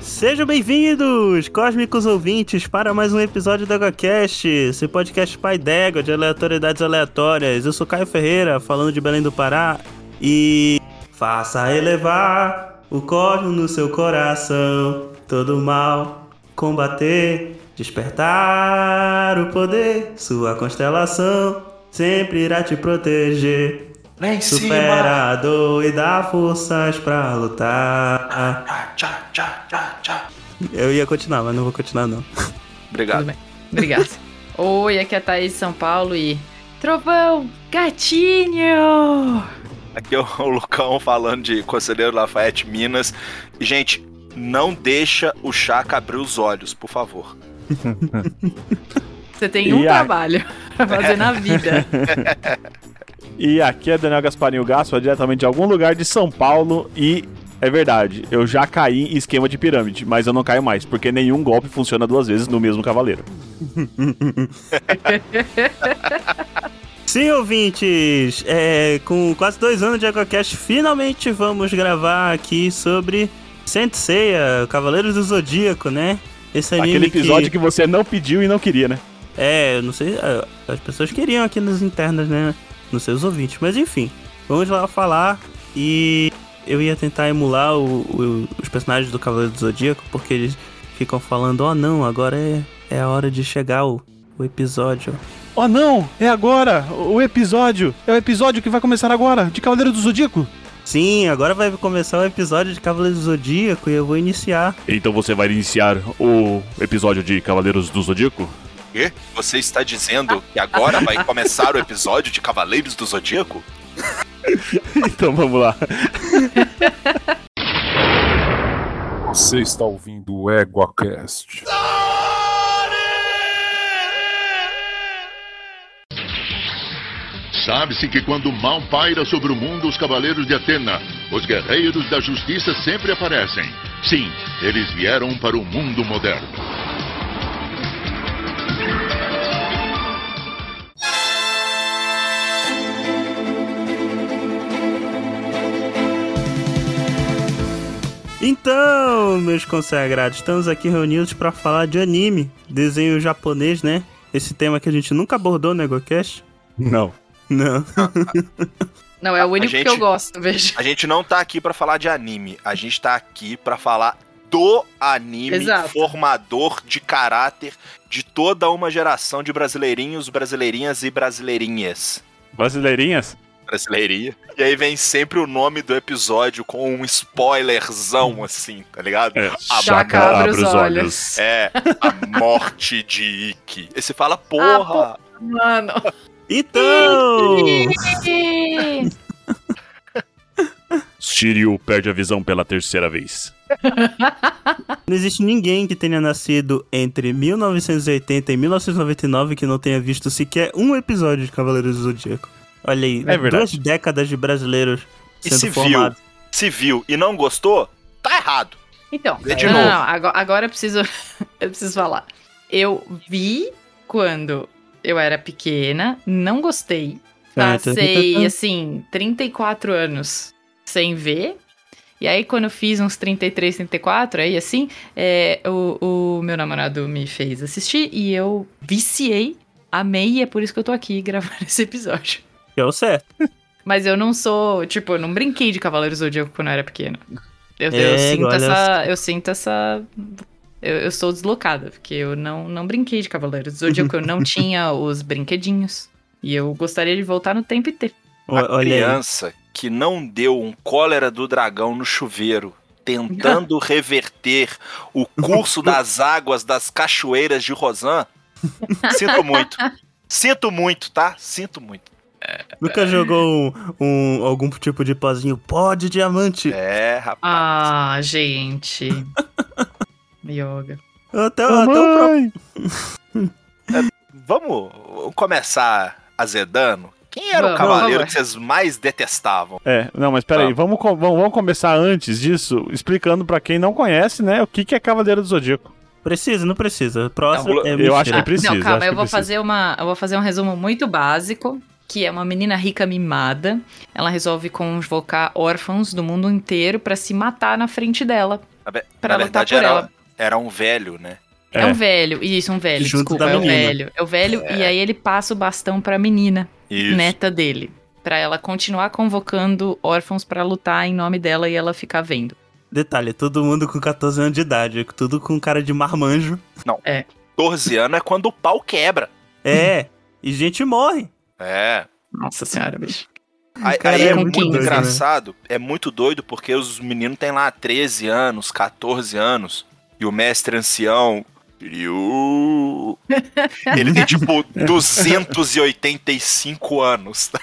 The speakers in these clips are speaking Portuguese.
Sejam bem-vindos, cósmicos ouvintes, para mais um episódio do EgoCast, esse podcast pai d'égua de aleatoriedades aleatórias. Eu sou Caio Ferreira, falando de Belém do Pará, e... Faça elevar o cosmo no seu coração, todo mal combater, despertar o poder, sua constelação sempre irá te proteger. Lá em cima. Supera a dor e dá forças pra lutar. Ah, tchá, tchá, tchá, tchá. Eu ia continuar, mas não vou continuar não. Obrigado. Tudo bem. Obrigada. Oi, aqui é a Thaís de São Paulo e. Trovão, gatinho! Aqui é o Lucão falando de Conselheiro Lafayette, Minas. Gente, não deixa o Chaka abrir os olhos, por favor. Você tem um E a- trabalho pra fazer na vida. E aqui é Daniel Gasparinho Gaspa, diretamente de algum lugar de São Paulo e. É verdade, eu já caí em esquema de pirâmide, mas eu não caio mais, porque nenhum golpe funciona duas vezes no mesmo cavaleiro. Sim, ouvintes! é, com quase dois anos de EcoCast, finalmente vamos gravar aqui sobre Saint Seiya, Cavaleiros do Zodíaco, né? Esse anime Aquele episódio que você não pediu e não queria, né? É, eu não sei. ah, As pessoas queriam aqui nos internos, né? Nos seus ouvintes. Mas enfim, vamos lá falar. E eu ia tentar emular o- o- os personagens do Cavaleiro do Zodíaco, porque eles ficam falando: ó, não, agora é, é a hora de chegar o, o episódio. Oh não, é agora, o episódio, é o episódio que vai começar agora, de Cavaleiro do Zodíaco. Sim, agora vai começar o episódio de Cavaleiro do Zodíaco e eu vou iniciar. Então você vai iniciar o episódio de Cavaleiros do Zodíaco? Quê? Você está dizendo que agora vai começar o episódio de Cavaleiros do Zodíaco? Então vamos lá. Você está ouvindo o EguaCast. Sabe-se que quando o mal paira sobre o mundo, os cavaleiros de Atena, os guerreiros da justiça sempre aparecem. Sim, eles vieram para o mundo moderno. Então, meus consagrados, estamos aqui reunidos para falar de anime, desenho japonês, né? Esse tema que a gente nunca abordou no EgoCast. Não. Não. Não, é o único gente- que eu gosto, veja. A gente não tá aqui pra falar de anime, a gente tá aqui pra falar do anime Exato. formador de caráter de toda uma geração de brasileirinhos, brasileirinhas e brasileirinhas. Brasileirinhas? Brasileiria. E aí vem sempre o nome do episódio com um Hum. spoilerzão assim, tá ligado? É, Chaka abre os olhos. É, a morte de Ikki. E você fala, porra! Mano. Então! Shiryu perde a visão pela terceira vez. Não existe ninguém que tenha nascido entre 1980 e 1999 que não tenha visto sequer um episódio de Cavaleiros do Zodíaco. Olha aí, É verdade. duas décadas de brasileiros E sendo se viu? formados. se viu e não gostou, tá errado. Então, Vê de não, não, novo. não, agora, agora eu preciso, eu preciso falar. Eu vi quando eu era pequena, não gostei. Passei, assim, 34 anos sem ver. E aí, quando eu fiz uns 33, 34, aí assim, é, o, o meu namorado me fez assistir e eu viciei, amei, e é por isso que eu tô aqui gravando esse episódio. Que é o certo. Mas eu não sou, tipo, eu não brinquei de Cavaleiros do Zodíaco quando eu era pequena. Eu, eu É, sinto olha essa. Eu sinto essa. Eu, eu sou deslocada, porque eu não, não brinquei de Cavaleiros do Zodíaco, eu não tinha os brinquedinhos. E eu gostaria de voltar no tempo e ter. O- a Olha aí. criança que não deu um cólera do dragão no chuveiro, tentando reverter o curso das águas das cachoeiras de Rosan, sinto muito. Sinto muito, tá? Sinto muito. É. Nunca jogou um, um- algum tipo de pozinho pó de diamante. É, rapaz. Ah, gente. Yoga. Até, até o próprio. Vamos começar azedando. Quem era o Vamos, cavaleiro vamos. que vocês mais detestavam? É, não, mas peraí, vamos, co- vamos, vamos começar antes disso, explicando pra quem não conhece, né, o que, que é Cavaleiro do Zodíaco. Precisa, não precisa. Próximo Não, é eu mentira. acho que precisa. Ah, não, calma, acho eu que vou precisa. fazer uma, eu vou fazer um resumo muito básico, que é uma menina rica mimada. Ela resolve convocar órfãos do mundo inteiro pra se matar na frente dela, pra Na lutar verdade, por era, ela. era um velho, né? É. É. um velho. Isso, um velho, Junto desculpa, da é um menina. velho. É o velho, e aí ele passa o bastão pra menina, Isso. neta dele. Pra ela continuar convocando órfãos pra lutar em nome dela e ela ficar vendo. Detalhe, todo mundo com 14 anos de idade, tudo com cara de marmanjo. 14 anos é quando o pau quebra. Uhum. É, e gente morre. É. Nossa senhora, bicho. Hum, Aí, Cara, aí é é muito muito doido, né? engraçado, é muito doido porque os meninos têm lá 13 anos, 14 anos, e o mestre ancião. Ryu, Ele tem tipo 285 anos, tá?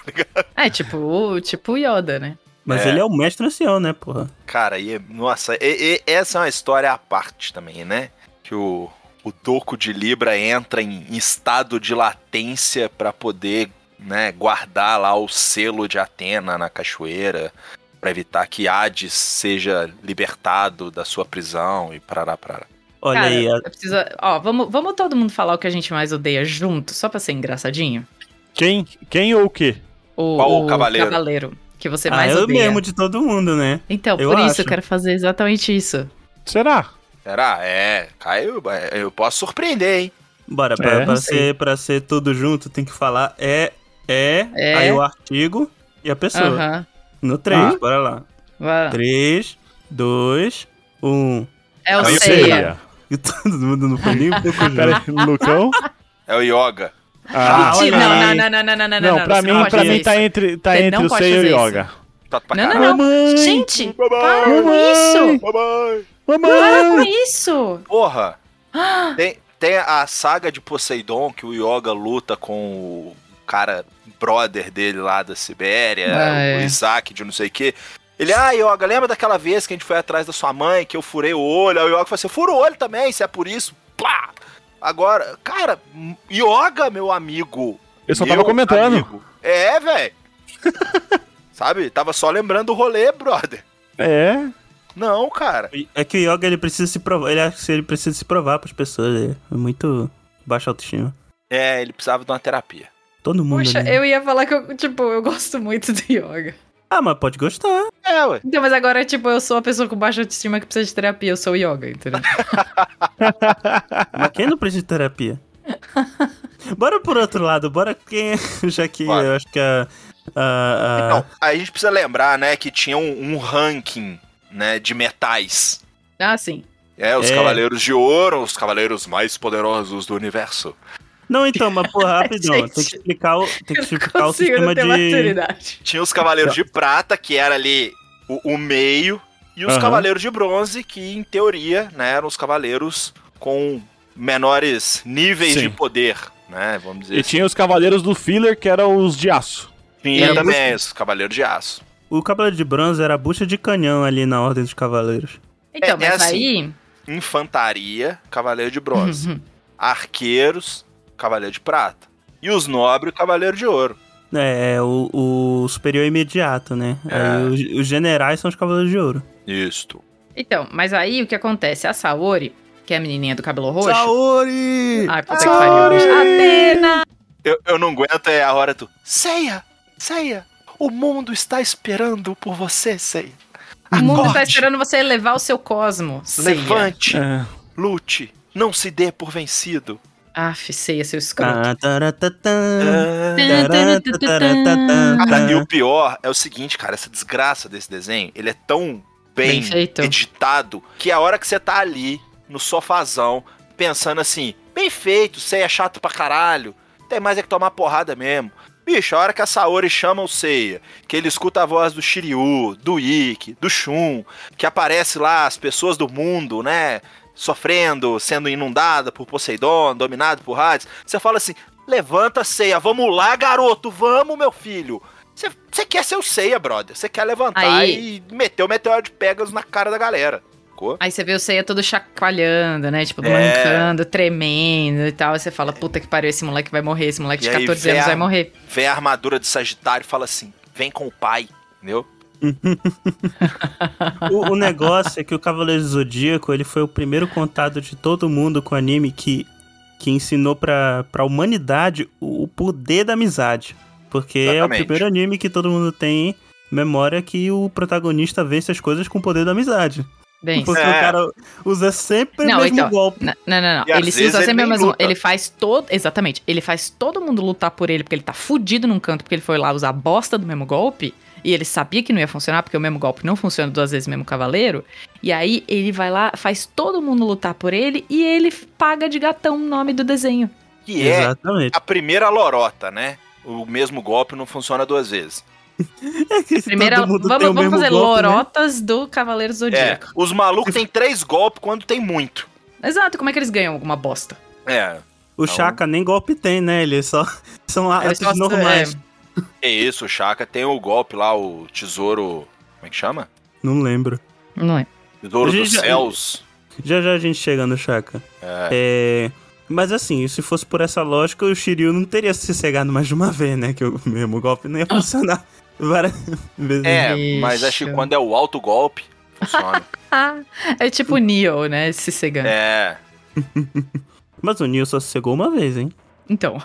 É tipo, o- tipo o Yoda, né? Mas É. ele é o mestre ancião, né, porra? Cara, e, nossa, e- e- essa é uma história à parte também, né? Que o, o Doco de Libra entra em estado de latência pra poder né, guardar lá o selo de Atena na cachoeira, pra evitar que Hades seja libertado da sua prisão e parará, parará. Olha Cara, aí, a- eu preciso- ó, vamos, vamos todo mundo falar o que a gente mais odeia junto, só pra ser engraçadinho? Quem, quem ou o quê? O, Qual o cavaleiro? cavaleiro, que você é ah, mais eu odeia. mesmo de todo mundo, né? Então, Eu por isso acho. eu quero fazer exatamente isso. Será? Será? É, Caio, eu posso surpreender, hein? Bora, pra, É, pra não sei. ser, pra ser tudo junto, tem que falar é, é, É. aí o artigo e a pessoa. Aham. No 3, Ah. bora lá. Vai lá. 3, 2, 1. É o Não, eu Seiya. E todo mundo não foi nem um pouco junto. Pera aí, Lucão? É o Yoga. Ah, Sim, olha não, aí. não, não, não, não, não, não, Não, não, pra você não mim, pode pra fazer mim tá isso. entre, tá Você entre não o pode Seiya e o fazer Yoga. Chato Tá pra Não, não, caralho. não. Mamãe! Gente, para Mamãe! com isso! Bye-bye. Para com Mamãe! isso! Porra! Ah! Tem, tem a saga de Poseidon que o Yoga luta com o cara brother dele lá da Sibéria, Ah, o é. Isaac de não sei o quê. Ele, ah, Yoga, lembra daquela vez que a gente foi atrás da sua mãe, que eu furei o olho? Aí o Yoga falou assim: fura o olho também, se é por isso. Plá! Agora, cara, Yoga, meu amigo. Eu só meu tava comentando. amigo. É, velho. Sabe? Tava só lembrando o rolê, brother. É, Não, cara. É que o Yoga ele precisa se provar, ele acha que ele precisa se provar pras pessoas. É muito baixa autoestima. É, ele precisava de uma terapia. Todo mundo. Poxa, né? eu ia falar que eu, tipo, eu gosto muito do yoga. Ah, mas pode gostar. É, ué. Então, mas agora, tipo, eu sou a pessoa com baixa autoestima que precisa de terapia, eu sou o yoga, entendeu? Mas quem não precisa de terapia? Bora por outro lado, bora quem. Já que Bora. Então. eu acho que a. a- a- Não, a gente precisa lembrar, né, que tinha um, um ranking, né, de metais. Ah, sim. É, os É. Cavaleiros de Ouro, os Cavaleiros mais poderosos do universo. Não, então, mas porra, rapidão. Gente, tem que explicar o, tem que Tipo, Eu não explicar o consigo sistema não ter de. maturidade. Tinha os Cavaleiros de Prata, que era ali o, o meio, e os Aham. Cavaleiros de Bronze, que em teoria, né, eram os Cavaleiros com menores níveis Sim. de poder, né, vamos dizer E tinha um os Cavaleiros do Filler, que eram os de aço. Tinha e- também os Cavaleiros de Aço. O Cavaleiro de Bronze era a bucha de canhão ali na Ordem dos Cavaleiros. Então, É- é mas assim. Infantaria, Cavaleiro de Uhum. Bronze. aí... Arqueiros, Cavaleiro de Prata. E os Nobres, Cavaleiro de Ouro. É, é o, o superior imediato, né? É. Aí os, os generais são os Cavaleiros de Ouro. Isto. Então, mas aí o que acontece? A Saori, que é a menininha do cabelo roxo... Saori! Ai, puta que pariu. bicho. Atena! Eu, eu não aguento é a hora do. Ceia! Ceia! O mundo está esperando por você, Ceia. O mundo tá Acorde, esperando você elevar o seu cosmo. Seiya. Levante, É. Ah, lute, não se dê por vencido. Aff, ceia, seu escroto. Ah, taratatã, Ah. taratatatã, Cara, e Ah. tã. Ah. o pior é o seguinte, cara, essa desgraça desse desenho, ele é tão bem, Bem feito. editado que a hora que você tá ali, no sofazão, pensando assim, bem feito, Ceia é chato pra caralho, tem mais é que tomar porrada mesmo. Bicho, a hora que a Saori chama o Seiya, que ele escuta a voz do Shiryu, do Ikki, do Shun, que aparece lá as pessoas do mundo, né, sofrendo, sendo inundada por Poseidon, dominado por Hades, você fala assim, levanta Seiya, vamos lá, garoto, vamos, meu filho. Você- Você quer ser o Seiya, brother. Você quer levantar Aí- e meter o meteoro de Pegasus na cara da galera. Aí você vê o ceia todo chacoalhando, né? Tipo, É. mancando, tremendo e tal. Aí você fala, puta que pariu, esse moleque vai morrer, esse moleque E de aí 14 vem anos a- vai morrer. Vem a armadura de Sagitário e fala assim: vem com o pai, entendeu? O, o negócio é que o Cavaleiro do Zodíaco ele foi o primeiro contato de todo mundo com anime que, que ensinou pra, pra humanidade o, o poder da amizade. Porque é Exatamente. o primeiro anime que todo mundo tem memória que o protagonista vence as coisas com o poder da amizade. Bem, Porque É. o cara usa sempre o Não, mesmo então, golpe. Não, não, não. não. E às Ele vezes usa ele sempre nem o mesmo. luta. Ele faz todo. Exatamente. Ele faz todo mundo lutar por ele porque ele tá fudido num canto porque ele foi lá usar a bosta do mesmo golpe. E ele sabia que não ia funcionar porque o mesmo golpe não funciona duas vezes no mesmo cavaleiro. E aí ele vai lá, faz todo mundo lutar por ele e ele paga de gatão o nome do desenho. Que é Exatamente. a primeira lorota, né? O mesmo golpe não funciona duas vezes. É que Primeiro, todo mundo vamos, tem o vamos mesmo fazer golpe, né? lorotas do Cavaleiro É, Zodíaco. os malucos têm três golpes quando tem muito. Exato, como é que eles ganham alguma bosta? É, O Então- Chaka nem golpe tem, né? Ele só são atos Eles só- normais. é, é isso, o Chaka tem o golpe lá, o tesouro. Como é que chama? Não lembro. não é. Tesouro A gente dos já- céus. Já já a gente chega no Chaka. É. É, Mas assim, se fosse por essa lógica, o Shiryu não teria se sossegado mais de uma vez, né? Que o mesmo golpe não ia funcionar várias vezes. É, mas acho que Bicho. quando é o alto golpe, funciona. Ah, é tipo o Neo, né? Esse cegano. é. Mas o Neo só se cegou uma vez, hein? Então,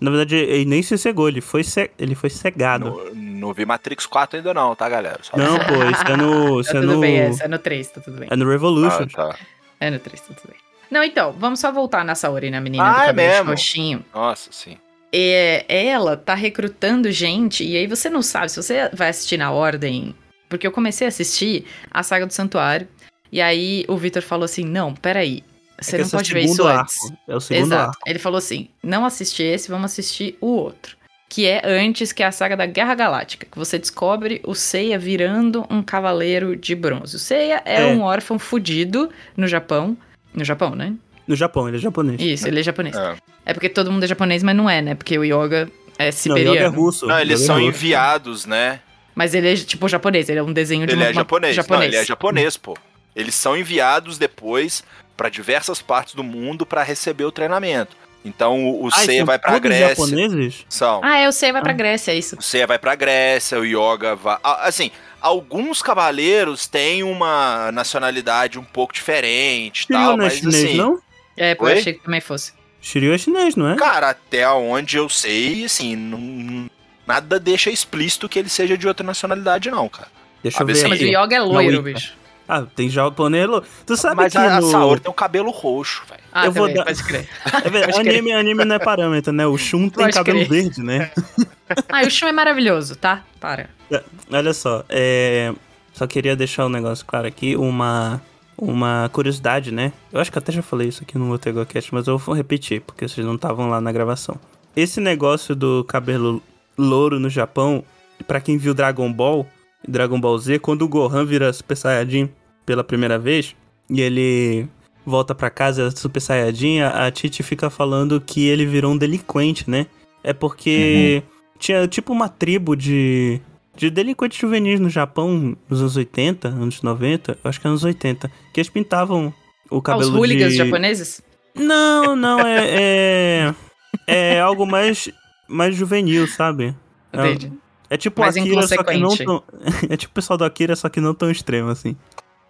Na verdade, ele nem se cegou, ele foi, ce... ele foi cegado. Não, não vi Matrix 4 ainda, não, tá, galera? Só- Não, pô, isso é no. Isso tá é tudo no, bem, é, é no 3, tá tudo bem. é no Revolution. Ah, tá. É no 3, tá tudo bem. Não, então, vamos só voltar na Saori, na menina Ah, do é cabelo mesmo? roxinho. Nossa, sim. É, ela tá recrutando gente, e aí você não sabe, se você vai assistir na ordem... Porque eu comecei a assistir a Saga do Santuário, e aí o Victor falou assim, não, peraí, você É que não esse é o pode ver isso segundo arco. antes. É o segundo Exato. arco. Ele falou assim: não assisti esse, vamos assistir o outro. Que é antes, que é a saga da Guerra Galáctica, que você descobre o Seiya virando um cavaleiro de bronze. O Seiya é, É. um órfão fudido no Japão. No Japão, né? No Japão, ele é japonês. Isso, ele é japonês. É. É. porque todo mundo é japonês, mas não é, né? Porque o Yoga é Não, o Yoga é siberiano. russo. Não, eles Yoga é são russo. enviados, né? mas ele é tipo japonês, ele é um desenho de Ele uma, é uma- japonês. Não, ele é japonês, pô. Eles são enviados depois pra diversas partes do mundo pra receber o treinamento. Então o, o Ah, e Seiya são vai pra todos Grécia. japoneses? São. Ah, é, o Seiya vai pra Grécia, é isso. O Seiya vai pra Grécia, o Yoga vai. Ah, Assim, alguns cavaleiros têm uma nacionalidade um pouco diferente e Shiryu tal, não é mas chinês, assim. não? É, pô, Oi? eu achei que também fosse. Shiryu é chinês, não é? Cara, até onde eu sei, assim, não- nada deixa explícito que ele seja de outra nacionalidade, não, cara. Deixa eu ABC. ver Mas o aqui. Yoga é Wicca. loiro, bicho. Ah, tem japonês. lo- Tu sabe Mas que a, a no... Saori tá- tem o cabelo roxo, velho. Ah, Eu vou também, dar- pode crer. É verdade, Pode crer. anime, anime não é parâmetro, né? O Shun tem Pode cabelo crer. verde, né? Ah, e o Shun é maravilhoso, tá? Para. Olha só, é... Só queria deixar um negócio claro aqui, uma... Uma curiosidade, né? Eu acho que até já falei isso aqui no outro EgoCast, mas eu vou repetir, porque vocês não estavam lá na gravação. Esse negócio do cabelo louro no Japão, pra quem viu Dragon Ball, Dragon Ball Z, quando o Gohan vira Super Saiyajin pela primeira vez, e ele volta pra casa é Super Saiyajin, a a Titi fica falando que ele virou um delinquente, né? É porque tinha tipo uma tribo de de delinquentes juvenis no Japão nos anos 80, anos 90, acho que é anos 80, que eles pintavam o Ah, os cabelo hooligans de... japoneses? Não, não, é. É, é algo mais, mais juvenil, sabe? É- Entendi. É, tipo o Mais Akira, só que não inconsequente. tão. É tipo o pessoal do Akira, só que não tão extremo assim.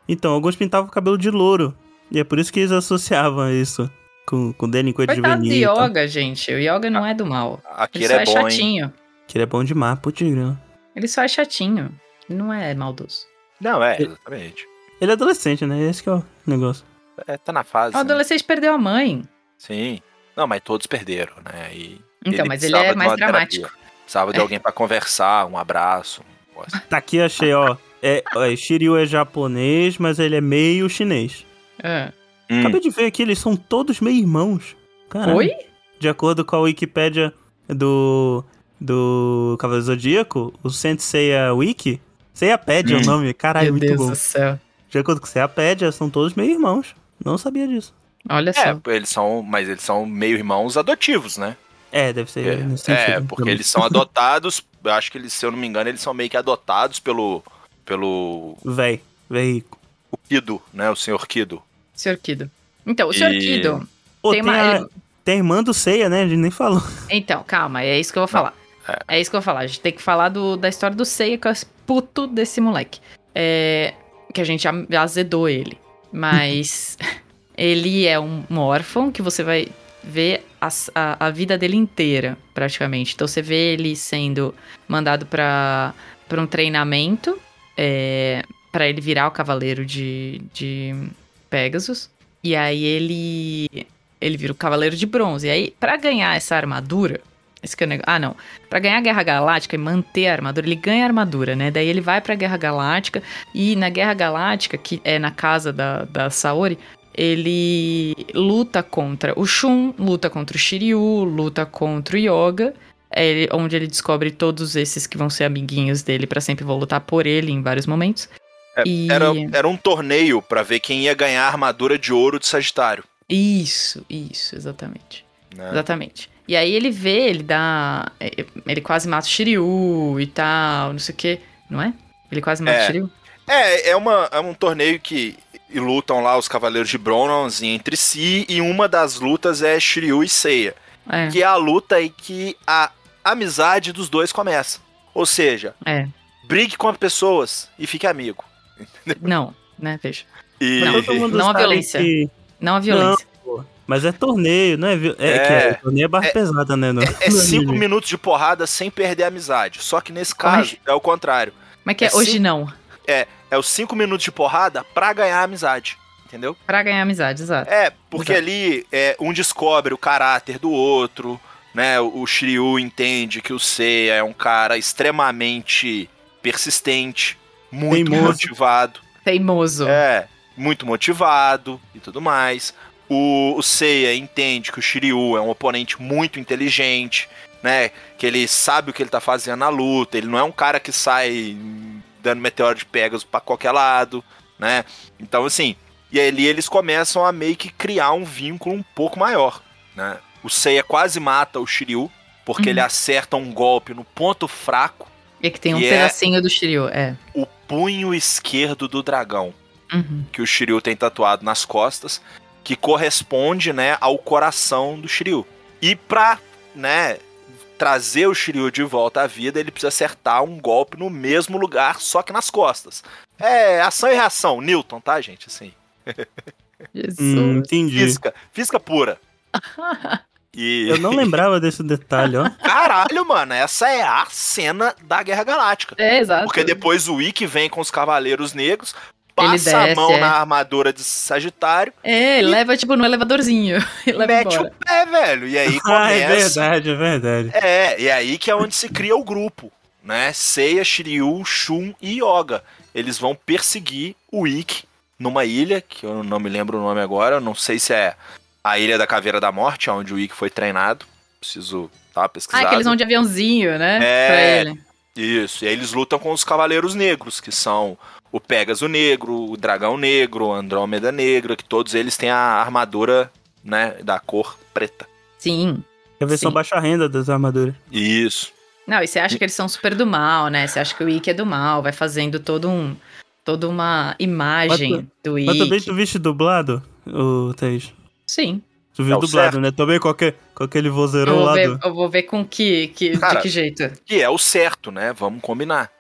Então, alguns pintavam o cabelo de louro. E é por isso que eles associavam isso com, com delinquente Coitado do juvenil. e tal. yoga, gente. O yoga não é do mal. Ele Akira só é é, bom, hein? chatinho. Que ele é bom demais, pô, tigrão. Ele só é chatinho. Ele não é maldoso. Não, é, exatamente. Ele é adolescente, né? Esse que é o negócio. É, tá na fase. O né? adolescente perdeu a mãe. Sim. Não, mas todos perderam, né? E Então, mas ele precisava é de mais uma dramático. É. terapia. Precisava de alguém pra conversar, um abraço. um negócio. Tá aqui, achei, ó. É, ó, é, Shiryu é japonês, mas ele é meio chinês. Ah. Hum, Acabei de ver aqui, eles são todos meio irmãos. Caralho. Oi? De acordo com a Wikipédia do, do Cavaleiro Zodíaco, o Senseiya Wiki, Seiyapedia é Hum. o nome, caralho, Meu muito Deus bom. do céu. De acordo com o Seiyapedia, são todos meio irmãos. Não sabia disso. Olha é, só. pô, eles são, mas eles são meio irmãos adotivos, né? É, deve ser. É, nesse sentido, né? é, porque também. eles são adotados, eu acho que eles, se eu não me engano, eles são meio que adotados pelo pelo Véi, véi. o Kido, né? O senhor Kido. Sr. Kido. Então, o Sr. E- Kido Pô, tem tem, uma. a, ele- tem a irmã do Seiya, né? A gente nem falou. Então, calma, é isso que eu vou falar. É. isso que eu vou falar. A gente tem que falar do- da história do Seiya, que é o puto desse moleque. É, que a gente am- azedou ele. Mas ele é um, um órfão que você vai ver as- a, a vida dele inteira, praticamente. Então você vê ele sendo mandado pra pra um treinamento é, para ele virar o cavaleiro de, de Pegasus. E aí ele ele vira o cavaleiro de bronze. E aí, para ganhar essa armadura, esse que é o nego- Ah, não. Pra ganhar a Guerra Galáctica e manter a armadura, ele ganha a armadura, né? Daí ele vai pra Guerra Galáctica e na Guerra Galáctica, que é na casa da, da Saori, ele luta contra o Shun, luta contra o Shiryu, luta contra o Yoga, é ele- onde ele descobre todos esses que vão ser amiguinhos dele pra sempre vão lutar por ele em vários momentos. É, E- Era, era um torneio pra ver quem ia ganhar a armadura de ouro de Sagitário. Isso, isso, exatamente. Né? Exatamente. E aí ele vê, ele dá. é, é, Ele quase mata o Shiryu e tal, não sei o quê, não é? Ele quase mata É. o Shiryu? É, é, uma, é um torneio que e lutam lá os Cavaleiros de Bronze entre si, e uma das lutas é Shiryu e Seiya, É. que é a luta em que a amizade dos dois começa. Ou seja, É. brigue com as pessoas e fique amigo. Não, né? Veja. E Não, todo mundo- Não a sabe violência. que- Não a violência. Mas é torneio, não é? vi- É, É. que é torneio é barra É- pesada, né? No, é no cinco anime. minutos de porrada sem perder a amizade. Só que nesse Como é caso é o contrário. Como é que é? É Hoje sim- não. É os cinco minutos de porrada pra ganhar a amizade. Entendeu? Pra ganhar amizade, exato. É, porque Exato. ali é, um descobre o caráter do outro, né? O o Shiryu entende que o Seiya é um cara extremamente persistente, muito Teimoso. motivado. Teimoso. É, muito motivado e tudo mais. O, o Seiya entende que o Shiryu é um oponente muito inteligente, né? Que ele sabe o que ele tá fazendo na luta, ele não é um cara que sai dando meteoro de Pegasus pra qualquer lado, né? Então, assim, e ali eles começam a meio que criar um vínculo um pouco maior, né? O Seiya quase mata o Shiryu, porque Uhum. ele acerta um golpe no ponto fraco, E que tem um E é- pedacinho do Shiryu. É. o punho esquerdo do dragão Uhum. que o Shiryu tem tatuado nas costas, que corresponde, né, ao coração do Shiryu. E pra, né, trazer o Shiryu de volta à vida, ele precisa acertar um golpe no mesmo lugar, só que nas costas. É ação e reação, Newton, tá, gente? Assim, Jesus. Hum, entendi. física, física pura. E Eu não lembrava desse detalhe, ó. caralho, mano, essa é a cena da Guerra Galáctica. É, exato. Porque depois o Ikki vem com os Cavaleiros Negros, Ele passa a desce, mão é. na armadura de Sagitário É, ele leva tipo no elevadorzinho. E leva mete embora. o pé, velho. E aí Ah, é começa. verdade, é verdade. é, e aí que é onde se cria o grupo, né? Seiya, Shiryu, Shun e Yoga. Eles vão perseguir o Ikki numa ilha, que eu não me lembro o nome agora, eu não sei se é a Ilha da Caveira da Morte, onde o Ikki foi treinado. Preciso tá Ah, pesquisando. que eles vão de aviãozinho, né? É. Pra ele. Isso, e aí eles lutam com os Cavaleiros Negros, que são o Pégaso Negro, o Dragão Negro, o Andrômeda Negra, que todos eles têm a armadura, né, da cor preta. Sim. A versão Sim. baixa renda das armaduras. Isso. Não, e você acha que eles são super do mal, né? Você acha que o Ikki é do mal, vai fazendo todo um. Toda uma imagem Mas do Mas também Ikki. tu viste dublado, ô Thaís? Sim. Tu viu É o dublado, certo. né? Também com aquele, com aquele Eu vozeirão vou, lá ver, do... eu vou ver com que. que Cara, de que jeito. Que é o certo, né? Vamos combinar.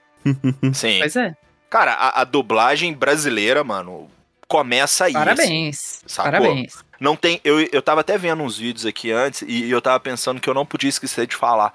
Sim. Pois é. Cara, a, a dublagem brasileira, mano, começa aí. assim. Parabéns. sacou? Parabéns. Não tem. Eu, eu tava até vendo uns vídeos aqui antes e, e eu tava pensando que eu não podia esquecer de falar.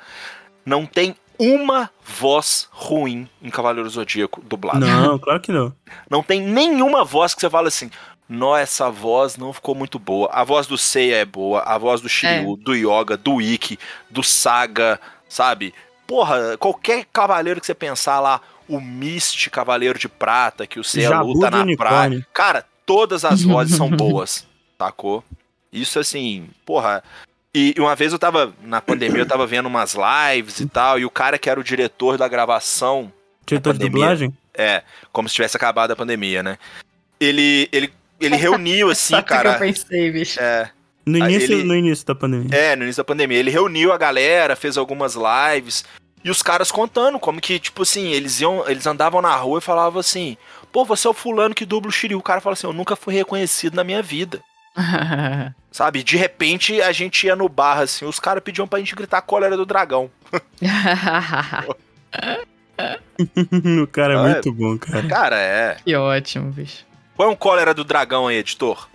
Não tem uma voz ruim em Cavaleiro Zodíaco dublado. Não. Não, claro que não. tem nenhuma voz que você fala assim. Nossa, essa voz não ficou muito boa. A voz do Seiya é boa, a voz do Shiryu, do Yoga, do Ikki, do Saga, sabe? Porra, qualquer cavaleiro que você pensar lá, o Mist Cavaleiro de Prata, que o Seiya Jabu luta do na unicórnio. praia. Cara, todas as vozes são boas, sacou? Isso assim, porra. E e uma vez eu tava, na pandemia, eu tava vendo umas lives e tal, e o cara que era o diretor da gravação, Diretor de pandemia. dublagem? é, como se tivesse acabado a pandemia, né? Ele, ele, ele reuniu, assim, Sabe o é que eu cara. pensei, bicho? É, No Ah, início, ele- no início da pandemia. é, no início da pandemia. Ele reuniu a galera, fez algumas lives. E os caras contando como que, tipo assim, eles iam, eles andavam na rua e falavam assim: pô, você é o fulano que dubla o Shiryu. O cara fala assim: eu nunca fui reconhecido na minha vida. Sabe? De repente a gente ia no bar, assim, os caras pediam pra gente gritar cólera do dragão. o cara é Ah, é. muito bom, cara. Cara, é. que ótimo, bicho. Põe um cólera do dragão aí, editor.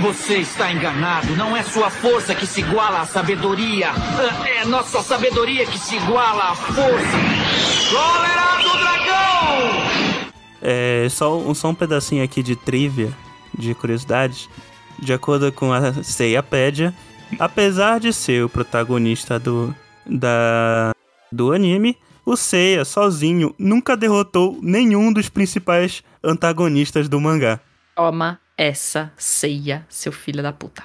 Você está enganado. Não é sua força que se iguala à sabedoria. É nossa sabedoria que se iguala à força. Cólera do dragão! É, só, um, só um pedacinho aqui de trivia, de curiosidade. De acordo com a Seiapédia, apesar de ser o protagonista do, da, do anime, o Seiya sozinho nunca derrotou nenhum dos principais antagonistas do mangá. Toma essa ceia, seu filho da puta.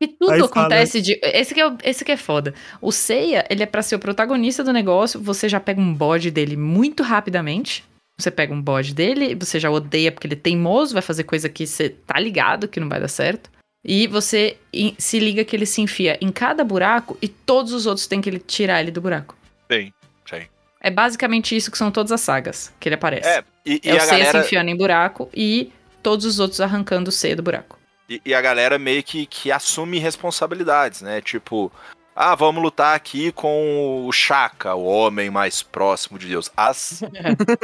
E tudo Aí fala- né? acontece de. Esse que, é, o- esse que é foda. O Seiya, ele é pra ser o protagonista do negócio. Você já pega um bode dele muito rapidamente. Você pega um bode dele, você já odeia porque ele é teimoso, vai fazer coisa que você tá ligado que não vai dar certo. E você em- se liga que ele se enfia em cada buraco e todos os outros têm que ele tirar ele do buraco. Tem. É basicamente isso que são todas as sagas que ele aparece. É, e, e É o a Seiya galera, se enfiando em buraco e todos os outros arrancando o Seiya do buraco. e, e a galera meio que, que assume responsabilidades, né? Tipo, ah, vamos lutar aqui com o Shaka, o homem mais próximo de Deus. As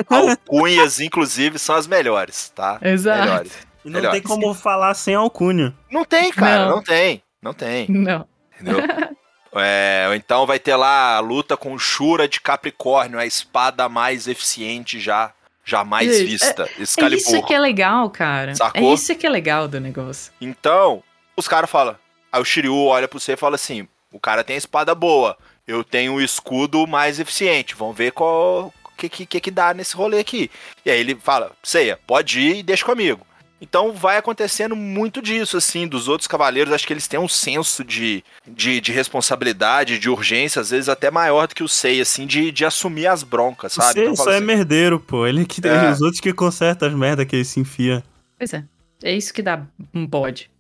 alcunhas, inclusive, são as melhores, tá? Melhores. E não Melhor. tem como falar sem alcunha. Não tem, cara, Não. não tem. Não tem. Não. Entendeu? É, ou então vai ter lá a luta com Shura de Capricórnio, a espada mais eficiente já jamais Gente, vista. É Excalibur. isso que é legal, cara. Sacou? É isso que é legal do negócio. Então, os caras falam. Aí o Shiryu olha pra você e fala assim: o cara tem a espada boa, eu tenho o escudo mais eficiente, vamos ver qual. O que, que, que que dá nesse rolê aqui? E aí ele fala: Ceia, pode ir e deixa comigo. Então vai acontecendo muito disso, assim, dos outros cavaleiros. Acho que eles têm um senso de, de, de responsabilidade, de urgência, às vezes até maior do que o Seiya, assim, de, de assumir as broncas, sabe? Você Então, só é fala assim, merdeiro, pô. Ele que É. os outros que consertam as merdas que ele se enfia. Pois é. É isso que dá um bode.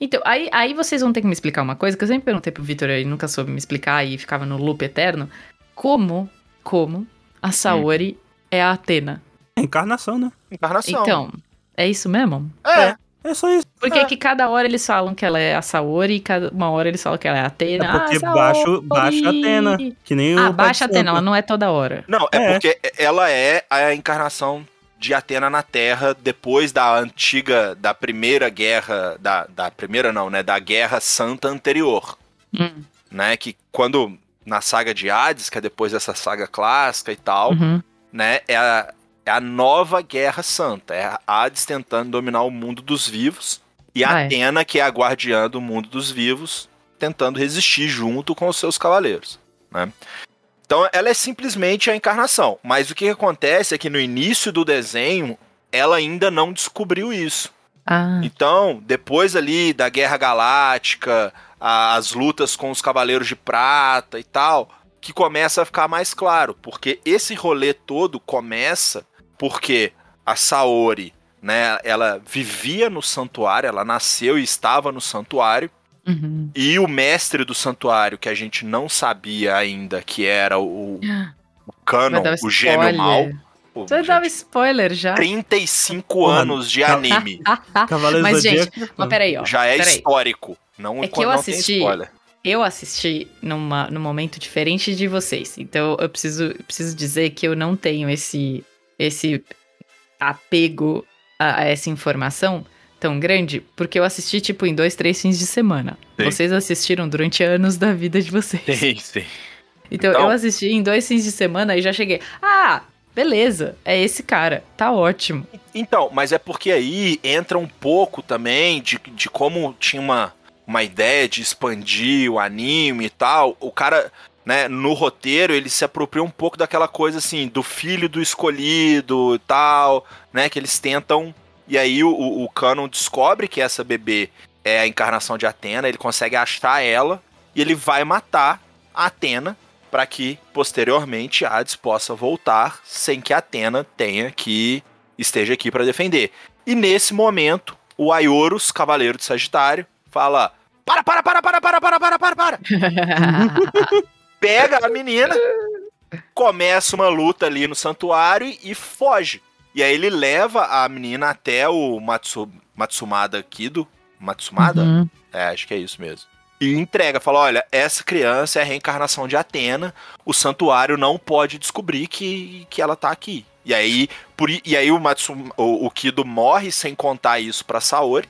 Então, aí, aí vocês vão ter que me explicar uma coisa que eu sempre perguntei pro Vitor e ele nunca soube me explicar e ficava no loop eterno. Como, como a Saori é a Atena? É encarnação, né? encarnação. Então, é isso mesmo? é, É só isso. Por que que cada hora eles falam que ela é a Saori e cada uma hora eles falam que ela é a Atena? É porque ah, baixo, Saori! baixo Atena. Que nem Ah, o baixa Pai de Atena, ela Santo. não é toda hora. Não, é, É. porque ela é a encarnação de Atena na Terra depois da antiga, da primeira guerra, da, da primeira não, né, da guerra santa anterior, Hum. né, que quando na saga de Hades, que é depois dessa saga clássica e tal, Uhum. né, é a, é a nova guerra santa, é a Hades tentando dominar o mundo dos vivos e a Ah, é. Atena, que é a guardiã do mundo dos vivos, tentando resistir junto com os seus cavaleiros, né? Então, ela é simplesmente a encarnação. Mas o que acontece é que no início do desenho, ela ainda não descobriu isso. Ah, Então, depois ali da Guerra Galáctica, a- as lutas com os Cavaleiros de Prata e tal, que começa a ficar mais claro, porque esse rolê todo começa porque a Saori, né, ela vivia no santuário, ela nasceu e estava no santuário, uhum. e o mestre do santuário, que a gente não sabia ainda que era o, o Canon, Ah. Vai dar o gênio mal. Pô, Você Tá gente, dava spoiler já. 35 Porra, anos de anime. Cavaleiro Mas, Zodíaco. Mas peraí, ó. Já é peraí. histórico. Não, É que eu não assisti- tem spoiler. Eu assisti numa, num momento diferente de vocês. Então eu preciso, eu preciso dizer que eu não tenho esse, esse apego a, a essa informação tão grande, porque eu assisti, tipo, em dois, três fins de semana. Sim. Vocês assistiram durante anos da vida de vocês. Sim, sim. Então, Então- eu assisti em dois fins de semana e já cheguei. Ah, beleza, é esse cara, tá ótimo. Então, mas é porque aí entra um pouco também de, de como tinha uma, uma ideia de expandir o anime e tal. O cara, né, no roteiro, ele se apropriou um pouco daquela coisa assim, do filho do escolhido e tal, né? Que eles tentam. E aí o, o o Canon descobre que essa bebê é a encarnação de Atena, ele consegue achar ela e ele vai matar a Atena para que posteriormente Hades possa voltar sem que Atena tenha que esteja aqui para defender. E nesse momento, o Aioros, cavaleiro de Sagitário, fala: "Para, para, para, para, para, para, para, para, para. Pega a menina, começa uma luta ali no santuário e foge. E aí ele leva a menina até o Matsu, Matsumada Kido, Matsumada, Uhum. é, acho que é isso mesmo. E entrega, fala: olha, essa criança é a reencarnação de Atena, o santuário não pode descobrir que, que ela tá aqui. E aí, por, i- e aí o, Matsum, o, o Kido morre sem contar isso pra Saori.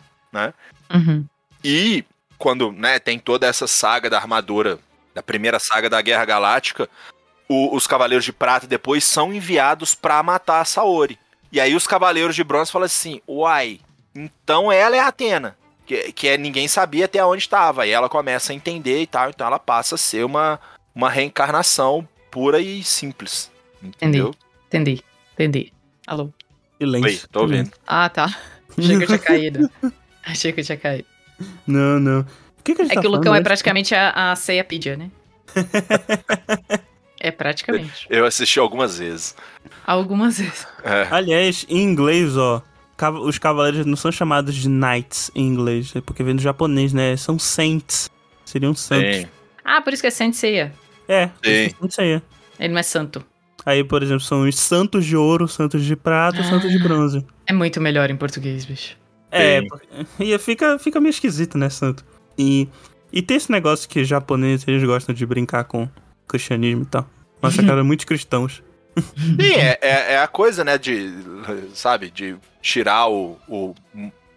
Uhum. E quando né, tem toda essa saga da armadura, da primeira saga da Guerra Galáctica, o- os Cavaleiros de Prata depois são enviados pra matar a Saori. E aí os cavaleiros de bronze falam assim: uai, então ela é a Atena. Que, que é, ninguém sabia até onde estava. E ela começa a entender e tal. Então ela passa a ser uma, uma reencarnação pura e simples. Entendeu? Entendi, entendi. Alô? Silêncio. Oi, tô ouvindo. Ah, tá. Achei que eu tinha caído. Achei que eu tinha caído. Não, não. O que, que a gente É tá que o falando Lucão é mesmo? praticamente a, a ceia pedia, né? é praticamente. Eu assisti algumas vezes. Algumas vezes. É. Aliás, em inglês, ó. cav- Os cavaleiros não são chamados de knights em inglês, é porque vem do japonês, né? São saints. Seriam santos. Sim, Ah, por isso que é Saint Ceia. É, sim. não sei. é. Ele não é santo. Aí, por exemplo, são os santos de ouro, santos de Ah. prata, santos de bronze. É muito melhor em português, bicho. É, e fica, fica meio esquisito, né, santo? E, e tem esse negócio que japoneses eles gostam de brincar com cristianismo e tal. Nossa, cara, muitos cristãos. Sim, Uhum. é, é- é a coisa, né, de, sabe, de tirar o... o...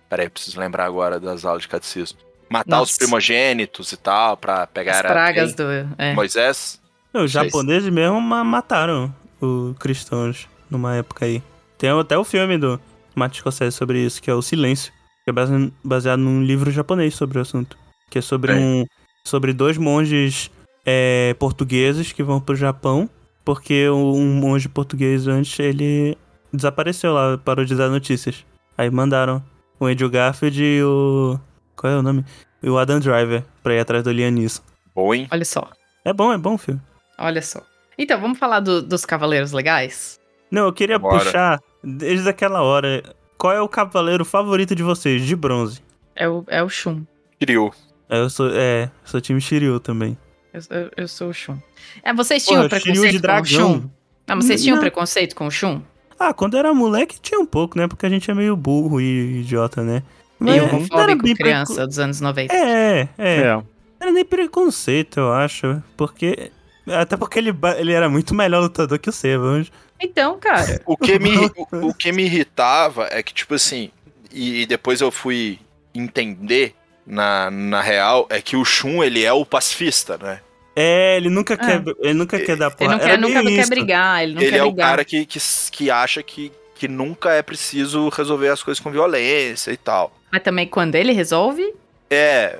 Peraí, eu preciso lembrar agora das aulas de catecismo. Matar Nossa. os primogênitos e tal, pra pegar As a- pragas do. É. Moisés. Não, Os Sei. japoneses mesmo ma- mataram os cristãos numa época aí. Tem até o filme do Martin Scorsese sobre isso, que é O Silêncio, que é base- baseado num livro japonês sobre o assunto. Que é sobre, um, sobre dois monges é, portugueses que vão pro Japão, porque um monge português antes, ele desapareceu lá, parou de dar notícias. Aí mandaram o Andrew Garfield e o... qual é o nome? E o Adam Driver pra ir atrás do Liam Neeson. Bom, hein? Olha só, É bom, é bom o filme. olha só. Então, vamos falar do- dos Cavaleiros Legais? Não, eu queria Bora. puxar desde aquela hora. Qual é o cavaleiro favorito de vocês, de bronze? É o, é o Shun. Kiryu. Eu sou, é, sou time Shiryu também. Eu, eu- eu sou o Shun. É, vocês tinham Porra, preconceito Shiryu de com o Shun? dragão. Não, mas vocês tinham Não. preconceito com o Shun? Ah, quando era moleque tinha um pouco, né? Porque a gente é meio burro e idiota, né? E Mas homofóbico bem criança precon- dos anos 90. É, é, é. É. Não Era nem preconceito, eu acho. Porque. Até porque ele, ba- ele era muito melhor lutador que o Sebas. Então, cara, O que, me, o, o que me irritava é que, tipo assim, e, e depois eu fui entender, na, na real, é que o Shun, ele é o pacifista, né? É, ele nunca quer. Ele nunca Ele quer dar ele porra. não quer, Era nunca meio quer isso. brigar, ele não ele quer é o brigar. cara que, que, s- que acha que, que nunca é preciso resolver as coisas com violência e tal. Mas também quando ele resolve, É,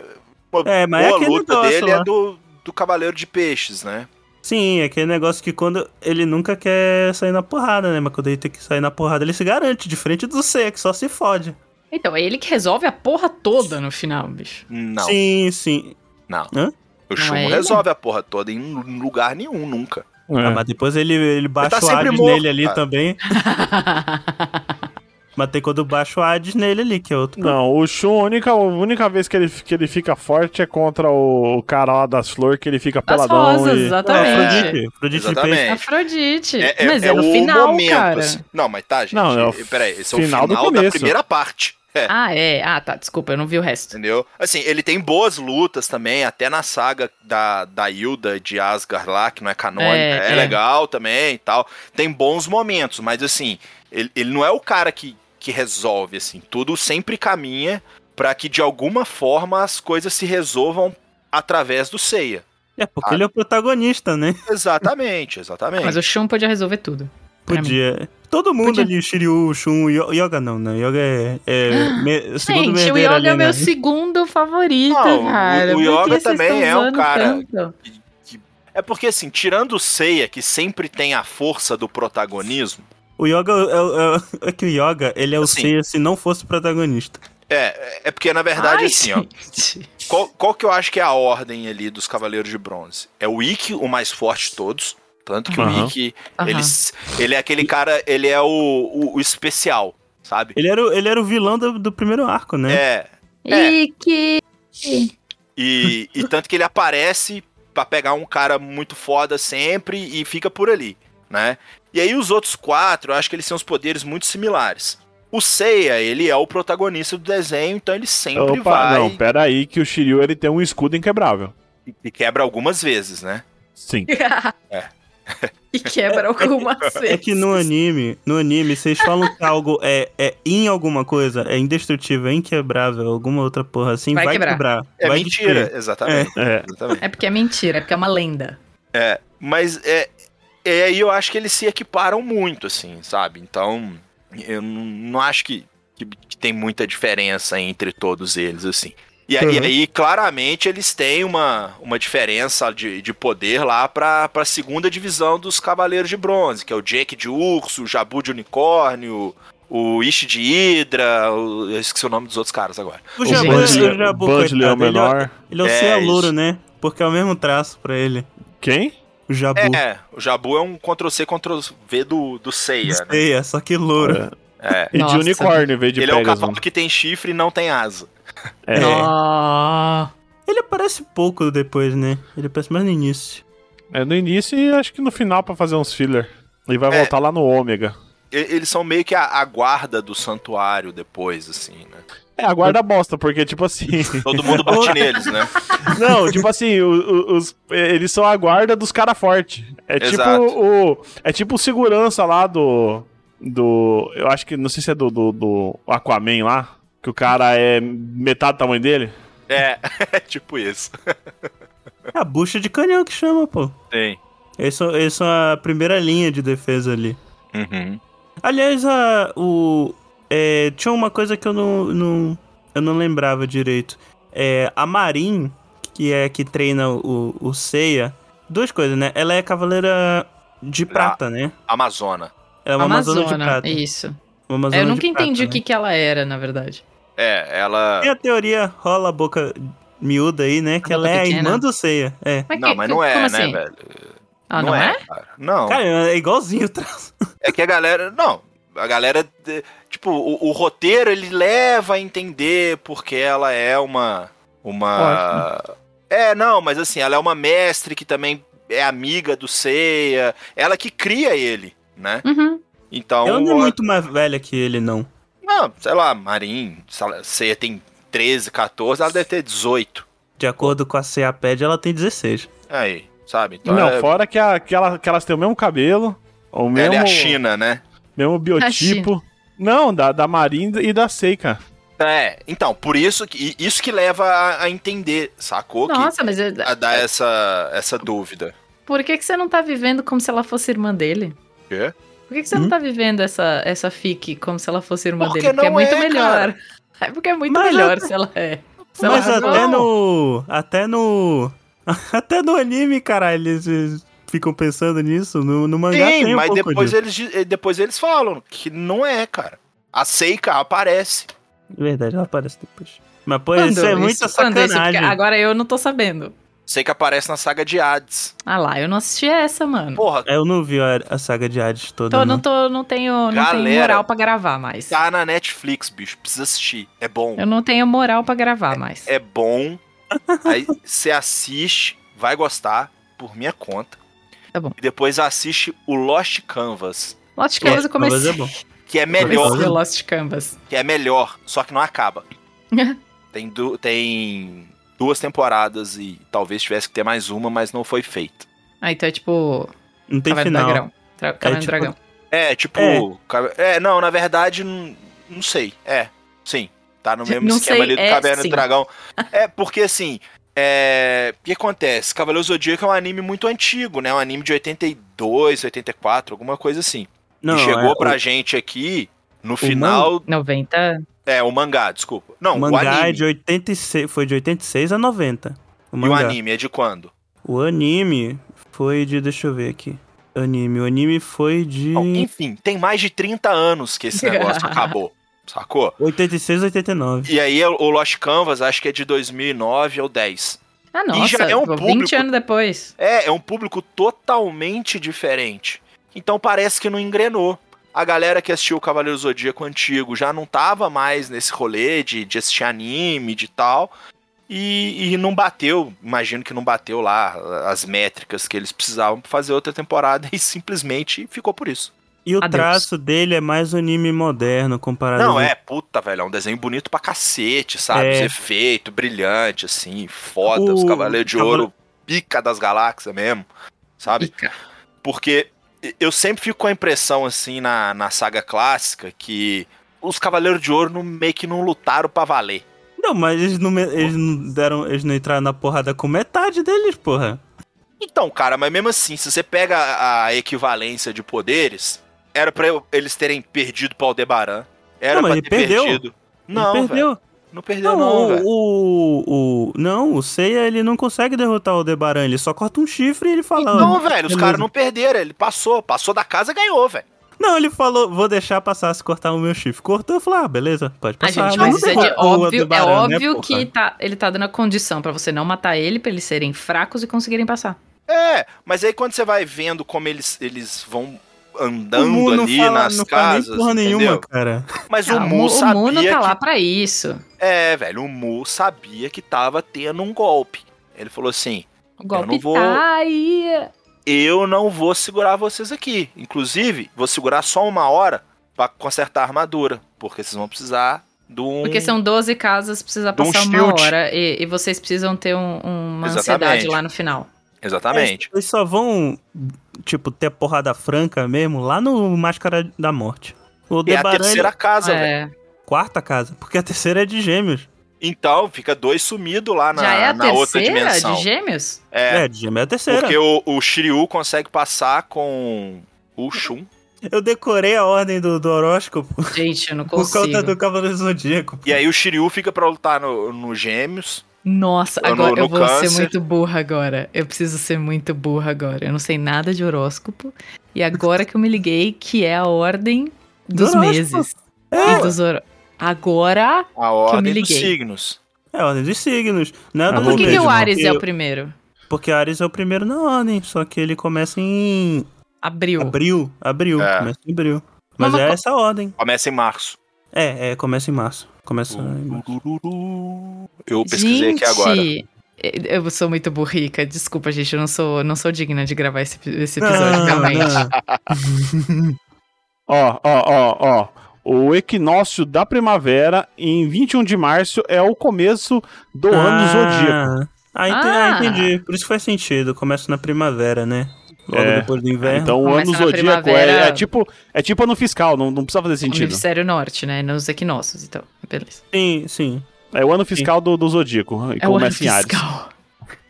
É, mas é boa aquele luta negócio dele lá. é do, do Cavaleiro de Peixes, né? Sim, é aquele negócio que quando ele nunca quer sair na porrada, né? Mas quando ele tem que sair na porrada, ele se garante de frente do C, que só se fode. então é ele que resolve a porra toda no final, bicho. Não, Sim, sim. não. Hã? O Shun é ele? resolve a porra toda em lugar nenhum, nunca. É. Ah, mas depois ele, ele baixa tá o sempre Hades morto, nele ali cara. também. Mas tem quando baixa o Hades nele ali, que é outro. Não, o Shun, a única, a única vez que ele, que ele fica forte é contra o cara lá das flores, que ele fica As peladão. rosas, e... exatamente. é, Afrodite, Afrodite de Exatamente. peixe. tá É. Afrodite. mas é, no final, cara. assim. Não, mas tá, gente. Não, é o peraí, esse é final o do final da começo. primeira parte. É, Ah, é. Ah, tá. Desculpa, eu não vi o resto. entendeu? Assim, ele tem boas lutas também, até na saga da, da Hilda de Asgard lá, que não é canônica, É, é, é. legal também e tal. Tem bons momentos, mas assim, ele, ele não é o cara que, que resolve, assim. Tudo sempre caminha pra que de alguma forma as coisas se resolvam através do Seiya. É, porque ele é o protagonista, né? Exatamente, exatamente. Mas o Shun podia resolver tudo. Pra mim. Podia. Todo mundo É, Podia. ali, Shiryu, Shun, Yo- Yoga não, né? Yoga é. é me- segundo Gente, o merdeiro Yoga ali, é meu né? segundo favorito, Não, o- cara. o Por que Yoga vocês também estão é um usando cara- tanto? É porque, assim, tirando o Seiya, que sempre tem a força do protagonismo, O Yoga é, o- é o- é que o Yoga, ele é o Assim. Seiya se não fosse o protagonista. é, é porque, na verdade, Ai, assim, ó, gente. qual, qual que eu acho que é a ordem ali dos Cavaleiros de Bronze? É o Ikki, o mais forte de todos, tanto que Aham. o Ikki, Aham. ele, s- ele é aquele cara, ele é o, o- o especial, sabe? Ele era, o- ele era o vilão do, do primeiro arco, Uhum. né? É, É. E que. e, e tanto que ele aparece pra pegar um cara muito foda sempre e fica por ali, né? E aí os outros quatro, eu acho que eles têm uns poderes muito similares. O Seiya, ele é o protagonista do desenho, então ele sempre Opa, vai não, pera aí que o Shiryu ele tem um escudo inquebrável. e- e quebra algumas vezes, né? Sim. e quebra alguma É, que no anime, no anime, vocês falam que algo é, é em alguma coisa, é indestrutível, é inquebrável, alguma outra porra assim, vai, Vai quebrar. quebrar. É vai mentira, destruir. exatamente, É. exatamente. É porque é mentira, é porque é uma lenda. Mas é, é aí eu acho que eles se equiparam muito, assim, sabe? Então Eu não, não acho que, que, que tem muita diferença entre todos eles, assim. E aí, Uhum. aí, claramente, eles têm uma, uma diferença de, de poder lá pra, pra segunda divisão dos Cavaleiros de Bronze, que é o Jake de Urso, o Jabu de Unicórnio, o Ishi de Hydra, o- eu esqueci o nome dos outros caras agora. O Jabu, Band, o Le- Jabu, Band Leão coitado, ele é- Menor. Ele é o É, Cialuro, isso. né? Porque é o mesmo traço pra ele. Quem? O Jabu. É, é, o Jabu é um Ctrl-C, Ctrl-V do, do Seiya, né? Sei, é só que louro. É. E de Nossa. unicórnio em vez de né? Ele é o Pegasus. cavalo que tem chifre e não tem asa. É. Ah, Ele aparece pouco depois, né? Ele aparece mais no início. É no início e acho que no final pra fazer uns filler. E vai É. voltar lá no ômega. E- Eles são meio que a, a guarda do santuário depois, assim, né? É, aguarda a bosta, porque tipo assim. Todo mundo bate neles, né? Não, tipo assim, o- o- os, eh, eles são a guarda dos caras fortes. É Exato. tipo o. É tipo o segurança lá do. Do. Eu acho que. Não sei se é do, do, do Aquaman lá. Que o cara é metade do tamanho dele. É, é tipo isso. É a bucha de canhão que chama, pô. é Tem. Eles são, eles são a primeira linha de defesa ali. Uhum. Aliás, a, o, é, tinha uma coisa que eu não, não- eu não lembrava direito. É, a Marin, que é a que treina o, o Seiya, duas coisas, né? Ela é cavaleira de prata, né? Amazona. Ela é uma Amazona, Amazona, de prata. isso. É, Uma Amazona eu nunca de entendi o prata, que, né? que ela era, na verdade. É, ela. Tem a teoria rola a boca miúda aí, né? Que A ela boca é a pequena. irmã do Seiya. É. Não, que- mas não é, como né, assim? velho? Ah, não, é? cara. Não. Cara, é igualzinho o traço. É que a galera. Não. A galera. eh, Tipo, o, o roteiro ele leva a entender porque ela é uma. Uma. É, não, mas assim, ela é uma mestre que também é amiga do Seiya. Ela que cria ele, né? Uhum. Então. Ela não é a- muito mais velha que ele, não. não, sei lá, Marim, sei lá, Seiya tem 13, 14, ela deve ter 18. De acordo com a CEAPED, ela tem 16. Aí, sabe? Então não, é, fora que, a, que, ela, que elas têm o mesmo cabelo. O ela mesmo, é a China, né? mesmo biotipo. Não, da, da Marinda e da Seika. É, então, por isso que e isso que leva a, a entender, sacou? Que, Nossa, mas é- a dar essa, essa dúvida. por que, que você não tá vivendo como se ela fosse irmã dele? Quê? Por que, que você Hum? não tá vivendo essa, essa fic como se ela fosse irmã Porque dele? Porque é não muito é, melhor. É porque é muito Mas melhor até- se ela é. Se ela Mas é até não. no. Até no. Até no anime, caralho, eles, eles ficam pensando nisso. No, no mangá tem, Tem, um mas pouco depois disso. eles, di- eh, depois eles falam que não é, cara. A Seika aparece. Verdade, ela aparece depois. Mas, pô, Quando isso é muita Quando isso? Porque sacanagem. agora eu não tô sabendo. Seika aparece na saga de Hades. Ah lá, eu não assisti essa, mano. Porra, Eu não vi a, a saga de Hades toda, Tô, não. não, tô, não tenho, não tenho Galera. moral pra gravar mais. tá na Netflix, bicho. Precisa assistir. É bom. Eu não tenho moral pra gravar mais. É bom. Aí você assiste, vai gostar, por minha conta. Tá bom. E depois assiste o Lost Canvas, Lost Canvas eu Mas comecei. é bom. que é Melhor. melhor. Comecei o Lost Canvas. que é melhor, só que não acaba. tem, du- tem duas temporadas e talvez tivesse que ter mais uma, mas não foi feito. Ah, então é tipo. Não tem Caverna do final. Dragão. Tra Caverna do tipo- Dragão. É, tipo. É. ca- É, não, na verdade, n- não sei. É, sim. Tá no mesmo Não esquema sei, ali do é, Caverna sim. do Dragão. É, porque assim. é, O que acontece? Cavaleiro Zodíaco é um anime muito antigo, né? Um anime de 82, 84, alguma coisa assim. Não, e chegou é, pra o gente aqui no final. 90. É, o mangá, desculpa. Não, o, mangá é anime. de 86, foi de 86 a 90. O E o mangá. anime é de quando? O anime foi de. Deixa eu ver aqui. Anime. O anime foi de. Bom, enfim, tem mais de 30 anos que esse negócio acabou, sacou? 86, 89. E aí é o Lost Canvas acho que é de 2009 ou 10. Ah, nossa. já é um pô, público- 20 anos depois. É, é um público totalmente diferente. Então parece que não engrenou. A galera que assistiu o Cavaleiro Zodíaco antigo já não tava mais nesse rolê de, de assistir anime, de tal. E, e não bateu, imagino que não bateu lá as métricas que eles precisavam pra fazer outra temporada e simplesmente ficou por isso. E o Adeus. traço dele é mais anime moderno comparado Não, ao- é, puta, velho, é um desenho bonito pra cacete, sabe? É. Os efeitos, brilhante, assim, foda, O os Cavaleiros de Cavale- Ouro, pica das galáxias mesmo, sabe? Pica. Porque eu sempre fico com a impressão, assim, na, na saga clássica, que os Cavaleiros de Ouro não, meio que não lutaram pra valer. Não, mas eles não, me- eles não deram. Eles não entraram na porrada com metade deles, porra. Então, cara, mas mesmo assim, se você pega a equivalência de poderes, Era pra eu- eles terem perdido pro Aldebaran. Era Não, mas pra ele ter perdeu. perdido. Ele Não, velho. perdeu. Não perdeu, Não, não, o, velho. o, o- Não, o Seiya ele não consegue derrotar o Aldebaran. Ele só corta um chifre e ele fala. Não, Então, velho, os beleza. caras não perderam. Ele passou, passou da casa e ganhou, velho. Não, ele falou, vou deixar passar se cortar o meu chifre. Cortou, eu falei, ah, beleza, pode A passar. Mas gente, mas não isso é de derrotou o óbvio. É Aldebaran, né, óbvio porra? que tá, ele tá dando a condição pra você não matar ele, pra eles serem fracos e conseguirem passar. É, mas aí quando você vai vendo como eles, eles vão O Mu andando não ali fala, nas não fala nem casas, porra nenhuma, entendeu? cara. Mas Ah, o Mu sabia Mu não tá que lá pra isso. É, velho, o Mu sabia que tava tendo um golpe. Ele falou assim: O golpe não vou- tá aí. Eu não vou segurar vocês aqui. Inclusive, vou segurar só uma hora pra consertar a armadura. Porque vocês vão precisar de um. Porque são 12 casas, precisa Dá um passar uma shield. hora. E, e vocês precisam ter um- uma ansiedade Exatamente. lá no final. Exatamente. Eles só vão, tipo, ter porrada franca mesmo lá no Máscara da Morte. O É a Aldebaran, ele- terceira casa, velho. É. quarta casa, porque a terceira é de gêmeos. Então, fica dois sumidos lá na, Já é a na outra terceira dimensão. de gêmeos? É, É, de gêmeos é a terceira. porque o, o Shiryu consegue passar com o Shun. Eu decorei a ordem do, do horóscopo Gente, eu não por conta consigo. do Cavaleiro Zodíaco. pô. E aí o Shiryu fica pra lutar no, no Gêmeos. Nossa, Ou no- agora eu no vou câncer. ser muito burra agora. Eu preciso ser muito burra agora. Eu não sei nada de horóscopo. E agora que eu me liguei que é a ordem dos horóscopo. meses. É, E dos hor... Agora. A ordem dos liguei. signos. É a ordem dos signos. Não é Ah, a Mas Por dos que, que meses, o não. Ares é o Porque- primeiro? Porque Ares é o primeiro na ordem, só que ele começa em Abril. abril. Abril, É. começa em abril. Mas, Mas é co- essa a ordem. Começa em março. É, é, começa em março. Começa em março. Eu pesquisei aqui agora. é, Eu sou muito burrica, desculpa, gente. Eu não sou, não sou digna de gravar esse, esse episódio, Não, realmente. não. Ó, ó, ó, ó. O equinócio da primavera, em 21 de março, é o começo do ano zodíaco. Ah, ente- Ah. ah, entendi. Por isso que faz sentido. Começa na primavera, né? Logo É. depois do inverno. Então o Começa ano na zodíaco primavera. é, é tipo é tipo ano fiscal, não, não precisa fazer O sentido. hemisfério norte, né? Nos equinócios, então. Beleza. Sim, sim. É o ano fiscal do, do zodíaco. E É o ano começa em Ares. fiscal.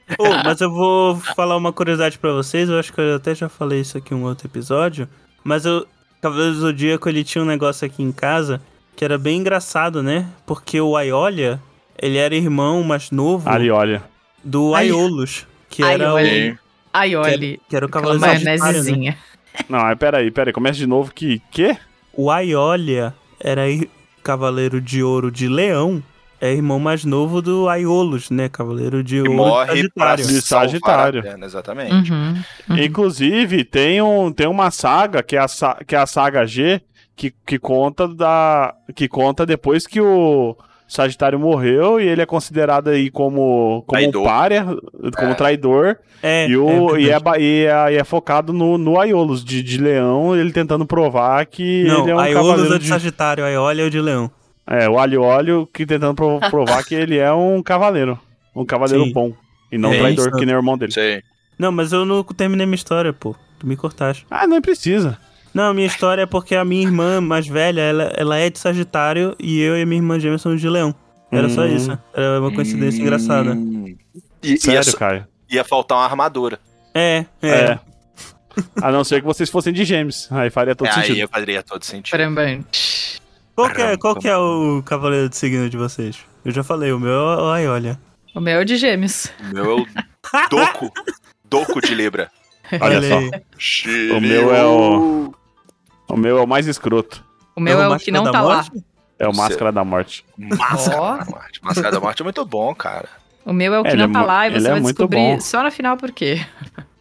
Ô, mas eu vou falar uma curiosidade pra vocês. Eu acho que eu até já falei isso aqui em um outro episódio. Mas eu, Cavaleiro do Zodíaco, ele tinha um negócio aqui em casa que era bem engraçado, né? Porque o Aiolia, ele era irmão mais novo Ali, olha. do Ai- Aiolos, que era, o, Aioli. Ai, olhe. que era o Aquela Cavaleiro Sagitário, né? maionesezinha. Não, mas peraí, peraí. Começa de novo que... Quê? O Aiolia era ir- Cavaleiro de Ouro de Leão, é irmão mais novo do Aiolos, né? Cavaleiro de E Ouro morre pra Sagitário. De salvar Sagitário. a terra, Exatamente. Uhum. Uhum. Inclusive, tem, um, tem uma saga, que é a, sa- que é a saga G, que, que, conta da, que conta depois que o Sagitário morreu e ele é considerado aí como, como Traidor. párea, como traidor. É, E, o, é e, é, verdade. ba- e, é, e é focado no, no Aiolos, de, de leão, ele tentando provar que Não, ele é um Aiolos é cavaleiro de de... Sagitário, Aiolia é o de Leão. É, o alho óleo que tentando pro- provar que ele é um cavaleiro. Um cavaleiro Sim. bom. E não um É traidor, isso. que nem o irmão dele. Sei. Não, mas eu não terminei minha história, pô. Tu me cortaste. Ah, não precisa. Não, minha história é porque a minha irmã mais velha, ela, ela é de Sagitário e eu e a minha irmã gêmea somos de Leão. Era só Hum. isso. Era uma coincidência engraçada. Hum. E, e ia, Sério, Caio. ia faltar uma armadura. É, é. É. A não ser que vocês fossem de gêmeos. Aí faria todo É, aí sentido. eu faria todo sentido. Parambam. Qual, que é, qual que é o cavaleiro de signo de vocês? Eu já falei, o meu é ai, olha. O meu é o de gêmeos. O meu é o Doco. Doco de Libra. Olha Olha só. aí. O meu é o. O meu é o mais escroto. O meu é o Máscara que não da tá lá. Morte? É o Você- Máscara da Morte. Máscara da Morte. Máscara da Morte é muito bom, cara. O meu é o que Ele é não tá mu- lá e ele você é vai muito bom. descobrir só na final por quê.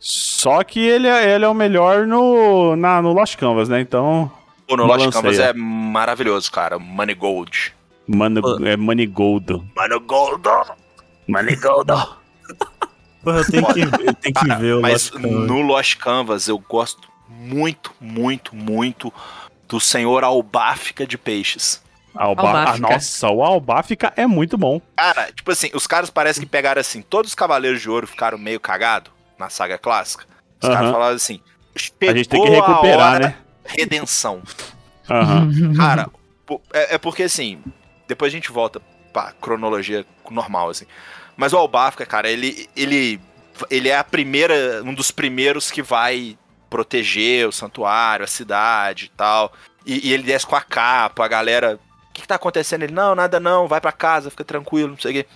Só que ele, é- ele é o melhor no, na, no Lost Canvas, né? Então. O Nologic Balanceia. Canvas é maravilhoso, cara. Money Gold. Mano, Ô. é Manigoldo. Money Gold. Porra, eu tenho que, eu tenho que ver o Lost Mas Canvas. no Lost Canvas eu gosto muito, muito, muito do senhor Albáfica de Peixes. Alba... Albafica. Ah, nossa, o Albafica é muito bom. Cara, tipo assim, os caras parece que pegaram assim, todos os Cavaleiros de Ouro ficaram meio cagados na saga clássica. Os caras Aham. falaram assim, A gente tem que "Chegou a hora recuperar, né? Redenção. Aham. Uhum. Cara, po- é, é porque assim, depois a gente volta pra cronologia normal, assim. Mas o Albáfica, cara, ele, ele, ele é a primeira, um dos primeiros que vai proteger o santuário, a cidade e tal. E, e ele desce com a capa, a galera. O que, que tá acontecendo? Ele, não, nada não, vai para casa, fica tranquilo, não sei o quê.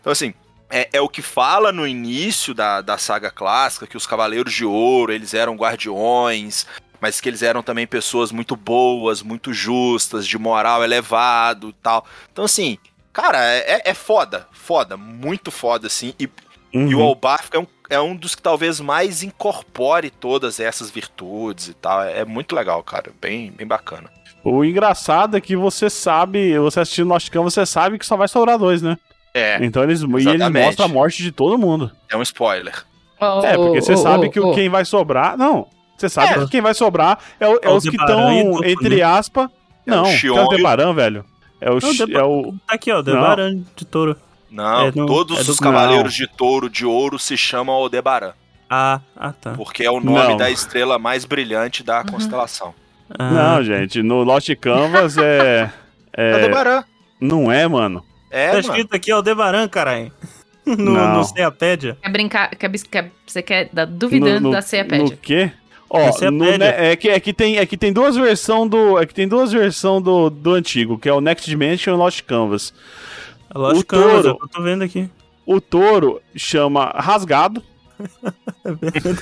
Então, assim, é, é, o que fala no início da, da saga clássica, que os Cavaleiros de Ouro, eles eram guardiões, mas que eles eram também pessoas muito boas, muito justas, de moral elevado e tal. Então, assim, cara, é, é foda, foda, muito foda, assim. E, uhum. e o Albarf é um, é um dos que talvez mais incorpore todas essas virtudes e tal. É, é muito legal, cara, bem, bem bacana. O engraçado é que você sabe, você assistindo Lost Cam, você sabe que só vai sobrar dois, né? É. Então eles, e eles mostram a morte de todo mundo. É um spoiler. Oh, é, porque você oh, sabe oh, que o quem vai sobrar. Não. Você sabe É. que quem vai sobrar é, o- é É o os que Debaran e estão, Duplo, entre né? aspas. É o Não, que é Xion e o o- Debaran, velho. É o. Não, o Xi- É o... Tá aqui, ó, Debaran de touro. Não, É do- todos é do- os Cavaleiros de Touro de Ouro se chamam Aldebaran, Ah, ah tá. porque é o nome Não. da estrela mais brilhante da constelação. Ah, Não, gente, no Lost Canvas é. É. é... Aldebaran. Não é, mano. É, Tá mano. escrito aqui, ó, Debaran, caralho. No, Não. no Ceapédia. Quer brincar, quer, bis- quer, você quer dar duvidando No- no- da No Ceapédia. quê? Na Ó, Ceapédia. no, né, é, que, é, que tem, é que tem duas versões do. É que tem duas versões do, do antigo, que é o Next Dimension e o Lost Canvas. É Lógico O que eu touro. eu tô vendo aqui. O touro chama rasgado.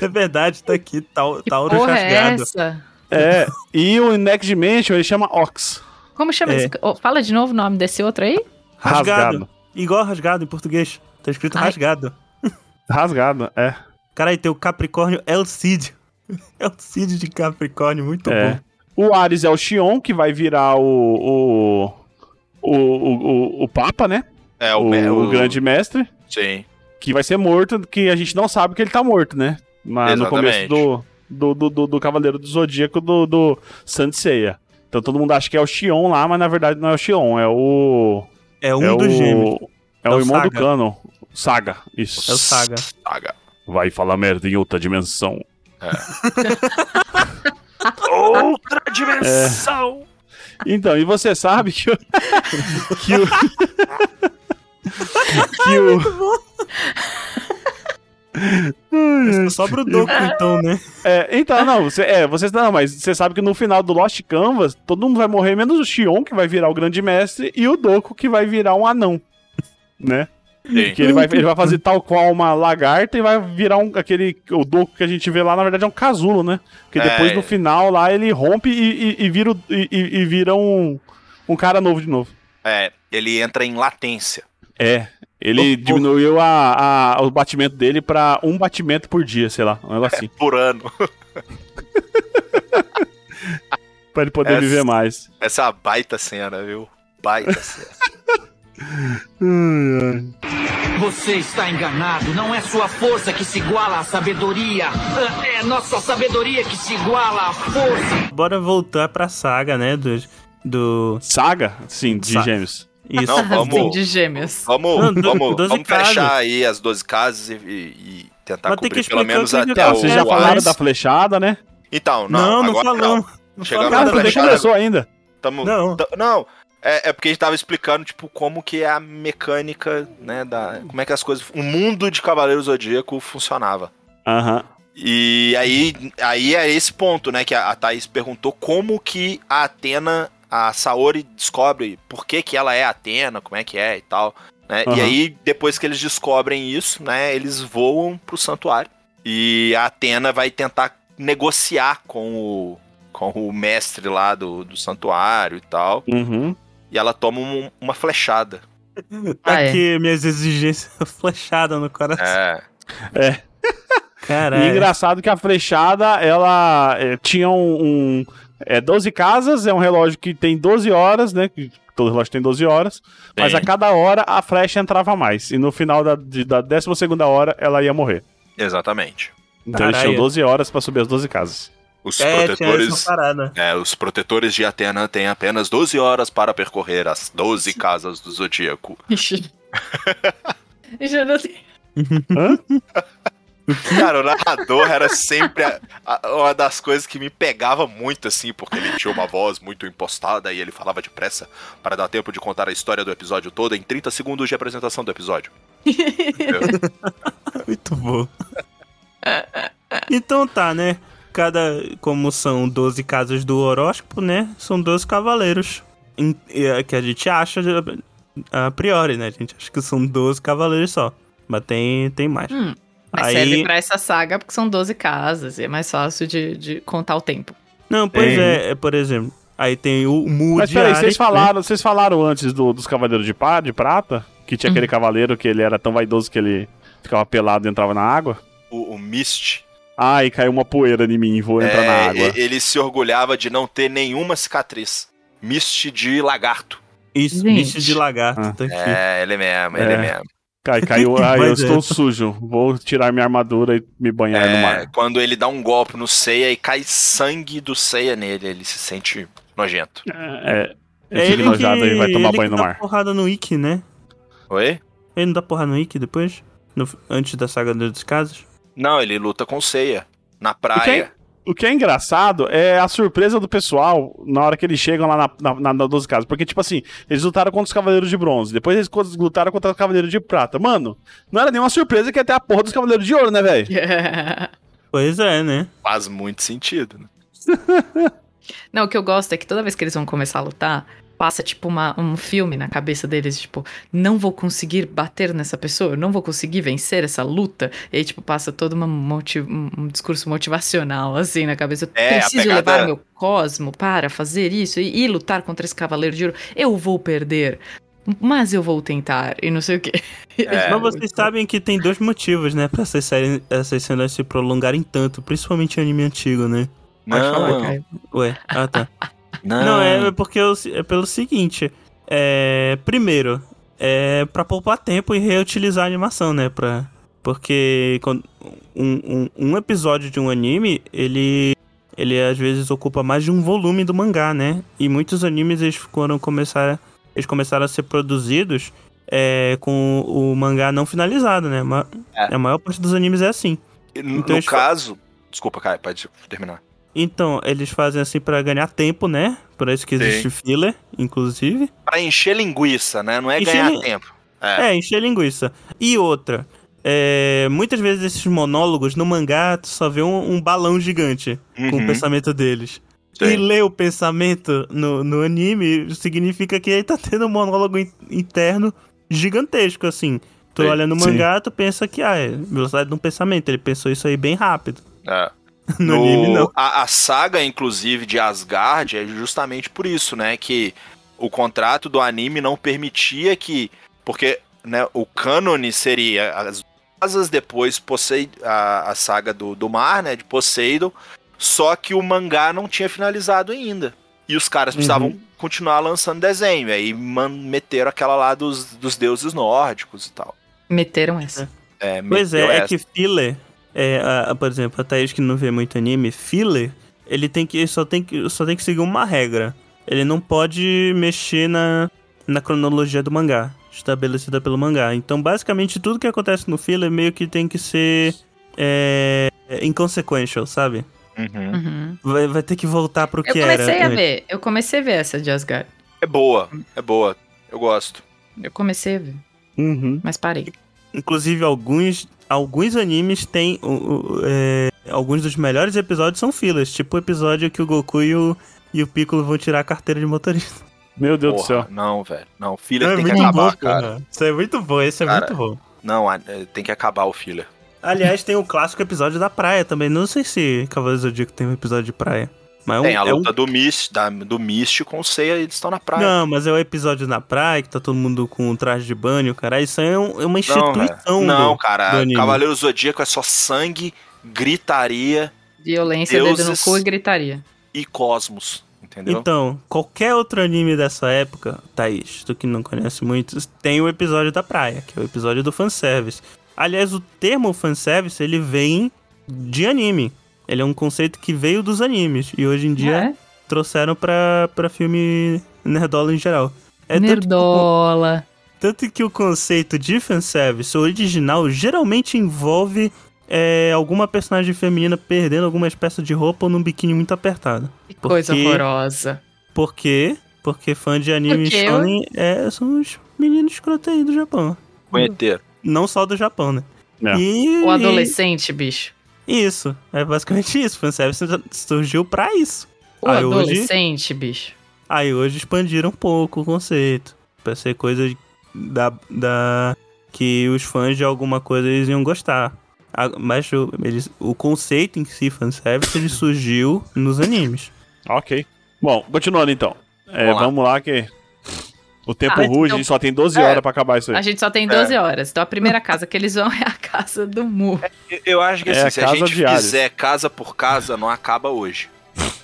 É verdade, tá aqui, tau- Tauro Porra, é Chasgado. essa? É. e o Next Dimension ele chama Ox. Como chama É. esse? ca- oh, fala de novo o nome desse outro aí? Rasgado. Rasgado. Igual rasgado em português. Tá escrito Ai. rasgado. Rasgado, é. Caralho, tem o Capricórnio Elcid. Elcid de Capricórnio, muito é. bom. O Ares é o Xion, que vai virar o. o. o, o, o- o Papa, né? É O, o, é o- o grande mestre, Sim. que vai ser morto, que a gente não sabe que ele tá morto, né? Na- no começo Exatamente. do, do, do, do, do Cavaleiro do Zodíaco do, do Sanseia. Então todo mundo acha que é o Xion lá, mas na verdade não é o Xion, é o. É um é dos o, gêmeos. É, É o o irmão do Saga. Cano. Saga, isso. É o Saga. Saga. Vai falar merda em outra dimensão. Outra dimensão. Então, e você sabe que o. que o. que o. Sobra o Doku, então, né? É, então, não, você. É, você. Não, mas você sabe que no final do Lost Canvas, todo mundo vai morrer, menos o Xion, que vai virar o grande mestre, e o Doku, que vai virar um anão. Né? É. Sim. Que ele vai, ele vai fazer tal qual uma lagarta e vai virar um, aquele. O Doku que a gente vê lá, na verdade, é um casulo, né? Porque É. depois no final lá ele rompe e, e- e vira, o- e, e- e vira um, um cara novo de novo. É, ele entra em latência. É. Ele diminuiu a, a- o batimento dele pra um batimento por dia, sei lá, um negócio assim. Por ano. Pra ele poder Essa- viver mais. Essa é uma baita cena, viu? Baita cena. Você está enganado. Não é sua força que se iguala à sabedoria. Ah, É nossa sabedoria que se iguala à força. Bora voltar pra saga, né? Dos, do. Saga? Sim, de Saga. gêmeos. Isso. Ah, Não, vamos- Assim, de gêmeos. Vamos, Não, do- vamos, 12 vamos casas. fechar aí as 12 casas e, e- e tentar Mas tem que cobrir explicar pelo menos o que que até é, o. Tá, vocês já o falaram Ares. da flechada, né? Então, Não, não, não, agora falamos. Não é falamos Chegamos Cara, na nada. nem flechada. começou ainda. Tamo, Não. ta- não. É, é porque a gente tava explicando, tipo, como que é a mecânica, né, da... Como é que as coisas... O mundo de Cavaleiro Zodíaco funcionava. Aham. E aí, aí é esse ponto, né, que a, a Thaís perguntou como que a Atena, a Saori, descobre por que que ela é Atena, como é que é e tal, né? E Aham. aí, depois que eles descobrem isso, né, eles voam pro santuário. E a Atena vai tentar negociar com o, com o mestre lá do, do santuário e tal. Uhum. E ela toma um- uma flechada. Tá Ah, é. aqui minhas exigências flechadas no coração. É. Caralho. E engraçado que a flechada, ela é, tinha um. um- é 12 casas, é um relógio que tem 12 horas, né? que Todo relógio tem 12 horas. Mas Sim. a cada hora a flecha entrava mais. E no final da, de- da 12 segunda hora ela ia morrer. Exatamente. Então eles Caralho. tinham 12 horas pra subir as 12 casas. Os É, tinha protetores. essa parada. É, os protetores de Atena têm apenas 12 horas para percorrer as 12 casas do Zodíaco. Ixi. Já não tem. Cara, o narrador era sempre a- a- uma das coisas que me pegava muito, assim, porque ele tinha uma voz muito impostada e ele falava depressa para dar tempo de contar a história do episódio todo em 30 segundos de apresentação do episódio. Entendeu? Muito bom. então tá, né? cada. Como são 12 casas do horóscopo, né? São 12 cavaleiros. Em- e- Que a gente acha a priori, né? A gente acha que são 12 cavaleiros só. Mas tem, tem mais. Hum, Mas Aí- serve pra essa saga porque são 12 casas e é mais fácil de, de contar o tempo. Não, pois Tem. é, é, por exemplo. Aí tem o Mu Mas de peraí, Ares, vocês né? falaram, vocês falaram antes do- dos Cavaleiros de, pá, de Prata? Que tinha aquele cavaleiro que ele era tão vaidoso que ele ficava pelado e entrava na água? O, o Mist. Ai, caiu uma poeira em mim, vou entrar é, na água. e- Ele se orgulhava de não ter nenhuma cicatriz. Mist de lagarto. Isso, Gente. bicho de lagarto, Ah. tá aqui. É, ele mesmo, ele É. mesmo. Cai, caiu, Que ai, eu coisa. estou sujo. Vou tirar minha armadura e me banhar no É, mar. quando ele dá um golpe no Seiya e cai sangue do Seiya nele, ele se sente nojento. É, É ele fica nojado e vai tomar ele banho que tá no dá mar. porrada no Ikki, né? Oi? Ele não dá porrada no Ikki depois? No- antes da saga dos casas? Não, ele luta com o Seiya. Na praia. O que é engraçado é a surpresa do pessoal na hora que eles chegam lá na, na, na- na 12 casas. Porque, tipo assim, eles lutaram contra os Cavaleiros de Bronze, depois eles co- lutaram contra os Cavaleiros de Prata. Mano, não era nenhuma surpresa que ia ter a porra dos Cavaleiros de Ouro, né, velho? Pois é, né? Faz muito sentido. né? Não, o que eu gosto é que toda vez que eles vão começar a lutar, passa tipo uma- um filme na cabeça deles, tipo, não vou conseguir bater nessa pessoa, eu não vou conseguir vencer essa luta. E aí, tipo, passa todo uma moti- um, um discurso motivacional, assim, na cabeça. Eu É, a preciso pegada- levar meu cosmo para fazer isso e, e lutar contra esse cavaleiro de ouro. Eu vou perder, mas eu vou tentar, e não sei o quê. É. Mas vocês sabem que tem dois motivos, né? Pra essas, séries, essas cenas se prolongarem tanto, principalmente em anime antigo, né? Pode falar, Caio. Ué, ah tá. Não, Ah. é porque eu- é pelo seguinte. É, primeiro, é pra poupar tempo e reutilizar a animação, né? Pra, porque quando- um, um- um episódio de um anime, ele, ele às vezes ocupa mais de um volume do mangá, né? E muitos animes eles foram começar, eles começaram a ser produzidos é, com o mangá não finalizado, né? Ma- É. A maior parte dos animes é assim. No, Então no eles fa- caso. Desculpa, Caio, pode terminar. Então, eles fazem assim pra ganhar tempo, né? Por isso que Sim. existe filler, inclusive. Pra encher linguiça, né? Não é Encher ganhar lin- tempo. É, encher linguiça. E outra, é, muitas vezes esses monólogos no mangá tu só vê um, um balão gigante com o Uhum. pensamento deles. Sim. E ler o pensamento no, no anime significa que ele tá tendo um monólogo in- interno gigantesco, assim. Tu Sim. olha no Sim. mangá, tu pensa que, ah, é velocidade de um pensamento. Ele pensou isso aí bem rápido. É. No, anime, não. A, a saga, inclusive, de Asgard é justamente por isso, né? Que o contrato do anime não permitia que. Porque né, o cânone seria as asas, depois Posei, a, a saga do, do mar, né? De Poseidon. Só que o mangá não tinha finalizado ainda. E os caras precisavam Uhum. continuar lançando desenho. Aí man- meteram aquela lá dos, dos deuses nórdicos e tal. Meteram essa. É, Pois meteu é, é essa. que filler, é, a- a- por exemplo, a Thaís que não vê muito anime, filler, ele tem que ele só tem que só tem que seguir uma regra. Ele não pode mexer na, na cronologia do mangá, estabelecida pelo mangá. Então, basicamente, tudo que acontece no filler meio que tem que ser é, inconsequential, sabe? Uhum. Uhum. Vai, vai ter que voltar pro Eu que comecei era. a né? ver, eu comecei a ver essa de Asgard. É boa, é boa. Eu gosto. Eu comecei a ver, Uhum. mas parei. Inclusive, alguns, alguns animes têm. o- o- é, alguns dos melhores episódios são fillers, tipo o episódio que o Goku e o, e o Piccolo vão tirar a carteira de motorista. Meu Deus do Porra, céu. não, velho. Não, filler é tem que muito acabar, bom, cara. Isso é muito bom, isso é Cara. muito bom. Não, a- é, tem que acabar o filler. Aliás, tem o clássico episódio da praia também. Não sei se Cavaleiros do Zodíaco tem um episódio de praia. Mas é um- tem a é um- luta do Mist, da, do Mist com o Seiya, eles estão na praia. Não, mas é o episódio na praia que tá todo mundo com um traje de banho, cara. Isso aí é, um- é uma instituição. velho. não do- cara. anime. Cavaleiro Zodíaco é só sangue, gritaria Violência, dedo no Deuses. cu e gritaria. e cosmos. Entendeu? Então, qualquer outro anime dessa época, Thaís, tu que não conhece muito, tem o episódio da praia, que é o episódio do fanservice. Aliás, o termo fanservice, ele vem de anime. Ele é um conceito que veio dos animes. E hoje em dia É? trouxeram pra, pra filme Nerdola em geral. É tanto que o con- Nerdola. tanto que o conceito de fanservice original geralmente envolve é, alguma personagem feminina perdendo alguma espécie de roupa ou num biquíni muito apertado. Que coisa Porque- horrorosa. Por quê? Porque fã de anime Porque eu- shonen é, são os meninos escroto aí do Japão. Punheteiro. Não só do Japão, né? É. E, O adolescente, bicho. E, Isso, é basicamente isso. Fanservice surgiu pra isso. O Aí hoje- adolescente, bicho. Aí hoje expandiram um pouco o conceito. Pra ser coisa da, da. que os fãs de alguma coisa eles iam gostar. A- Mas o, eles- o conceito em si, fanservice, ele surgiu nos animes. Ok. Bom, continuando então. É, Vamos lá. vamos lá que. O tempo Ah, ruge, então- a gente só tem 12 É. horas pra acabar isso A aí. gente só tem 12 horas. Então a primeira casa que eles vão é a casa do Mu. Eu- Eu acho que É, assim, se a casa gente diária. fizer casa por casa, não acaba hoje.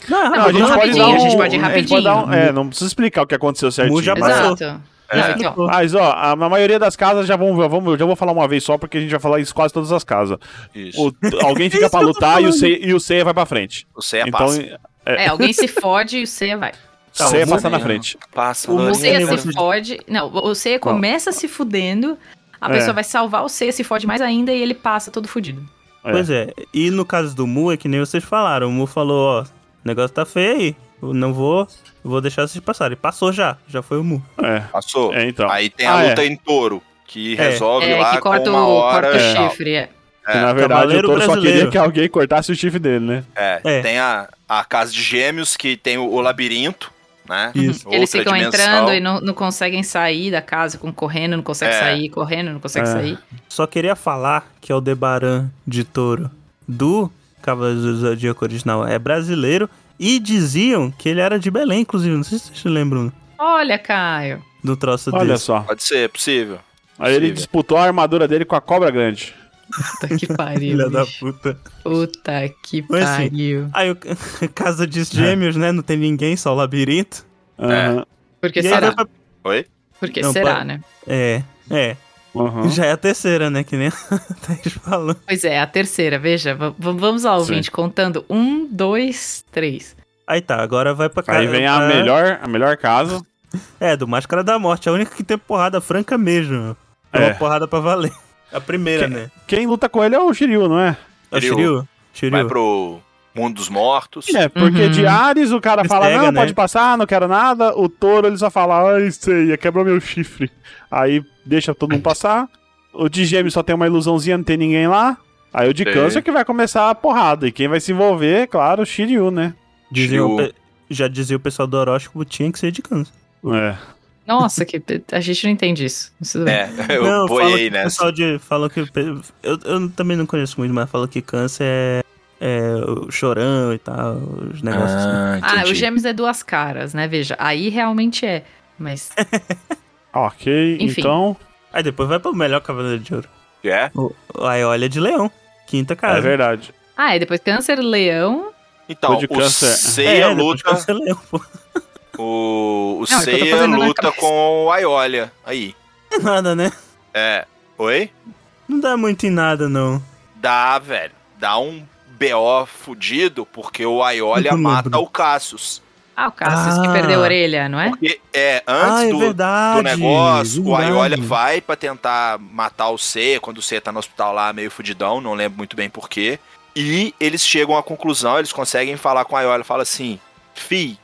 Não, Não, a gente pode rapidinho, a gente pode ir a gente pode dar um- rapidinho. é, não precisa explicar o que aconteceu certinho. Muja Já passou. Exato. Não, então, Mas, ó, a, na maioria das casas já vamos, vamos, eu já vou falar uma vez só, porque a gente vai falar isso quase todas as casas. Isso. O- alguém fica Isso pra que eu tô lutar e o falando. Seiya- e o Seiya vai pra frente. O Ceia então, passa. é, alguém se fode e o Seiya vai. Tá, Seiya o passa na Muja- frente. Passa, O Lorinha. O Seiya Lembra. se fode. Não, o Seiya começa se fudendo, a É. pessoa vai salvar o Seiya, se fode mais ainda e ele passa todo fudido. Pois é, e no caso do Mu, é que nem vocês falaram. O Mu falou, ó, o negócio tá feio aí. Eu não vou. Vou deixar vocês passarem. Passou já, já foi o Mu. É, Passou. é, então. Aí tem a Ah, é. luta em touro, que É. resolve É, lá que com corta uma o, hora. corta o e tal. chifre. é. Que, na É, verdade, o Cavaleiro Toro só queria brasileiro. que alguém cortasse o chifre dele, né? é, É. Tem a, a casa de gêmeos, que tem o, o labirinto, né? Isso. Outra Eles ficam dimensão. entrando e não, não conseguem sair da casa, ficam correndo, não conseguem É. sair, correndo, não conseguem É. sair. Só queria falar que é o Debaran de Touro do Cavaleiros do Zodíaco original é brasileiro e diziam que ele era de Belém, inclusive. Não sei se vocês lembram Olha, Caio. do troço Olha desse. só. Pode ser, é possível. Aí ele Possível. disputou a armadura dele com a cobra grande. Puta que Filha pariu. da bicho. puta. Puta que Mas, assim, pariu. Aí o casa de gêmeos, né? Não tem ninguém, só o labirinto. Aham, Porque e aí será? vai pra... Oi? Porque Não, será, para- né? É, é. aham. Já é a terceira, né? Que nem tá falando. Pois é, a terceira, veja. v- v- vamos ao Sim. ouvinte, contando. Um, dois, três. Aí tá, agora vai pra Aí vem a pra- melhor, a melhor casa. É, do Máscara da Morte. A única que tem porrada franca mesmo. É É. uma porrada pra valer. A primeira, Que- né? Quem luta com ele é o Shiryu, não é? É o Shiryu. Shiryu. Vai Shiryu. pro mundo dos mortos. É, porque Uhum. de Ares o cara fala, Pega, não, né? pode passar, não quero nada. O touro ele só fala, ai, sei, é, quebrou meu chifre. Aí deixa todo mundo passar. O de gêmeos só tem uma ilusãozinha, não tem ninguém lá. Aí o de Sei. câncer que vai começar a porrada. E quem vai se envolver, é claro, o Shiryu, né? Diziam o Shiryu. pe- Já dizia o pessoal do horóscopo, tinha que ser de câncer. É. Nossa, que a gente não entende isso. Mas tudo bem. É, eu não, falam que boiei o nessa. pessoal de. Falam que. pe- Eu, eu também não conheço muito, mas falam que câncer é. é o chorão e tal, os negócios assim. Ah, o entendi. Gêmeos é duas caras, né? Veja, aí realmente é. Mas Ok, Enfim. então. Aí depois vai pro melhor Cavaleiro de Ouro. É? O- Aí olha de leão. Quinta É casa. verdade. Ah, e depois câncer, leão. Então, O de o câncer. Seiya depois luta, câncer é leão, pô. o, o Não, é que eu tô Seiya fazendo na luta cabeça. com o Aiolia. Aí. Não é nada, né? É. Oi? Não dá muito em nada, não. Dá, velho. Dá um BO fudido, porque o Aiolia Eu não lembro. mata o Cassius. Ah, o Cassius Ah. que perdeu a orelha, não é? Porque é, ah, antes é do, verdade. do negócio, o verdade. Aiolia vai pra tentar matar o C quando o C tá no hospital lá, meio fudidão, não lembro muito bem porquê. E eles chegam à conclusão, eles conseguem falar com a Aiolia, fala assim, fi,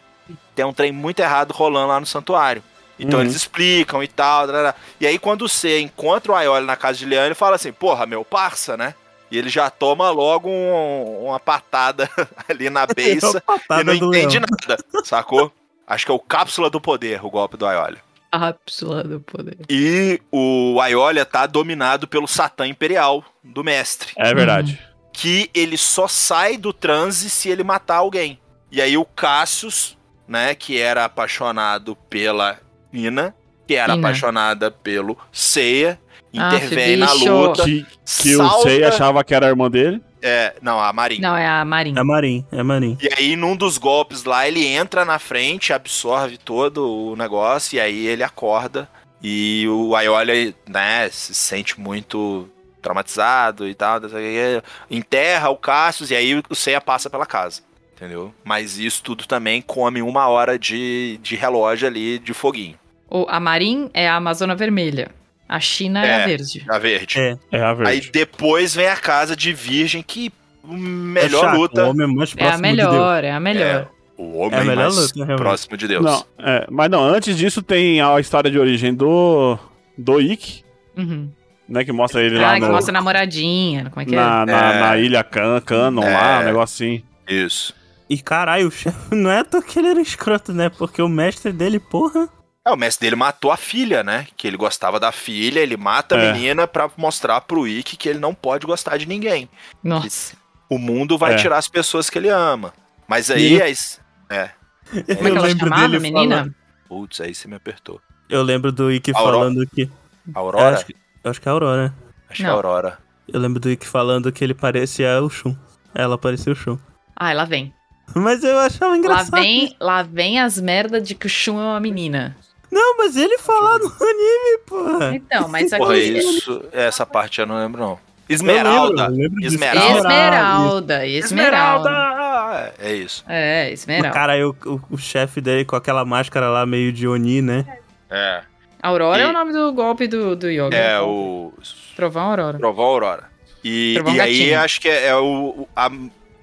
tem um trem muito errado rolando lá no santuário. Então Uhum. eles explicam e tal, drará. e aí quando o C encontra o Aiolia na casa de Leão, ele fala assim, porra, meu parça, né? E ele já toma logo um- uma patada ali na Deu beça É uma patada e não do entende leão. nada, sacou? Acho que é o Cápsula do Poder, o golpe do Aiolia. A cápsula do poder. E o Aiolia tá dominado pelo Satã Imperial do mestre. É verdade. Que ele só sai do transe se ele matar alguém. E aí o Cassius, né, que era apaixonado pela Nina, que era Ina. apaixonada pelo Seiya, Ah, intervém na bicho. luta. Uhum. Que, que o Sei achava que era a irmã dele. É, não, a Marin. Não, é a É Marinha. Marim, é Marim. E aí, num dos golpes lá, ele entra na frente, absorve todo o negócio, e aí ele acorda. E o Aiolia, né, se sente muito traumatizado e tal. não sei o quê, Enterra o Cassius, e aí o Seiya passa pela casa. Entendeu? Mas isso tudo também come uma hora de, de relógio ali, de foguinho. O, a Marin é a Amazônia Vermelha. A China é, a É. verde. A verde. É, É a aí verdade. depois vem a casa de virgem, que É melhor chato, luta. O homem mais É próximo a de Deus. melhor, é a melhor. O É a homem melhor mais luta, realmente. próximo de Deus. Não, é, mas não, antes disso tem a história de origem do. do Ikki. Uhum. né? Que mostra ele lá Ah, que no- mostra namoradinha. Como é que na, na- É. na ilha Can, Canon lá, um negócio assim. Isso. E caralho, o chefe- não é à toa que ele era escroto, né? Porque o mestre dele, porra. É, o mestre dele matou a filha, né? Que ele gostava da filha, ele mata a É. menina pra mostrar pro Ikki que ele não pode gostar de ninguém. é? Nossa. O mundo vai É. tirar as pessoas que ele ama. Mas aí, é E- as- Como é eu que ela lembro chamava, dele menina? falando- Putz, aí você me apertou. Eu lembro do Ikki Aurora. falando que. Eu Aurora? É, acho, que, eu acho que é a Aurora. Acho que é Não. Aurora. Eu lembro do Ikki falando que ele parecia o Shun. Ela parecia o Shun. Ah, lá vem. Mas eu achava Lá engraçado. vem, lá vem as merdas de que o Shun é uma menina. Não, mas ele falar no anime, porra. Então, mas aqui. Porra, é isso, essa parte eu não lembro, não. Eu Esmeralda. lembro, eu lembro disso. Esmeralda. Esmeralda, Esmeralda. Esmeralda! É isso. É, Mas, Esmeralda. Cara, eu- o, o chefe dele com aquela máscara lá meio de Oni, né? É. Aurora E- é o nome do golpe do, do Yoga. É o. Trovão Aurora. Trovão Aurora. E, Trovão e aí Gatinho. acho que é, é o. o- A,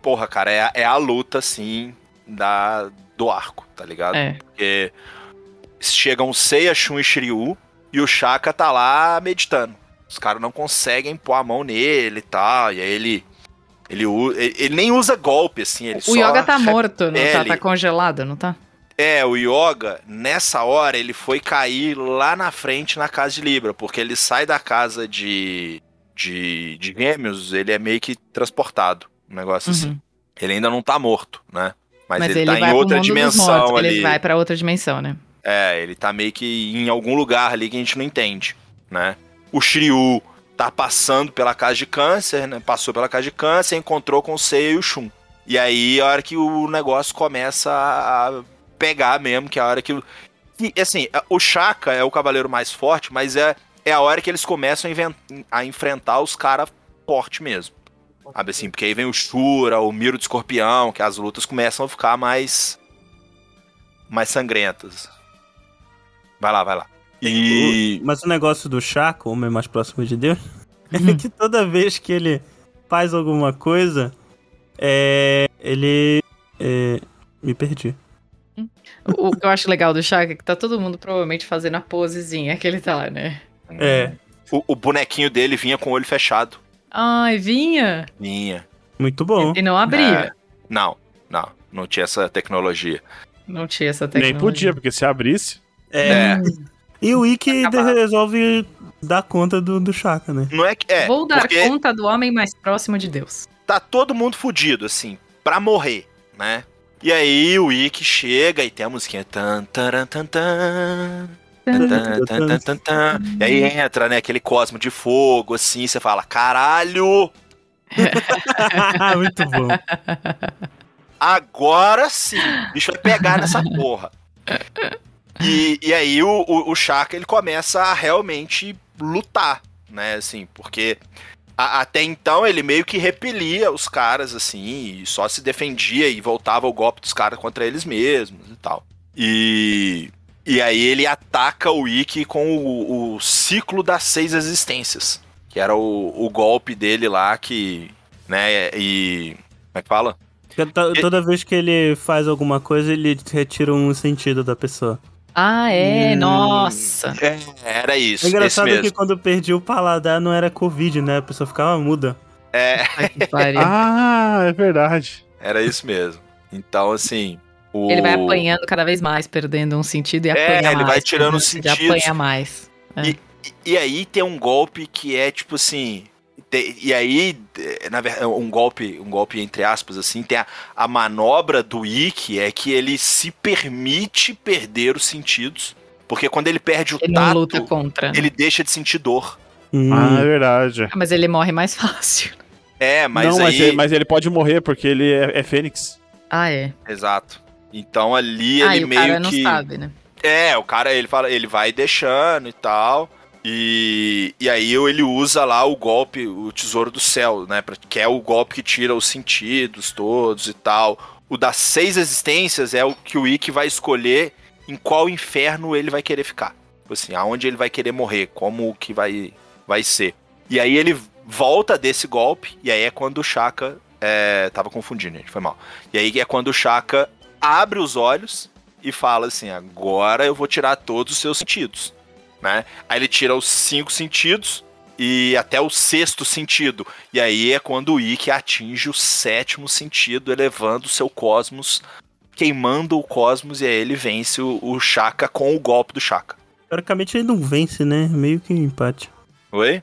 porra, cara, é, a- é a luta, assim, da, do arco, tá ligado? É. Porque chegam Seiya, Shun e Shiryu e o Shaka tá lá meditando. Os caras não conseguem pôr a mão nele e tal. E aí ele. Ele, u- ele, ele nem usa golpe, assim. Ele O só Yoga tá morto, não tá? repele. Tá congelado, não tá? É, o Yoga, nessa hora, ele foi cair lá na frente na casa de Libra, porque ele sai da casa de, de, de Gêmeos, ele é meio que transportado, um negócio assim. Uhum. Ele ainda não tá morto, né? Mas, Mas ele, ele, tá vai em pro outra mundo dos mortos. dimensão ali. Ele vai pra outra dimensão, né? É, ele tá meio que em algum lugar ali que a gente não entende, né? O Shiryu tá passando pela casa de câncer, né? Passou pela casa de câncer, encontrou com o Seiya e o Shun. E aí, é a hora que o negócio começa a a pegar mesmo, que é a hora que... o- E, assim, a- o Shaka é o cavaleiro mais forte, mas é, é a hora que eles começam a, inven- a enfrentar os caras forte mesmo. Sabe assim, porque aí vem o Shura, o Miro de Escorpião, que as lutas começam a ficar mais... mais sangrentas. Vai lá, vai lá. E. Mas o negócio do Chaco, o homem mais próximo de Deus, é que toda vez que ele faz alguma coisa, é. Ele. é, me perdi. O o que eu acho legal do Shaka é que tá todo mundo provavelmente fazendo a posezinha que ele tá, né? É, O, o bonequinho dele vinha com o olho fechado. Ai, vinha. Vinha. muito bom. E não abria. É. Não, não. Não tinha essa tecnologia. Não tinha essa tecnologia. Nem podia, porque se abrisse. É. E o Ikki Acabado. resolve dar conta do, do Chaka, né? Não é que. É, Vou dar porque conta do homem mais próximo de Deus. tá todo mundo fudido, assim, pra morrer, né? E aí o Ikki chega e tem a musiquinha. Tan, taran, tan, tan. Tan, tan, tan, tan, tan, tan. E aí entra, né, aquele cosmo de fogo, assim, você fala, caralho, muito bom. Agora sim, o bicho vai pegar nessa porra. E, e aí o, o, o Shaka, ele começa a realmente lutar, né? Assim, porque a- até então ele meio que repelia os caras, assim, e só se defendia e voltava o golpe dos caras contra eles mesmos e tal. E, e aí ele ataca o Ikki com o, o ciclo das seis existências, que era o, o golpe dele lá que, né? E. Como é que fala? Porque to- Toda vez que ele faz alguma coisa, ele retira um sentido da pessoa. Ah, é? Hum. Nossa. É, era isso. É engraçado esse mesmo. que quando eu perdi o paladar não era Covid, né? A pessoa ficava muda. É, Ai, que pariu. Ah, é verdade. era isso mesmo. Então, assim. O... Ele vai apanhando cada vez mais, perdendo um sentido e É, apanha mais. ele vai tirando né? os Ele sentidos. apanha mais. E, e aí tem um golpe que é tipo assim. te- e aí, eh, na verdade, um golpe, um golpe entre aspas, assim, tem a, a manobra do Ikki é que ele se permite perder os sentidos. Porque quando ele perde o Ele não tato, luta contra. né? ele deixa de sentir dor. Hum, Ah, é verdade. Ah, Mas ele morre mais fácil. É, mas não, aí. mas, ele, mas ele pode morrer porque ele é, é fênix. Ah, é. Exato. Então ali ah, ele e o meio cara não que. sabe, né? É, o cara, ele fala, ele vai deixando e tal. E, e aí ele usa lá o golpe, o Tesouro do Céu, né? pra- Que é o golpe que tira os sentidos todos e tal. O das seis existências é o que o Ikki vai escolher em qual inferno ele vai querer ficar. Tipo Assim, aonde ele vai querer morrer, como que vai, vai ser. E aí ele volta desse golpe, e aí é quando o Shaka... É, tava confundindo, gente, foi mal. E aí é quando o Shaka abre os olhos e fala assim: agora eu vou tirar todos os seus sentidos. Né? Aí ele tira os cinco sentidos, e até o sexto sentido. E aí é quando o Ikki atinge o sétimo sentido, elevando o seu cosmos, queimando o cosmos, e aí ele vence o, o Shaka com o golpe do Shaka. Teoricamente ele não vence, né? Meio que um empate. Oi?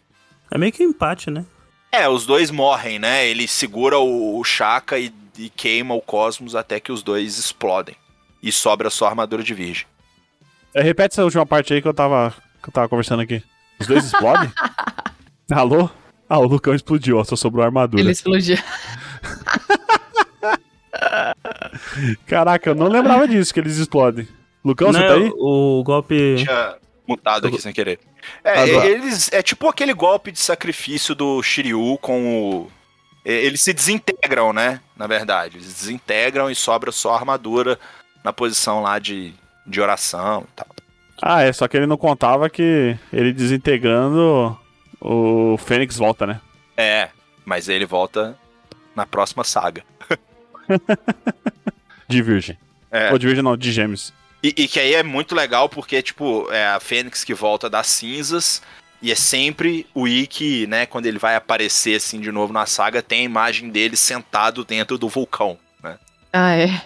É meio que um empate, né? É, os dois morrem, né? Ele segura o, o Shaka e, e queima o cosmos até que os dois explodem. E sobra só a armadura de virgem. É, repete essa última parte aí que eu tava, que eu tava conversando aqui. Os dois explodem? Alô? Ah, o Lucão explodiu, ó, só sobrou a armadura. Ele explodiu. Caraca, eu não lembrava disso, que eles explodem. Lucão, você Não, é tá aí? O golpe. Tinha mutado aqui sem querer. É, Agora. eles, é tipo aquele golpe de sacrifício do Shiryu com o. e- Eles se desintegram, né? Na verdade. Eles desintegram e sobra só a armadura na posição lá de, de oração e tal. Ah, é, só que ele não contava que ele desintegrando o Fênix volta, né? É, mas ele volta na próxima saga. De virgem. É. Ou de virgem não, de gêmeos. E, e que aí é muito legal porque, tipo, é a Fênix que volta das cinzas. E é sempre o Ikki, né? Quando ele vai aparecer assim de novo na saga, tem a imagem dele sentado dentro do vulcão, né? Ah, é.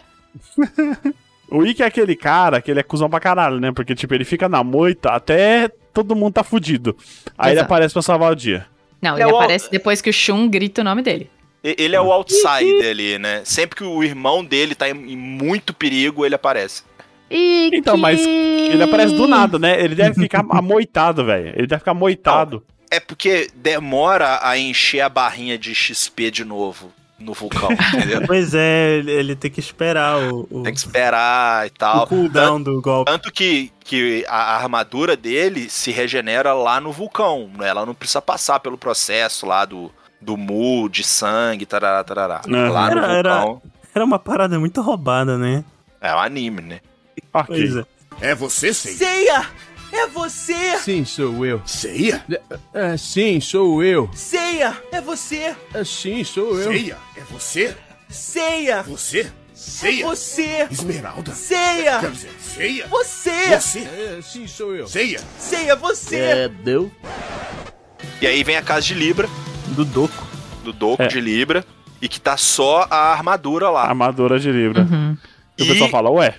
O Ikki é aquele cara que ele é cuzão pra caralho, né? Porque, tipo, ele fica na moita até todo mundo tá fudido. Aí ele Exato. aparece pra salvar o dia. Não, É ele o- aparece depois que o Shun grita o nome dele. E- Ele é o outsider ali, né? Sempre que o irmão dele tá em em muito perigo, ele aparece. E Então, mas Ele aparece do nada, né? Ele deve ficar amoitado, velho. Ele deve ficar amoitado. É porque demora a encher a barrinha de XP de novo no vulcão, entendeu? Pois é, ele, ele tem que esperar o, o, Tem que esperar e o tal. Tan- cooldown do golpe. Tanto que, que a a armadura dele se regenera lá no vulcão. né? Ela não precisa passar pelo processo lá do, do mu, de sangue, tarará, tarará. Uhum. Lá no Era- era- vulcão. Era uma parada muito roubada, né? É um anime, né? Ok. Pois é. É você, Seiya? Ceia! É você! Sim, sou eu. Seiya? Ah, sim, sou eu. Ceia! É você! Ah, sim, sou eu. Seiya? É você? Ceia! Você? É Seiya? você! Esmeralda? Ah. Ceia! Quer dizer, Seiya? Você! Você? Ah, sim, sou eu. Seiya? Ceia, você! deu? E aí vem a casa de Libra, Do Doco. do Doco É. Ah, de Libra, e que tá só a armadura lá. Armadura de Libra. Uhum. E o E- pessoal fala, ué,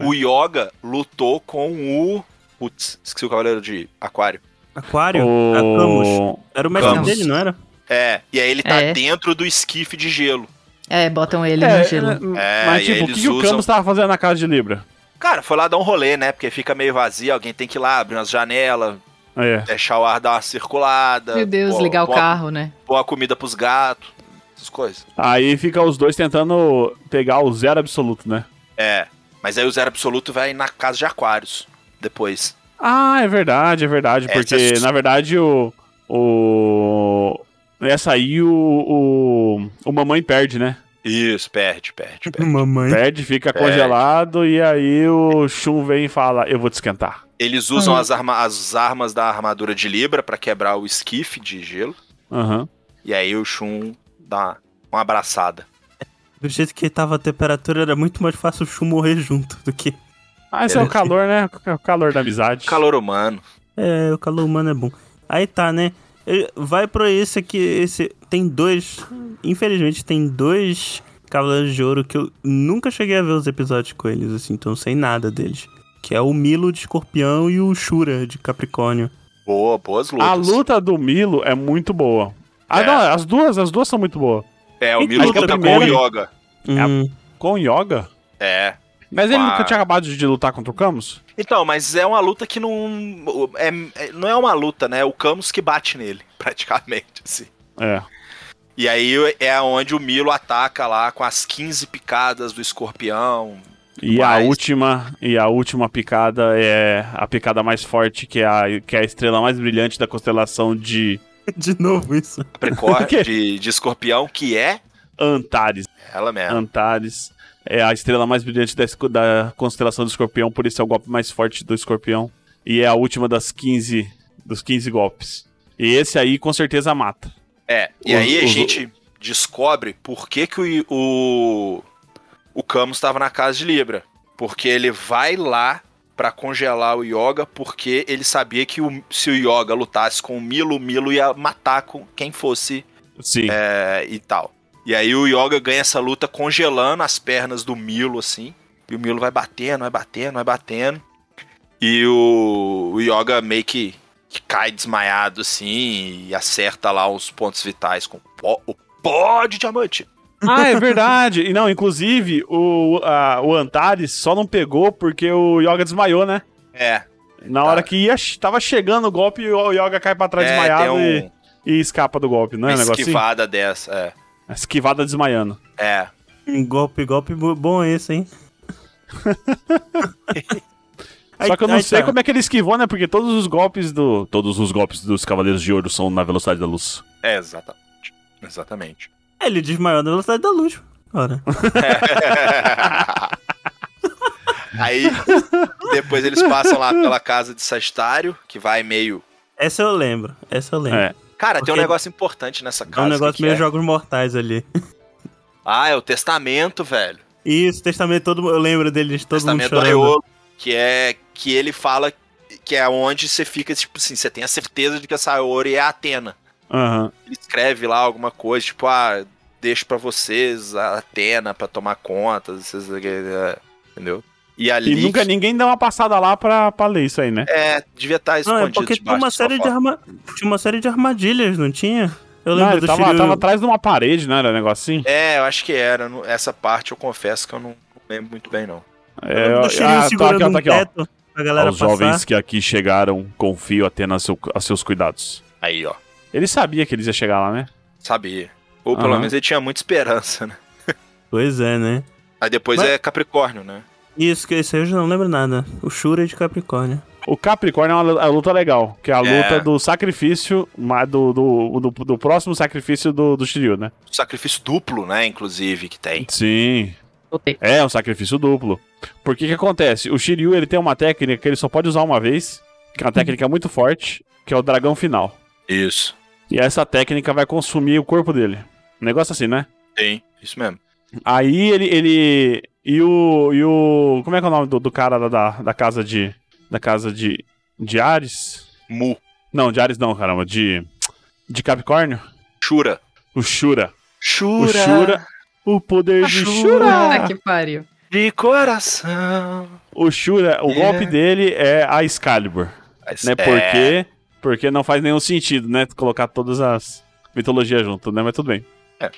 O Yoga lutou com o. Putz, esqueci o cavaleiro de Aquário. Aquário? A Camus. o... Era o mestre Camus. dele, não era? É, e aí ele tá É. dentro do esquife de gelo. É, botam ele É, no gelo. é, mas e tipo, o eles que, que o usam- Camus tava fazendo na casa de Libra? Cara, foi lá dar um rolê, né? Porque fica meio vazio, alguém tem que ir lá abrir umas janelas, É. deixar o ar dar uma circulada. Meu Deus, pô- ligar o pôr- carro, né? Pôr a comida pros gatos, essas coisas. Aí fica os dois tentando pegar o zero absoluto, né? É, mas aí o Zero Absoluto vai na casa de Aquários depois. Ah, é verdade, é verdade. É, porque, essas- na verdade, o. O. é Essa aí o, o. o mamãe perde, né? Isso, perde, perde, Uhum. perde. Mamãe. Perde, fica Perde. congelado e aí o Shun vem e fala: Eu vou te esquentar. Eles usam Uhum. as, arma- as armas da armadura de Libra pra quebrar o esquife de gelo. Aham. E aí o Shun dá uma abraçada. Do jeito que tava a temperatura, era muito mais fácil o Shun morrer junto do que. Ah, esse é o calor, né? É O calor da amizade. Calor humano. É, o calor humano é bom. Aí tá, né? Ele Vai pra esse aqui. Esse. Tem dois. Infelizmente, tem dois Cavaleiros de Ouro que eu nunca cheguei a ver os episódios com eles, assim, então sem nada deles. Que é o Milo de Escorpião e o Shura de Capricórnio. Boa, boas lutas. A luta do Milo é muito boa. Ah, É. não, as duas, as duas são muito boas. É, o Quem Milo luta luta com o primeiro? Yoga. É a- Hum, Com o Yoga? É. Mas ele Ah. nunca tinha acabado de lutar contra o Camus? Então, mas é uma luta que não. É, é- não é uma luta, né? É o Camus que bate nele, praticamente, assim. É. E aí é onde o Milo ataca lá com as 15 picadas do escorpião. E Mas- a última, e a última picada é a picada mais forte, que é a, que é a estrela mais brilhante da constelação de de novo isso. Precor quê? de, de escorpião, que é Antares. ela mesma. Antares é a estrela mais brilhante da, esco- da constelação do escorpião, por isso é o golpe mais forte do escorpião. E é a última das 15, dos 15 golpes. E esse aí com certeza mata. É. E Os- aí a os- gente descobre por que, que o, o, o Camus estava na casa de Libra. Porque ele vai lá para congelar o Yoga, porque ele sabia que o- se o Yoga lutasse com o Milo, o Milo ia matar com quem fosse Sim. é, e tal. E aí o Yoga ganha essa luta congelando as pernas do Milo, assim. E o Milo vai batendo, vai batendo, vai batendo. E o, o Yoga meio que, que cai desmaiado, assim, e acerta lá os pontos vitais com o pó, o pó de diamante. Ah, é verdade. E não, inclusive, o, a- o Antares só não pegou porque o Yoga desmaiou, né? É. Na hora que ia, tava chegando o golpe, o Yoga cai pra trás É, desmaiado tem um- e, e escapa do golpe, não é? Uma um negócio assim? esquivada dessa, é. Esquivada desmaiando. É. Um golpe, golpe bo- bom esse, hein? Só que Aí- eu não aí sei tá. como é que ele esquivou, né? Porque todos os golpes do. Todos os golpes dos Cavaleiros de Ouro são na velocidade da luz. É, exatamente. Exatamente. É, Ele desmaiou na velocidade da luz. Ora. Aí depois eles passam lá pela casa de Sagitário, que vai meio. Essa eu lembro, essa eu lembro. É. Cara, tem Porque um negócio importante nessa É casa. um que negócio que meio é? jogos mortais ali. Ah, é o testamento, velho. Isso, testamento todo eu lembro deles, todo testamento é mundo do chorando. Aiolo, que é que ele fala que é onde você fica, tipo assim, você tem a certeza de que essa Saori é a Atena. Aham. Ele escreve lá alguma coisa, tipo, ah, deixo pra vocês a Atena pra tomar conta, vocês- é, entendeu? E ali E nunca ninguém dá uma passada lá pra, pra ler isso aí, né? É, devia estar Não, escondido é porque tinha debaixo uma, do série de sofá. arma... tinha uma série de armadilhas, não tinha? Eu lembro não, ele do tava, Shiryu- tava atrás de uma parede, não era um negócio assim? É, eu acho que era. não- Essa parte eu confesso que eu não não lembro muito bem, não. É, do ó, Shiryu segurando um teto pra galera Aos passar. jovens que aqui chegaram, confio apenas seu, a seus cuidados. Aí, ó. Ele sabia que eles iam chegar lá, né? Sabia. Ou pelo Aham. menos ele tinha muita esperança, né? Pois é, né? Aí depois Mas- é Capricórnio, né? Isso, que isso aí eu já não lembro nada. O Shura é de Capricórnio. O Capricórnio é uma lu- é uma luta legal, que é a É. luta do sacrifício, mas do, do, do, do próximo sacrifício do, do Shiryu, né? Sacrifício duplo, né? Inclusive, que tem. Sim. Voltei. É um sacrifício duplo. Porque que acontece? O Shiryu ele tem uma técnica que ele só pode usar uma vez, que é uma técnica muito forte, que é o dragão final. Isso. E essa técnica vai consumir o corpo dele. Um negócio assim, né? Tem. Isso mesmo. Aí ele. ele e, o, e o. Como é que é o nome do, do cara lá da, da casa de. Da casa de. De Ares? Mu. Não, de Ares não, caramba. De. De Capricórnio? Shura. O Shura. Shura. O Shura. O poder de Shura. Ah. Puta que pariu. De coração. O Shura, o É. golpe dele é a Excalibur. Mas Né? é- Porque. Porque não faz nenhum sentido, né? Colocar todas as mitologias junto, né? Mas tudo bem. É.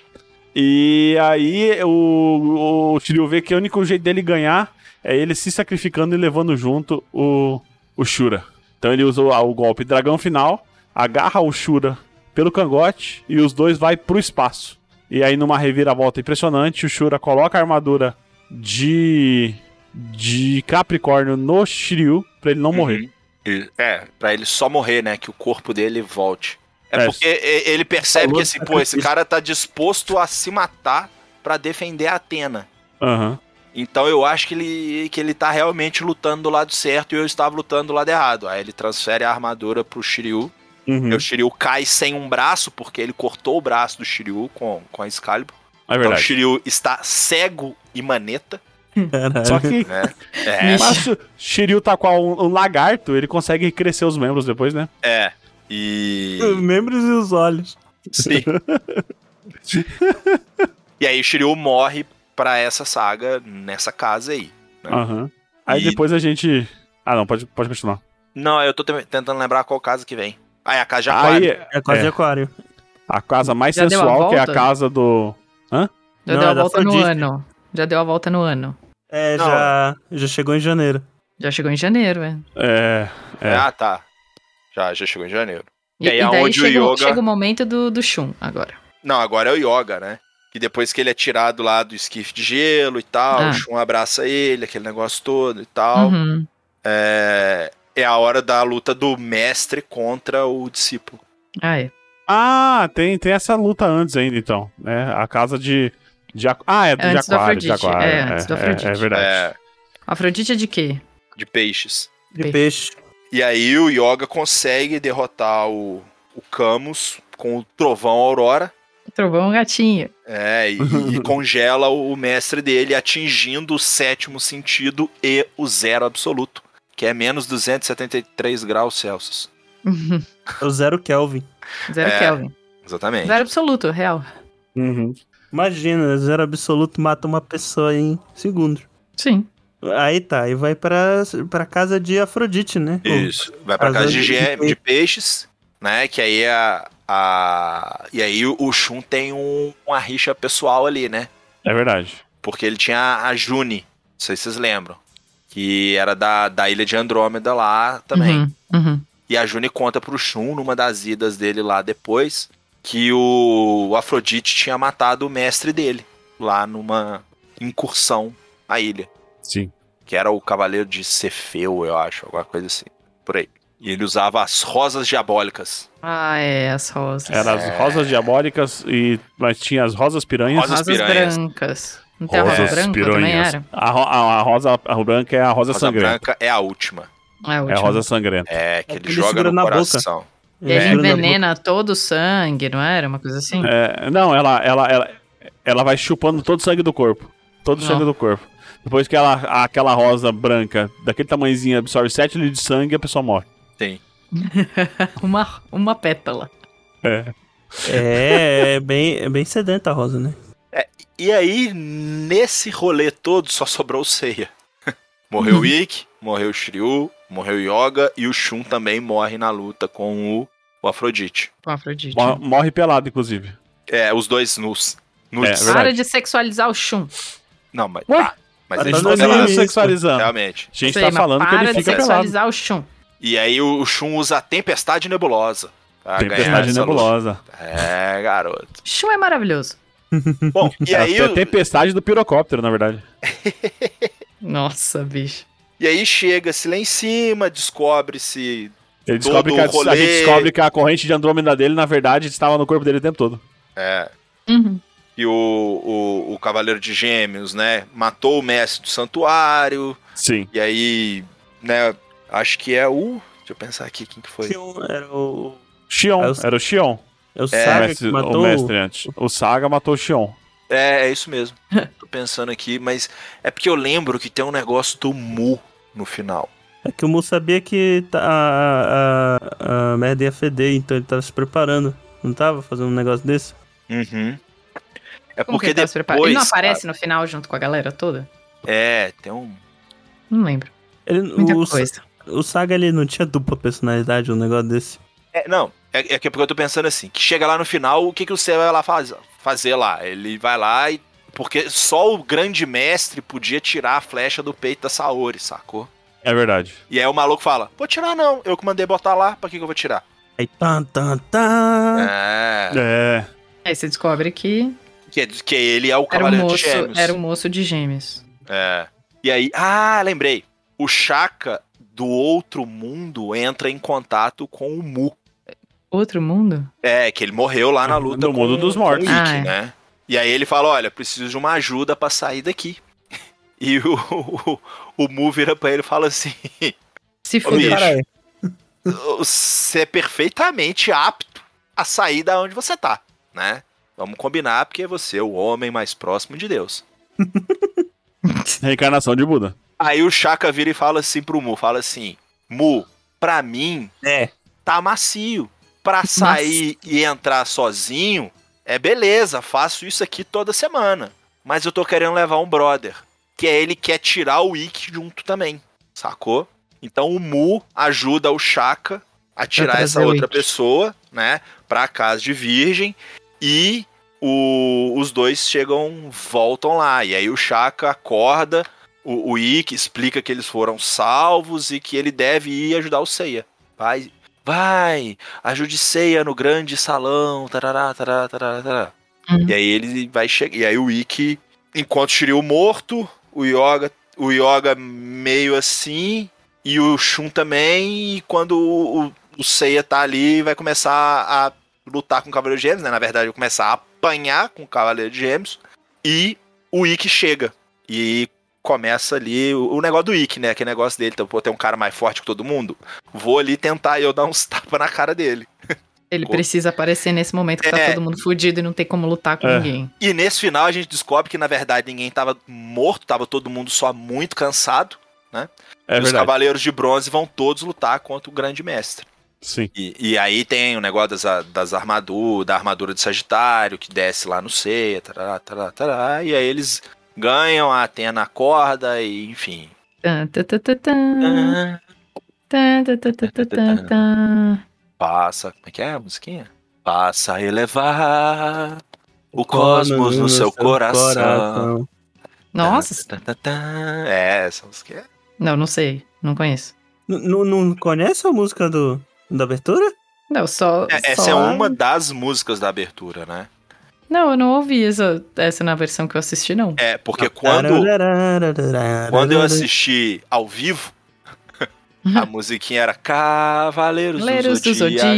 E aí o, o Shiryu vê que o único jeito dele ganhar é ele se sacrificando e levando junto o, o Shura. Então ele usa o, o golpe dragão final, agarra o Shura pelo cangote e os dois vai pro espaço. E aí numa reviravolta impressionante, o Shura coloca a armadura de de Capricórnio no Shiryu pra ele não Uhum. morrer. E- É, pra ele só morrer, né? Que o corpo dele volte. É, É. porque e- ele percebe Falou que assim, pô, esse cara tá disposto a se matar pra defender a Atena. Aham. Então eu acho que ele, que ele tá realmente lutando do lado certo e eu estava lutando do lado errado. Aí ele transfere a armadura pro Shiryu. Uhum. E o Shiryu cai sem um braço, porque ele cortou o braço do Shiryu com, com a Excalibur. É Então o verdade. Shiryu está cego e maneta, Caralho. Só que né? É, Mas se o Shiryu taquar um, um lagarto, ele consegue crescer os membros depois, né? é. E. Os membros e os olhos. Sim. e aí o Shiryu morre pra essa saga nessa casa aí. É. Aham. Aí E- depois a gente. Ah, não, pode, pode continuar. Não, eu tô te- tentando lembrar qual casa que vem. Ah, é a casa de Aí aquário. É quase É. de aquário. a casa mais Já deu a sensual, que é a volta? casa do. Já Não, deu é a da volta no Afrodite. ano. Já deu a volta no ano. É, Não. já, já chegou em janeiro. Já chegou em janeiro, é. É. É. Ah, tá. Já, já chegou em janeiro. E, E aí e é daí onde o chega, yoga- chega o momento do, do Shun agora. Não, agora é o Yoga, né? Que depois que ele é tirado lá do esquife de gelo e tal, Ah. o Shun abraça ele, aquele negócio todo e tal. Uhum. É... é a hora da luta do mestre contra o discípulo. Ah, é. Ah, tem, tem essa luta antes ainda, então. Né? A casa de. de aqu- Ah, é do Antes de do aquário, de Afrodite, aquário. é, antes do Afrodite. É, verdade. É, Afrodite é de quê? de peixes. De peixe. E aí o Yoga consegue derrotar o, o Camus com o trovão Aurora. Trovão gatinho. É, e, e congela o mestre dele, atingindo o sétimo sentido e o zero absoluto. que é menos 273 graus Celsius. É o zero Kelvin. Zero É, Kelvin. Exatamente. Zero absoluto, real. Uhum. Imagina, zero absoluto mata uma pessoa em segundos. Sim. Aí tá, e vai pra, pra casa de Afrodite, né? Isso. Vai pra casa de, gem- de peixes, né? Que aí a. a e aí o o Shun tem um- uma rixa pessoal ali, né? É verdade. Porque ele tinha a June, não sei se vocês lembram. Que era da, da ilha de Andrômeda lá também. Uhum. E a June conta pro Shun, numa das idas dele lá depois, que o, o Afrodite tinha matado o mestre dele, lá numa incursão à ilha. Sim. Que era o Cavaleiro de Cefeu, eu acho, alguma coisa assim. Por aí. E ele usava as rosas diabólicas. Ah, é, as rosas. Era as rosas diabólicas e mas tinha as rosas piranhas. Rosas piranhas. brancas. Não tem a rosa branca Então, também era? A, ro- a- a rosa a branca é a rosa, Rosa sangrenta. branca é a última. É a É a última. rosa sangrenta. É, que ele, Ele joga segura no na boca. coração. E aí É. envenena todo o sangue, não era? Uma coisa assim? É, não, ela, ela, ela, ela vai chupando todo o sangue do corpo. Todo o Não. sangue do corpo. Depois que ela, aquela rosa branca, daquele tamanhozinho, absorve 7 litros de sangue, a pessoa morre. Tem. uma, uma pétala. É. É, é bem, é bem sedenta a rosa, né? E aí, nesse rolê todo, só sobrou o Seiya. morreu o Ikki, morreu o Shiryu, morreu o Yoga e o Shun também morre na luta com o, o Afrodite. Com a Afrodite. Mor- Morre pelado, inclusive. É, os dois nus. nus. É, verdade. Para de sexualizar o Shun. Não, mas Ué? tá. Mas Tá eles dando estão anime pelados. isso. sexualizando. Realmente. A gente Sei, tá mas falando que para ele de fica pelado. sexualizar o Shun. E aí o, o Shun usa a Tempestade Nebulosa. pra ganhar Tempestade essa luta. nebulosa. É, garoto. Shun é maravilhoso. Bom, e É aí, a te- tempestade do pirocóptero, na verdade. Nossa, bicho. e aí chega-se lá em cima, descobre-se Ele Todo descobre que a, o rolê. a gente descobre que a corrente de Andrômeda dele, na verdade, estava no corpo dele o tempo todo. Uhum. é, que o, o, o Cavaleiro de Gêmeos, né, matou o mestre do santuário, Sim. e aí, né, acho que é o... Deixa eu pensar aqui quem que foi. Xion Era o, Xion, É o- era o Xion. é o o Saga mestre- que matou. o mestre antes. O Saga matou o Xion. É, é isso mesmo. Tô pensando aqui, mas é porque eu lembro que tem um negócio do Mu no final. É que o Mu sabia que tá- a, a, a merda ia feder, então ele tava se preparando. Não tava fazendo um negócio desse? Uhum. É Como porque que ele, tá se preparando? depois... ele não aparece no final junto com a galera toda? É, tem um... Não lembro. Ele, Muita o, coisa. o Saga ele não tinha dupla personalidade, um negócio desse. É, não, é, é que porque eu tô pensando assim, que chega lá no final, o que, que o Céu vai lá faz- fazer lá? Ele vai lá e. Porque só o grande mestre podia tirar a flecha do peito da Saori, sacou? É verdade. E aí o maluco fala: Vou tirar não, eu que mandei botar lá, pra que, que eu vou tirar? Aí tan tan tan. Ah. É. É. Aí você descobre que Que, que ele é o era um, Cavaleiro de moço, Gêmeos. era um moço de gêmeos. É. E aí. Ah, lembrei. O Shaka do outro mundo entra em contato com o Mu. Outro mundo? É, que ele morreu lá na luta. No mundo com- dos mortos. com o Ikki, Ah, é. né? E aí ele fala: olha, preciso de uma ajuda pra sair daqui. E o, o, o Mu vira pra ele e fala assim: Se Ô, bicho, fuder. você é perfeitamente apto a sair da onde você tá, né? Vamos combinar, porque você é o homem mais próximo de Deus. Reencarnação de Buda. Aí o Chaka vira e fala assim pro Mu: fala assim, Mu, pra mim, É. tá macio. Pra sair e entrar sozinho, é beleza, faço isso aqui toda semana. Mas eu tô querendo levar um brother. Que é ele quer tirar o Ikki junto também. Sacou? Então o Mu ajuda o Shaka a tirar trazer essa o outra Ikki. pessoa, né? Pra casa de virgem. E o- os dois chegam, voltam lá. E aí o Shaka acorda. O, o Ikki explica que eles foram salvos e que ele deve ir ajudar o Seiya. Vai, vai, ajude Seiya no grande salão, tarará, tarará, tarará, tarará. Uhum. E aí ele vai chegar, e aí o Ikki encontra o Shiryu morto, o Yoga, o Yoga meio assim, e o Shun também, e quando o, o, o Seiya tá ali, vai começar a lutar com o Cavaleiro de Gêmeos, né? Na verdade, vai começar a apanhar com o Cavaleiro de Gêmeos, e o Ikki chega, e começa ali o, o negócio do Ikki, né? Aquele negócio dele, então, pô, tem um cara mais forte que todo mundo, vou ali tentar eu dar uns tapas na cara dele. Ele precisa aparecer nesse momento que tá É. todo mundo fudido e não tem como lutar com É. ninguém. E nesse final a gente descobre que na verdade ninguém tava morto, tava todo mundo só muito cansado, né? É e os verdade. Cavaleiros de Bronze vão todos lutar contra o Grande Mestre. Sim. E, e aí tem o negócio das, a- das armaduras, da armadura de Sagitário, que desce lá no Ceia, tarará, tarará, tarará, e aí eles ganham, ah, a Atena acorda, e enfim. Tan, tan, tan, tan, tan. Tan, tan, tan, tan, tan, tan. Passa. Como é que é a musiquinha? Passa a elevar o cosmos no seu coração. Nossa, Tá, tá, tá. É, essa música é. não, não sei, não conheço. Não, não conhece a música do, da abertura? Não, só. É, Essa só- é uma das músicas da abertura, né? Não, eu não ouvi essa, essa na versão que eu assisti, não. É, porque quando, quando eu assisti ao vivo, a musiquinha era Cavaleiros, Uhum. Cavaleiros do do Zodíaco.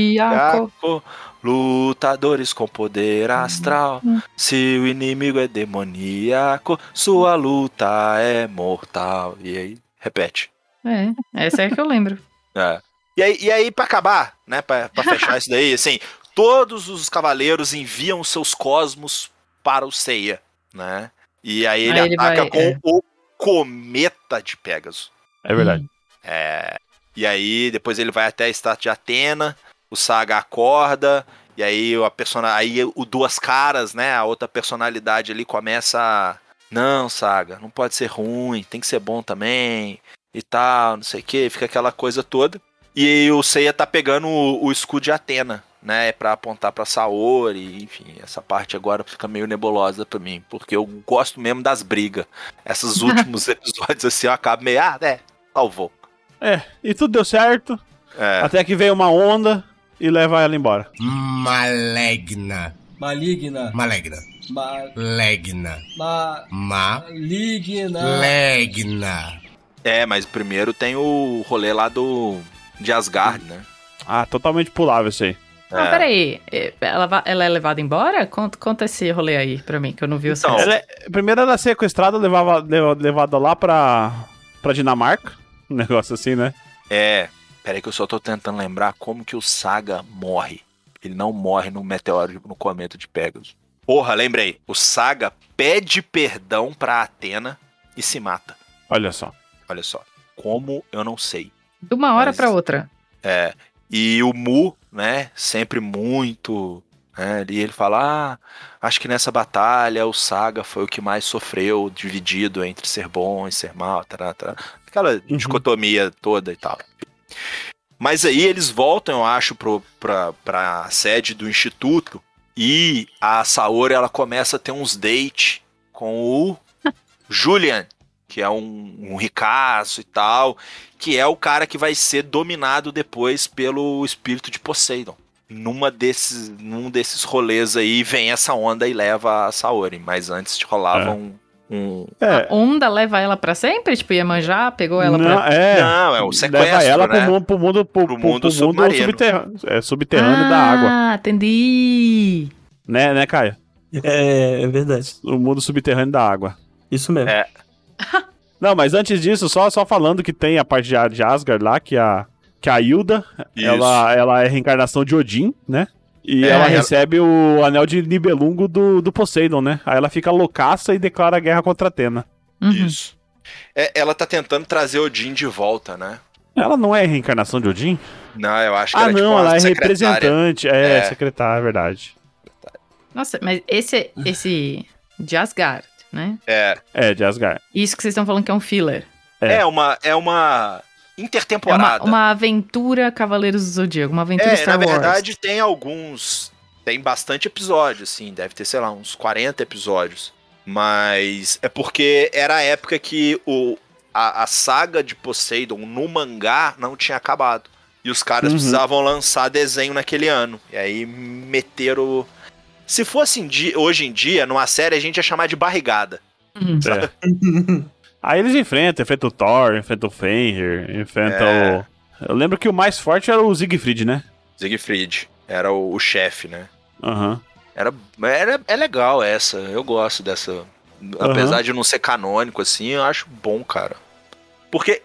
Zodíaco, lutadores com poder astral. Uhum. Se o inimigo é demoníaco, sua luta é mortal. E aí, repete. É, essa é a que eu lembro. É. E aí, e aí pra acabar, né, pra, pra fechar isso daí, assim, todos os cavaleiros enviam seus cosmos para o Seiya, né? E aí ele Aí ele ataca vai- com é. o cometa de Pegasus. É verdade. É, e aí depois ele vai até a estátua de Atena, o Saga acorda, e aí o- a persona, aí o duas caras, né, a outra personalidade ali começa a, não, Saga, não pode ser ruim, tem que ser bom também e tal, não sei o que, fica aquela coisa toda. E o Seiya tá pegando o, o escudo de Atena, né, pra apontar pra Saori, enfim, essa parte agora fica meio nebulosa pra mim, porque eu gosto mesmo das brigas. Esses últimos episódios assim eu acabo meio, ah, é, salvou. É, e tudo deu certo. É. Até que veio uma onda e leva ela embora. Malegna. Maligna. Malegna. Legna. Ma... Ma. Maligna. Legna. É, mas primeiro tem o rolê lá do de Asgard, né? Ah, totalmente pulável isso aí. Não, peraí. é, Ela, va- ela é levada embora? Conta, conta esse rolê aí pra mim, que eu não vi o Então, seu. Ela é- primeiro ela é sequestrada, levava, leva- levada lá pra, pra Dinamarca. Um negócio assim, né? É, peraí que eu só tô tentando lembrar como que o Saga morre. Ele não morre no meteoro, no cometa de Pegasus. Porra, lembrei. O Saga pede perdão pra Atena e se mata. Olha só. Olha só. Como eu não sei. De uma hora pra outra. É. E o Mu, né? Sempre muito. Né, e ele fala: Ah, acho que nessa batalha o Saga foi o que mais sofreu, dividido entre ser bom e ser mal. Tará, tará. Aquela dicotomia toda e tal. Mas aí eles voltam, eu acho, pro, pra, pra sede do instituto. E a Saori ela começa a ter uns dates com o Julian, que é um, um ricaço e tal, que é o cara que vai ser dominado depois pelo espírito de Poseidon. Numa desses, num desses rolês aí vem essa onda e leva a Saori, mas antes rolava É. um, um- É. Onda leva ela pra sempre? Tipo, ia manjar, pegou Ah, ela não, pra. é, Não, é o sequestro, Leva ela né? pro mundo, pro mundo, pro, pro- pro mundo, submarino. subterrâneo, é, subterrâneo da água. Ah, entendi. Né, né, Caio? É, é verdade. O mundo subterrâneo da água. Isso mesmo. É. Não, mas antes disso, só, só falando que tem a parte de, de Asgard lá, que a, que a Hilda, Isso. ela, ela é reencarnação de Odin, né? E É, ela ela- recebe o anel de Nibelungo do, do Poseidon, né? Aí ela fica loucaça e declara guerra contra Atena. Uhum. Isso. É, ela tá tentando trazer Odin de volta, né? Ela não é reencarnação de Odin? Não, eu acho que Ah, era tipo não, uma ela é secretária. representante. É, É. secretária, é verdade. Nossa, mas esse. Esse. De Asgard, né? É. É, de Asgard. Isso que vocês estão falando que é um filler. É. uma é uma É uma, intertemporada. uma aventura Cavaleiros do Zodíaco, uma aventura É, Star na verdade Wars. tem alguns, tem bastante episódio assim, deve ter, sei lá, uns 40 episódios. Mas é porque era a época que o, a, a saga de Poseidon no mangá não tinha acabado. E os caras Uhum. precisavam lançar desenho naquele ano. E aí meteram. Se fosse em di- hoje em dia, numa série a gente ia chamar de barrigada. É. Aí eles enfrentam, enfrentam o Thor, enfrentam o Fenrir, enfrentam É. o... Eu lembro que o mais forte era o Siegfried, né? Siegfried era o, o chefe, né? Aham. Era, era, é legal essa, eu gosto dessa. Apesar de não ser canônico, assim, eu acho bom, cara. Porque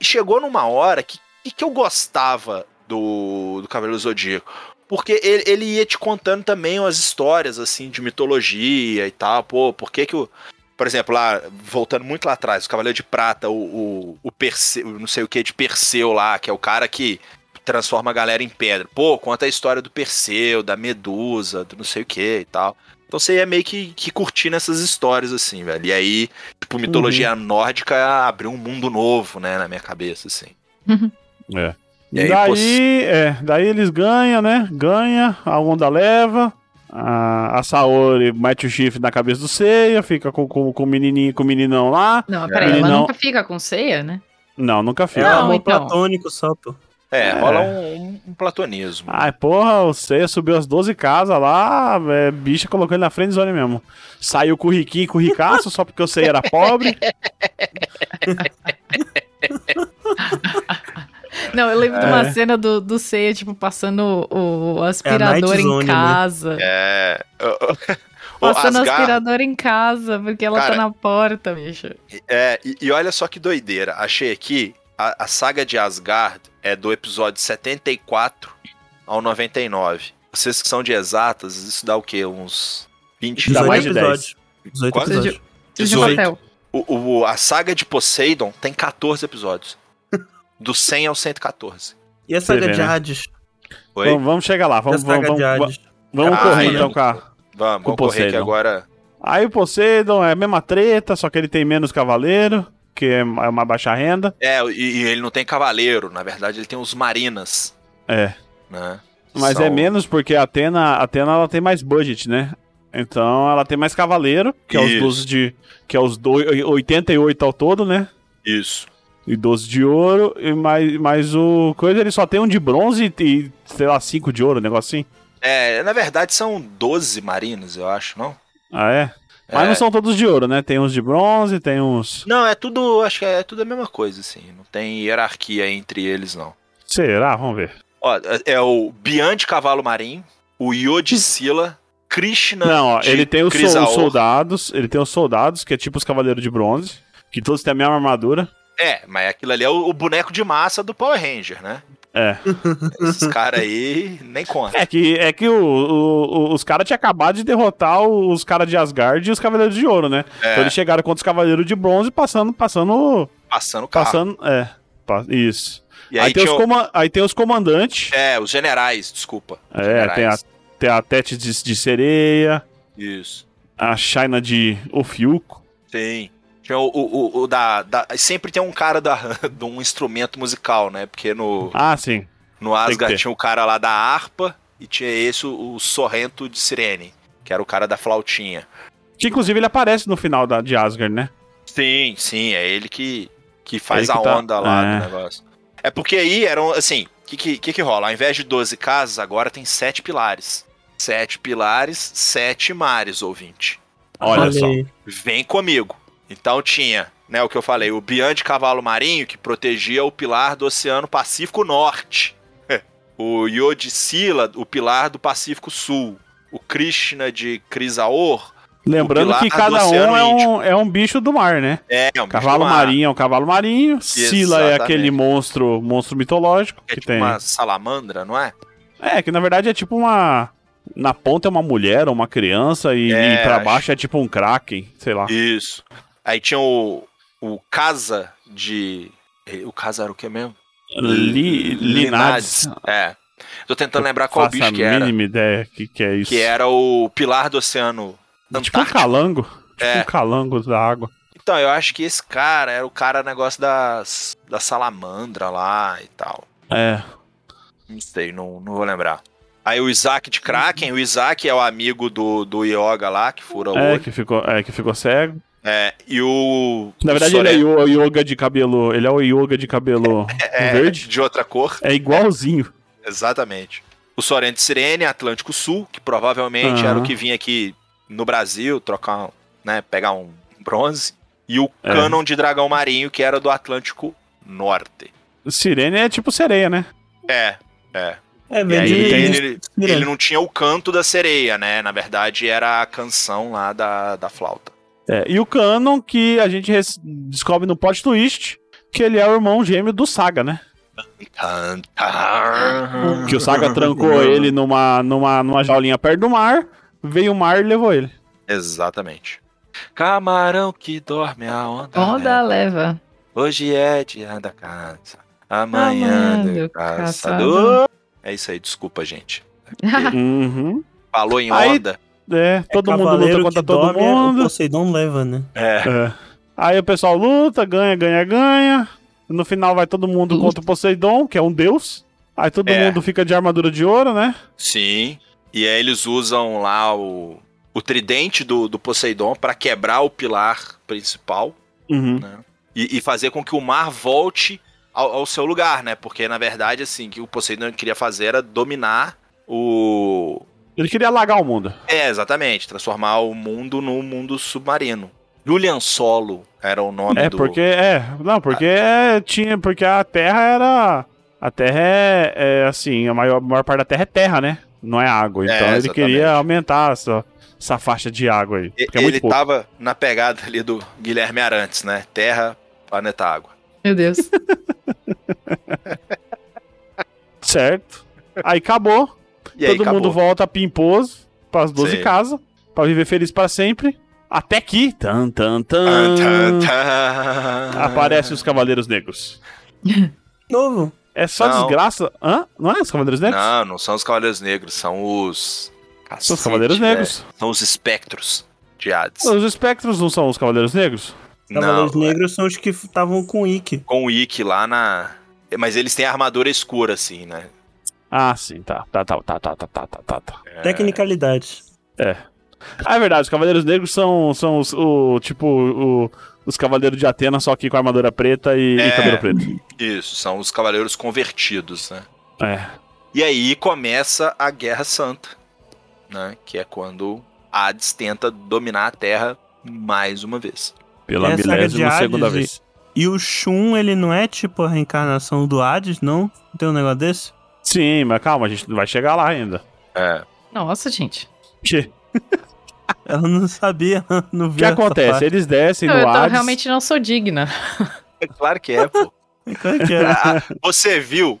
chegou numa hora que, que, que eu gostava do, do Cavaleiro Zodíaco. Porque ele, ele ia te contando também umas histórias, assim, de mitologia e tal. Pô, por que que o, Por exemplo, lá, voltando muito lá atrás, o Cavaleiro de Prata, o, o, o Perseu, não sei o que de Perseu lá, que é o cara que transforma a galera em pedra. Pô, conta a história do Perseu, da Medusa, do não sei o que e tal. Então você ia meio que, que curtindo essas histórias, assim, velho. E aí, tipo, mitologia nórdica abriu um mundo novo, né, na minha cabeça, assim. É. E aí, daí, pô, é, daí eles ganham, né? Ganha, a onda leva. A, a Saori mete o chifre na cabeça do Seiya, fica com, com, com o menininho, com o meninão lá. Não, mas peraí, ela Meninão- nunca fica com ceia, né? Não, nunca fica. É Não, amor então. platônico só, pô. É, É. Ah. rola um, um platonismo. Ai, porra, o Seiya subiu as 12 casas lá, é, bicha colocou ele na frente do zone mesmo. Saiu com o Riquinho e com o Ricaço, só porque o Seiya era pobre. Não, eu lembro de É. uma cena do, do Seiya, tipo, passando o, o aspirador Night Zone, em né? casa. É. O, o, Passando o Asgard- aspirador em casa, porque ela Cara, tá na porta, bicho. É, e, e olha só que doideira. Achei aqui, a, a saga de Asgard é do episódio 74 ao 99. Vocês que são de exatas, isso dá o quê? Uns 20 Dá mais de 18 episódios. 18 Quase episódios. Fiz de 18. papel. O, o- a saga de Poseidon tem 14 episódios. Do 100 ao 114. E a Você saga vê, de né? Hades? Oi? Vamos, vamos chegar lá, vamos, Da saga vamos, vamos, de vamos, Hades. vamos Ah, correr é. então, cara. Vamos, Com vamos correr que Poseidon. agora. Aí o Poseidon é a mesma treta, só que ele tem menos cavaleiro, que é uma baixa renda. É, e, e ele não tem cavaleiro, na verdade ele tem os marinas, É. né? Mas São- é menos porque a Atena, a Atena ela tem mais budget, né? Então ela tem mais cavaleiro, que é os Isso. 12 de. que é os do- 88 ao todo, né? Isso. E 12 de ouro, e mais, mais o coisa, ele só tem um de bronze e, sei lá, 5 de ouro, um negócio assim. É, na verdade são 12 marinas, eu acho, não? Ah, é? Mas É. não são todos de ouro, né? Tem uns de bronze, tem uns. Não, é tudo, acho que é tudo a mesma coisa, assim. Não tem hierarquia entre eles, não. Será? Vamos ver. Ó, é o Bian de Cavalo Marinho, o Yodicila, Krishna Não, ó, de ele tem os, sol- Crisaor. os soldados, ele tem os soldados, que é tipo os cavaleiros de bronze, que todos têm a mesma armadura. É, mas aquilo ali é o, o boneco de massa do Power Ranger, né? É. Esses caras aí nem conta. É que, é que o- o- o- os caras tinham acabado de derrotar os caras de Asgard e os Cavaleiros de Ouro, né? É. Então eles chegaram contra os Cavaleiros de Bronze passando, passando. Passando o carro. Passando. É. pa- Isso. E aí, aí tem os tinha o- coma- aí tem os comandantes. É, os generais, desculpa. Os É, tem a, generais. tem a Tete de, de sereia, Isso. a Shaina de Ofiuco. Tem. Tinha o, o, o- o da, da- Sempre tem um cara da, de um instrumento musical, né? Porque no, Ah, sim. no que Asgard ter. tinha o cara lá da harpa e tinha esse, o, o Sorrento de Sirene, que era o cara da flautinha. Que inclusive ele aparece no final da, de Asgard, né? Sim, sim, é ele que, que faz Ele que a tá- onda lá é. do negócio. É porque aí eram, assim, o que, que, que que rola? Ao invés de 12 casas, agora tem 7 pilares. 7 pilares, 7 mares, ouvinte. Olha só. aí. Vem comigo. Então tinha, né, o que eu falei, o Bian de Cavalo Marinho, que protegia o pilar do Oceano Pacífico Norte. o Yodicila, o pilar do Pacífico Sul. O Krishna de Crisaor. o Lembrando pilar que do cada um Oceano é Índico. um, é um bicho do mar, né? É, é um bicho Cavalo do mar. marinho é um cavalo marinho. Sila é Exatamente. aquele monstro, monstro mitológico É que tipo tem. uma salamandra, não é? É, que na verdade é tipo uma. Na ponta é uma mulher ou uma criança e, É, e pra acho. baixo é tipo um kraken, sei lá. Isso. Aí tinha o, o Casa de. O Casa era o que mesmo? Li, Linades. É. Tô tentando lembrar qual Faço bicho que a era. mínima ideia que, que é isso. Que era o Pilar do Oceano. Tipo um calango. Tipo É. um calango da água. Então, eu acho que esse cara era o cara negócio das, da salamandra lá e tal. É. Não sei, não, não vou lembrar. Aí o Isaac de Kraken, o Isaac é o amigo do, do Yoga lá, que fura o É olho. que, ficou, é, que ficou cego. É, e o. Na verdade, ele é Soren- o yoga de cabelo. Ele é o yoga de cabelo é, verde. de outra cor. É igualzinho. Exatamente. O Sorento Sirene, Atlântico Sul, que provavelmente Aham. era o que vinha aqui no Brasil, trocar, um- né, pegar um bronze. E o É. Canon de Dragão Marinho, que era do Atlântico Norte. Sirene é tipo sereia, né? É, é. É, E aí velho. ele, e- ele- é ele não tinha o canto da sereia, né? Na verdade, era a canção lá da, da flauta. É, e o Canon, que a gente res- descobre no plot twist, que ele é o irmão gêmeo do Saga, né? Tan, tan. Que o Saga trancou ele numa, numa, numa jaulinha perto do mar, veio o mar e levou ele. Exatamente. Camarão que dorme a onda. Onda leva. Hoje é dia da caça. Amanhã, Amanhã do do caçador. É isso aí, desculpa, gente. uhum. Falou em Aí- onda. É, todo mundo luta contra todo mundo. é Poseidon leva, né? É. Aí o pessoal luta, ganha, ganha, ganha. No final vai todo mundo contra o Poseidon, que é um deus. Aí todo É. mundo fica de armadura de ouro, né? Sim. E aí eles usam lá o, o tridente do, do Poseidon pra quebrar o pilar principal Uhum. e, e fazer com que o mar volte ao, ao seu lugar, né? Porque na verdade, assim, o que o Poseidon queria fazer era dominar o. Ele queria alagar o mundo. É, exatamente, transformar o mundo num mundo submarino. Julian Solo era o nome É, do. Ah. porque. É, não, porque é, tinha. Porque a terra era. A terra é, é, assim, a maior, a maior parte da terra é terra, né? Não é É, água. Então ele exatamente. queria aumentar essa, essa faixa de água aí. E- Porque Ele é tá muito pouco. tava na pegada ali do Guilherme Arantes, né? Terra, planeta, água. Meu Deus. Certo. Aí acabou. E aí Todo acabou. mundo volta pimposo pras 12 Sim. casas, pra viver feliz pra sempre. Até que tan, tan, Ah, tan, Ah, aparece os Cavaleiros Negros. Novo. É só Não. desgraça. Hã? Não é os Cavaleiros Negros? Não, não são os Cavaleiros Negros, são os. São os Cavaleiros Cacete, Negros. velho. São os espectros de Hades. Os espectros não são os Cavaleiros Negros? Não, é- Cavaleiros Negros são os que estavam com o Ikki. com o Ikki lá na. Mas eles têm armadura escura, assim, né? Ah, sim, tá. Tá, tá, tá, tá, tá, tá, tá, tá, tá. Tecnicalidades. É. Ah, é verdade, os Cavaleiros Negros são, são os, o, tipo, o- os Cavaleiros de Atena, só que com armadura preta e, e É. cabelo preto. Isso, são os Cavaleiros Convertidos, né? É. E aí começa a Guerra Santa, né? Que é quando Hades tenta dominar a Terra mais uma vez. Pela É a saga de Hades, E o Shun, ele não é tipo a reencarnação do Hades, não? Tem um negócio desse? Sim, mas calma, a gente vai chegar lá ainda. É. Nossa, gente. Ela não sabia, não O viu tá- que essa acontece? parte. Eles descem Não, do eu tô- Hades. realmente não sou digna. É claro que é, pô. claro que é. Ah, Você viu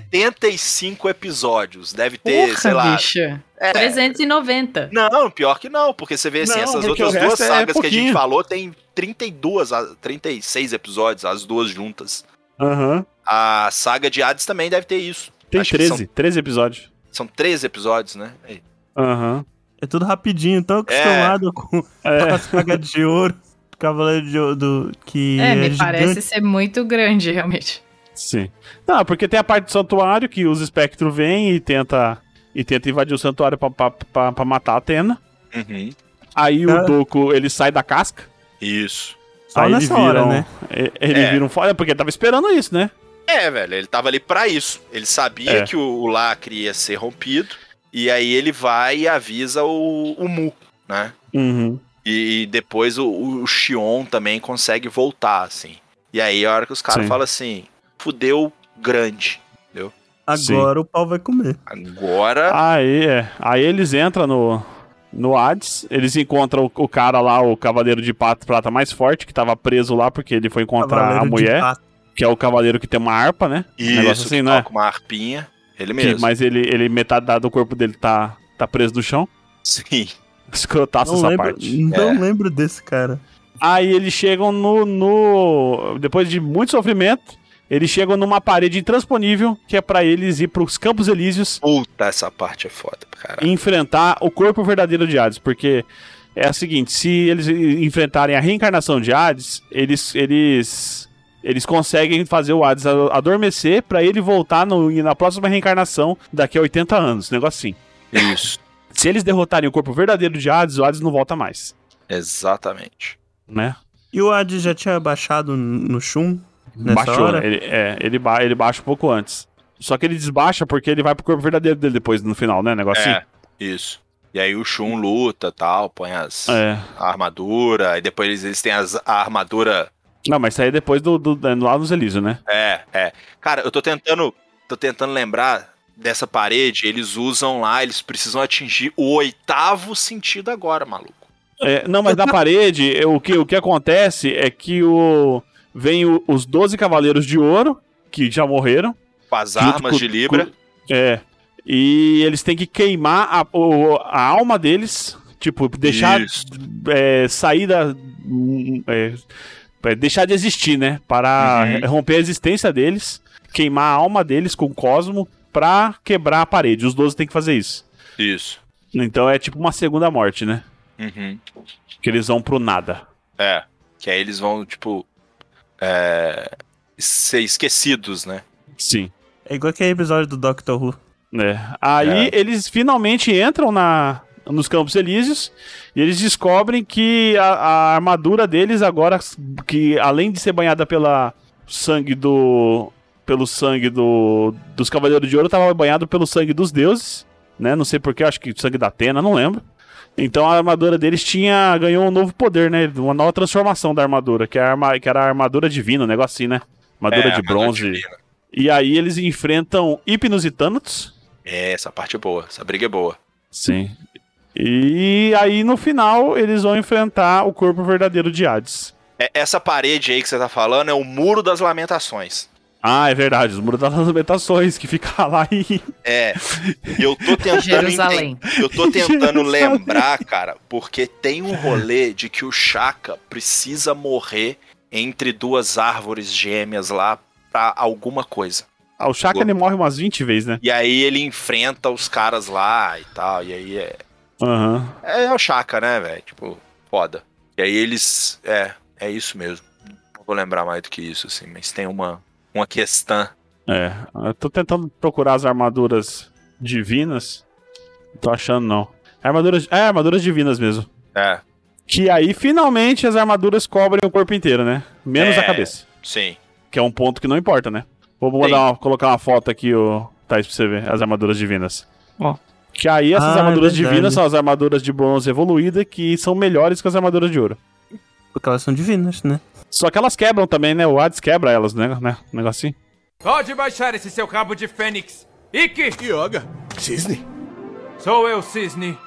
75 episódios. Deve ter, Porra, sei lá. bicha. É. 390. Não, pior que não, porque você vê assim, Não, essas porque outras o duas resto é sagas que a gente pouquinho. falou tem 32, a- 36 episódios, as duas juntas. Aham. A saga de Hades também deve ter isso. Tem Acho que 13, 13 episódios. São, são 13 episódios, né? É. Aham. É tudo rapidinho, tão acostumado com É. a saga de ouro, Cavaleiro de Ouro, do, que É, me gigante. parece ser muito grande, realmente. Sim. Não, porque tem a parte do santuário que os espectros vêm e tenta, e tenta invadir o santuário pra, pra, pra, pra matar a Atena. Uhum. Aí Ah. o Doku, ele sai da casca. Isso. Só aí nessa ele vira hora, um- né? e- Ele É. vira um foda, porque ele tava esperando isso, né? É, velho, ele tava ali pra isso. Ele sabia É. que o, o lacre ia ser rompido, e aí ele vai e avisa o, o Mu, né? Uhum. E, e depois o, o Xion também consegue voltar, assim. E aí é a hora que os caras Sim. falam assim, fudeu grande, entendeu? um- Agora o pau vai comer. Agora... Aí, é. Aí eles entram no, no Hades, eles encontram o, o cara lá, o cavaleiro de pato prata mais forte, que tava preso lá porque ele foi encontrar Cavaleiro a de mulher, Pato. que é o cavaleiro que tem uma harpa, né? Um Isso, negócio assim, que né? toca uma arpinha, ele Que- mesmo. mas ele, ele metade da- do corpo dele tá, tá preso no chão. Sim. Escrotaço não essa lembro, parte. É. não lembro desse cara. Aí eles chegam no, no. Depois de muito sofrimento, eles chegam numa parede intransponível, que é pra eles ir pros Campos Elíseos Puta, essa parte é foda, cara. e enfrentar o corpo verdadeiro de Hades. Porque é o seguinte: se eles enfrentarem a reencarnação de Hades, eles. eles eles conseguem fazer o Hades a- adormecer pra ele voltar no- na próxima reencarnação daqui a 80 anos, negócio assim. Isso, Se eles derrotarem o corpo verdadeiro de Hades, o Hades não volta mais, exatamente. né? E o Hades já tinha baixado no Shun? Nessa Baixou, hora? ele, é, ele, ba ele baixa um pouco antes. Só que ele desbaixa porque ele vai pro corpo verdadeiro dele depois, no final, né? Negócio assim. É, isso. E aí o Shun luta tal, põe as, É. a armadura, e depois eles, eles têm as, a armadura... Não, mas isso aí é depois do, do, do- lá nos Elísio, né? É, é. Cara, eu tô tentando, tô tentando lembrar dessa parede, eles usam lá, eles precisam atingir o oitavo sentido agora, maluco. É, não, mas na parede, é, o, que, o que acontece é que o vem o- os 12 Cavaleiros de Ouro, que já morreram. Com as junto armas com- de Libra. com- é. E eles têm que queimar a, o- a alma deles, Tipo, deixar é, sair da. é, é, deixar de existir, né? Para Uhum. romper a existência deles, queimar a alma deles com o cosmo pra quebrar a parede. Os 12 têm que fazer isso. Isso. Então é tipo uma segunda morte, né? Uhum. Que eles vão pro nada. É. Que aí eles vão, tipo. é, ser esquecidos, né? Sim. É igual aquele episódio do Doctor Who. É. Aí eles finalmente entram na nos Campos Elíseos e eles descobrem que a, a armadura deles agora que além de ser banhada pela sangue do pelo sangue do dos Cavaleiros de Ouro estava banhado pelo sangue dos deuses, né? Não sei porquê, acho que sangue da Atena, não lembro. Então a armadura deles tinha ganhou um novo poder, né? Uma nova transformação da armadura, que, é a arma, que era a armadura divina, um negócio assim, né? Armadura É, de armadura bronze. E aí eles enfrentam Hipnos e Thanatos. É, essa parte é boa. Essa briga é boa. Sim. E aí no final eles vão enfrentar o corpo verdadeiro de Hades. É, essa parede aí que você tá falando é o Muro das Lamentações. Ah, é verdade, os muros das lamentações que fica lá e. É. E eu tô tentando. Jerusalém. enten- Eu tô tentando Jerusalém. lembrar, cara, porque tem um rolê de que o Chaka precisa morrer entre duas árvores gêmeas lá pra alguma coisa. Ah, o Shaka ele morre umas 20 vezes, né? E aí ele enfrenta os caras lá e tal. E aí é. Aham. É, é o Chaka, né, velho? Tipo, foda. E aí eles. É, é isso mesmo. Não vou lembrar mais do que isso, assim, mas tem uma, uma questão. É. Eu tô tentando procurar as armaduras divinas. Não tô achando, não. Armaduras. É, armaduras divinas mesmo. É. Que aí finalmente as armaduras cobrem o corpo inteiro, né? Menos É, a cabeça. Sim. Que é um ponto que não importa, né? Vou mandar uma- colocar uma foto aqui, o Thaís, pra você ver. As armaduras divinas. Ó. Que aí essas Ah, é armaduras verdade. divinas são as armaduras de bronze evoluída que são melhores que as armaduras de ouro. Porque elas são divinas, né? Só que elas quebram também, né? O Hades quebra elas, né? né? Um negocinho. Pode baixar esse seu cabo de fênix. Ikki! Yoga! Cisne? Sou eu, Cisne.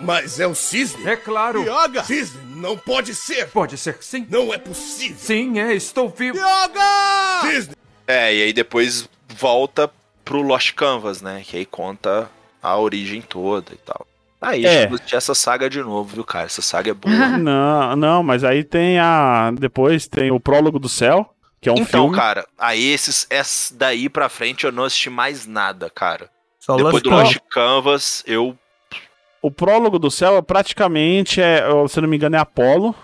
Mas é o cisne? É claro. Yoga! Cisne, não pode ser! Pode ser sim. Não é possível! Sim, é, estou vivo. Yoga! Cisne! É, e aí depois volta pro Lost Canvas, né? Que aí conta a origem toda e tal. Aí, É. é. essa saga de novo, viu, cara? Essa saga é boa. não, não, mas aí tem a. Depois tem o Prólogo do Céu, que é um então, filme. cara, aí esses, essa daí pra frente eu não assisti mais nada, cara. Só Depois Lost do Canvas. Lost Canvas, eu. O Prólogo do Céu é praticamente, é, eu- se eu não me engano, é Apolo.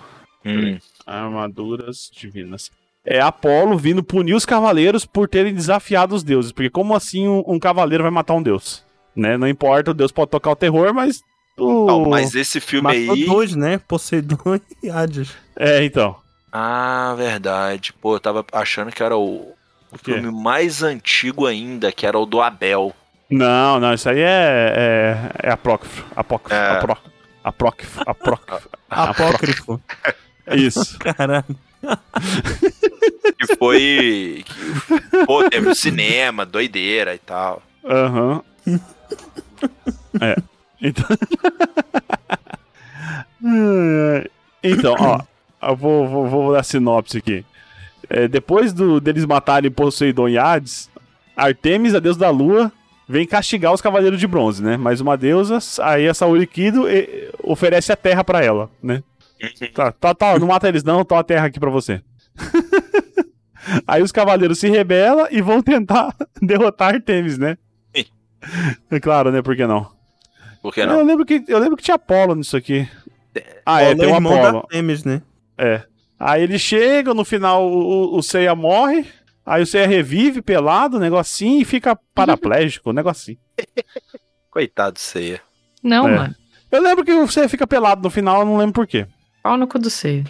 Hum. Armaduras divinas. É Apolo vindo punir os cavaleiros por terem desafiado os deuses. Porque como assim um, um cavaleiro vai matar um deus? Né? Não importa, o deus pode tocar o terror, mas. O... Não, mas esse filme Matou aí. dois, né? Poseidon e Hades. É, então. Ah, verdade. Pô, eu tava achando que era o, o quê? filme mais antigo ainda, que era o do Abel. Não, não, isso aí é. É, é apócrifo. Apócrifo. É. apró- Apócrifo. Apócrifo. Apócrifo. Isso. Caralho. Que foi. que- pô, teve o cinema, doideira e tal. Aham. é. Então. Ai, ai. então, ó. Eu vou, vou, vou dar sinopse aqui. É, depois do, deles matarem Poseidon e Hades, Artemis, a deusa da lua, vem castigar os cavaleiros de bronze, né? Mais uma deusa, aí essa Uriquido e- oferece a terra pra ela, né? Tá, tá, tá, não mata eles não, tô a terra aqui pra você. Aí os cavaleiros se rebelam e vão tentar derrotar Artemis, né? É claro, né? Por que não? Por que Eu não? lembro que, eu lembro que tinha Apolo nisso aqui. Ah, é, Apolo tem é um irmão da Apolo. Artemis, né? É. Aí eles chegam, no final o, o- o Seiya morre, aí o Seiya revive pelado, um negocinho, e fica paraplégico, um negocinho. Coitado de ceia. Não, É. mano. Eu lembro que o Seiya fica pelado no final, eu não lembro por quê. Pau no cu do seio.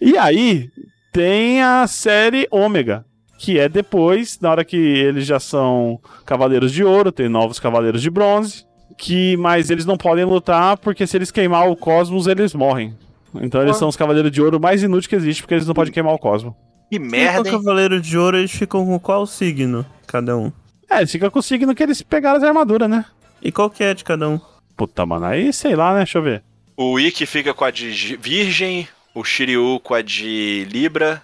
E aí tem a série Ômega, que é depois, na hora que eles já são Cavaleiros de Ouro, tem novos Cavaleiros de Bronze, que mas eles não podem lutar porque se eles queimar o Cosmos eles morrem. Então Ah. eles são os Cavaleiros de Ouro mais inúteis que existe porque eles não podem queimar o Cosmo. Que merda, Então, Cavaleiro de Ouro, eles ficam com qual signo? Cada um. É, eles ficam com o signo que eles pegaram as armaduras, né? E qual que é de cada um? Puta, mano, aí sei lá, né? Deixa eu ver. O Ikki fica com a de Gi- Virgem, o Shiryu com a de Libra,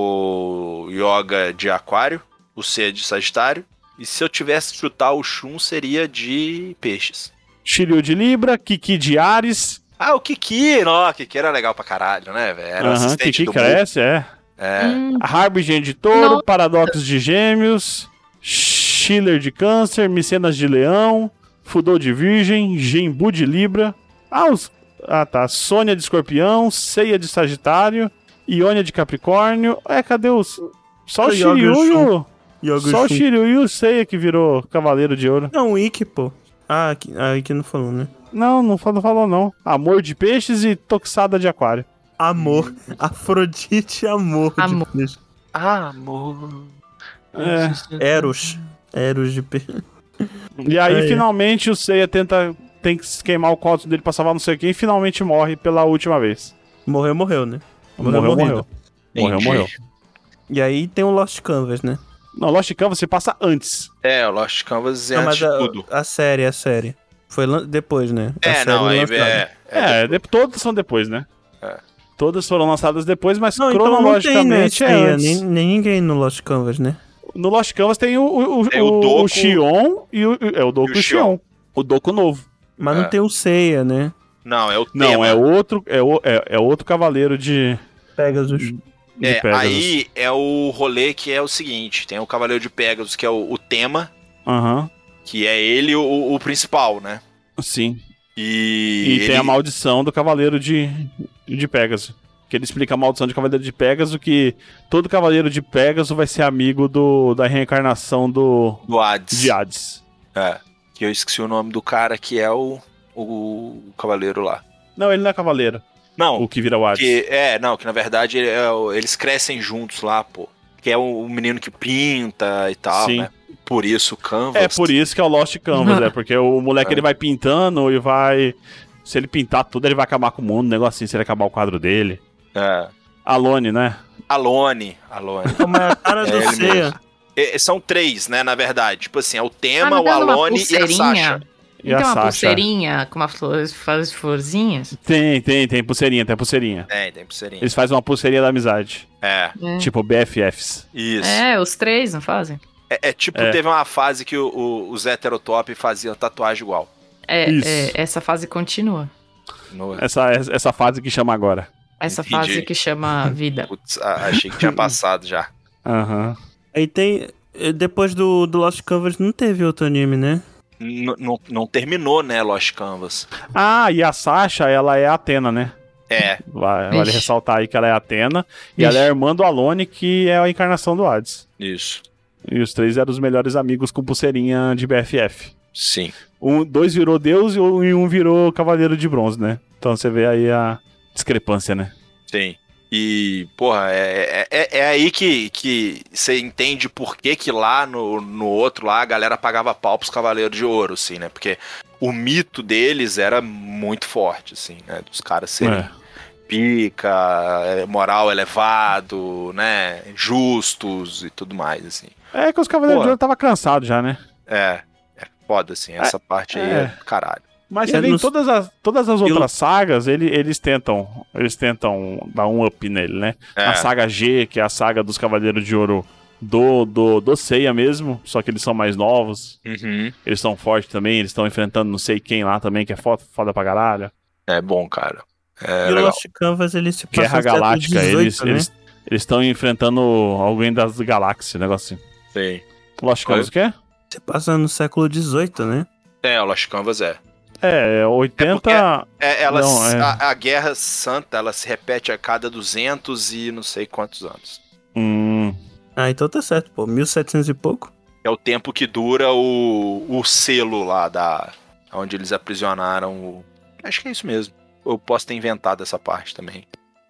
o Yoga de Aquário, o C de Sagitário. E se eu tivesse que chutar o Shun, seria de Peixes. Shiryu de Libra, Kiki de Ares. Ah, o Kiki, ó, o Kiki era legal pra caralho, né, velho? Era o Aham, assistente Kiki do cresce, é. É. Hum. Harbinger de Touro, Paradoxos de Gêmeos, Schiller de Câncer, Micenas de Leão, Fudou de Virgem, Gembu de Libra. Ah, os... ah, tá. Sônia de Escorpião, Ceia de Sagitário, Iônia de Capricórnio. É, cadê os. Só o O Yoga Shiryu e o. Yoga Só o Shun. Shiryu e o Seiya que virou Cavaleiro de Ouro. Não, o Ikki, pô. Ah, aqui, ah, aqui não falou, né? Não, não falou, não falou não. Amor de peixes e toxada de aquário. Amor. Afrodite amor. Amor. Amor. É. Eros. Eros de pe... E aí, Aí. finalmente, o Seiya tenta tem que se queimar o código dele pra salvar não sei quem e finalmente morre pela última vez. Morreu, morreu, né? Morreu, morreu. Morreu, morreu. Entendi. E aí tem o Lost Canvas, né? Não, Lost Canvas você passa antes. É, o Lost Canvas é antes de a, tudo. a série, a série. Foi lan- depois, né? A É, série não, aí lançada. é. É, de- todas são depois, né? Todas foram lançadas depois, mas Não, então não tem, né? cronologicamente é Seiya, antes. nem, nem ninguém no Lost Canvas, né? No Lost Canvas tem o, o, o, É o o- o Doku- Shion e o, é, o Doku e o Shion. O Doku novo. Mas não É. tem o Seiya, né? Não, é o Não, tema. é outro, é, o- é, é outro cavaleiro de. Pegasus. De É, Pegasus. aí é o rolê que é o seguinte: tem o Cavaleiro de Pegasus, que é o, o tema, Aham. que é ele o, o principal, né? Sim. E, E, tem ele- a maldição do Cavaleiro de, de Pegasus. Que ele explica a maldição de Cavaleiro de Pegasus, que todo Cavaleiro de Pegasus vai ser amigo do, da reencarnação do. Do Hades. De Hades. É, que eu esqueci o nome do cara que é o, o, Cavaleiro lá. Não, ele não é Cavaleiro. Não. O que vira o Hades. Que, é, não, que na verdade ele é o- eles crescem juntos lá, pô. Que é o, o menino que pinta e tal, Sim. né? Por isso o Canvas. É por isso que é o Lost Canvas, é. Porque o moleque ele vai pintando e vai. Se ele pintar tudo, ele vai acabar com o mundo, um negócio assim, se ele acabar o quadro dele. É. Alone, né? Alone. Alone. é a cara do Seiya. são três, né, na verdade. Tipo assim, é o tema, não o tem Ah, uma Alone e a pulseirinha? Sasha. E a Então, uma Sasha. pulseirinha com uma flor, faz florzinhas. Tem, tem, tem pulseirinha, tem pulseirinha. É, Tem, tem pulseirinha. Eles fazem uma pulseirinha da amizade. É. É. Tipo BFFs. Isso. É, os três não fazem? É, é tipo, É. teve uma fase que o, o, os heterotop faziam tatuagem igual. É, Isso. é, essa fase continua. Essa, essa fase que chama agora. Essa Entendi. fase que chama vida. Putz, a- achei que tinha passado já. Aham. Aí tem. eh, Depois do, do Lost Canvas não teve outro anime, né? N- não- não terminou, né, Lost Canvas. Ah, e a Sasha, ela é a Atena, né? É. Va- Vale Ixi. ressaltar aí que ela é a Atena. E Ixi. ela é a irmã do Alone, que é a encarnação do Hades. Isso. E os três eram os melhores amigos com pulseirinha de BFF. Sim. Um, dois virou Deus e um e um virou Cavaleiro de Bronze, né? Então você vê aí a discrepância, né? Tem. E, porra, é, é- é, é aí que, que você entende por que, que lá no, no outro lá a galera pagava pau pros Cavaleiros de Ouro, assim, né? Porque o mito deles era muito forte, assim, né? Dos caras serem É. pica, é, moral elevado, né? Justos e tudo mais, assim. É que os Cavaleiros Pô. de Ouro tava cansado já, né? É, é foda, assim, essa parte aí é. é do caralho. Mas você vê em todas as, todas as outras sagas, ele- eles tentam eles tentam dar um up nele, né? É. A saga G, que é a saga dos Cavaleiros de Ouro do, do, do Seiya mesmo, só que eles são mais novos. Uhum. Eles são fortes também, eles estão enfrentando não sei quem lá também, que é foda, foda pra caralho. É bom, cara. É e o legal. Lost Canvas ele se passa Guerra no século Galáctica, é 18, eles é né? eles eles estão enfrentando alguém das galáxias, negócio assim. Sim. Lost Canvas o é? quê? Se passa no século XVIII, né? É, o Lost Canvas é. É, 80... É, ela, Não, é. A, a Guerra Santa, ela se repete a cada 200 e não sei quantos anos. Hum. Ah, então tá certo, pô. 1700 e pouco. É o tempo que dura o, o selo lá da... Onde eles aprisionaram o... Acho que é isso mesmo. Eu posso ter inventado essa parte também.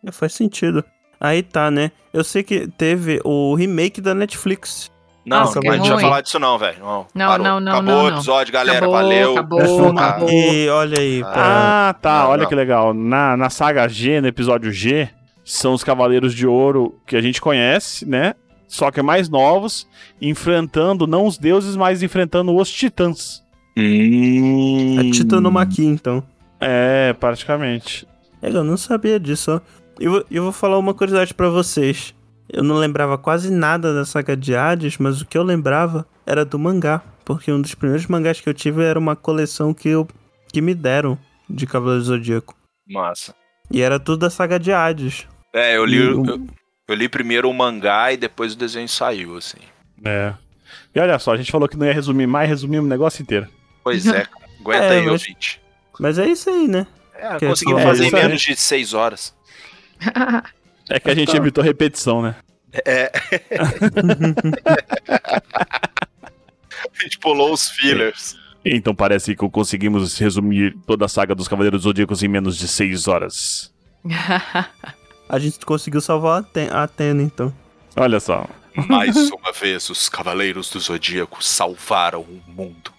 É, Faz sentido. Aí tá, né? Eu sei que teve o remake da Netflix. Não, Nossa, não mas adianta ruim. falar disso não, velho. Não, Não, parou. não, não, Acabou não, o não. episódio, galera. Acabou, valeu. acabou, acabou. E olha aí. Ah, tá. Não, olha não. que legal. Na, na saga G, no episódio G, são os Cavaleiros de Ouro que a gente conhece, né? Só que mais novos, enfrentando não os deuses, mas enfrentando os titãs. Hum. É Titanomaqui, então. É, praticamente. eu não sabia disso, ó. Eu, vou- eu vou falar uma curiosidade pra vocês. Eu não lembrava quase nada da saga de Hades, mas o que eu lembrava era do mangá. Porque um dos primeiros mangás que eu tive era uma coleção que eu que me deram de Cavaleiro do Zodíaco. Massa. E era tudo da saga de Hades. É, eu li, E eu, o- eu li primeiro o mangá e depois o desenho saiu, assim. É. E olha só, a gente falou que não ia resumir mais, resumimos o negócio inteiro. Pois é, cara. aguenta É, aí, mas- ouvinte. Mas é isso aí, né? É, Que conseguimos é fazer em isso aí. menos de seis horas. É que a gente Tá. evitou repetição, né? É. a gente pulou os fillers. Então parece que conseguimos resumir toda a saga dos Cavaleiros Zodíacos em menos de 6 horas. A gente conseguiu salvar a Aten- a Atena, então. Olha só. Mais uma vez, os Cavaleiros do Zodíaco salvaram o mundo.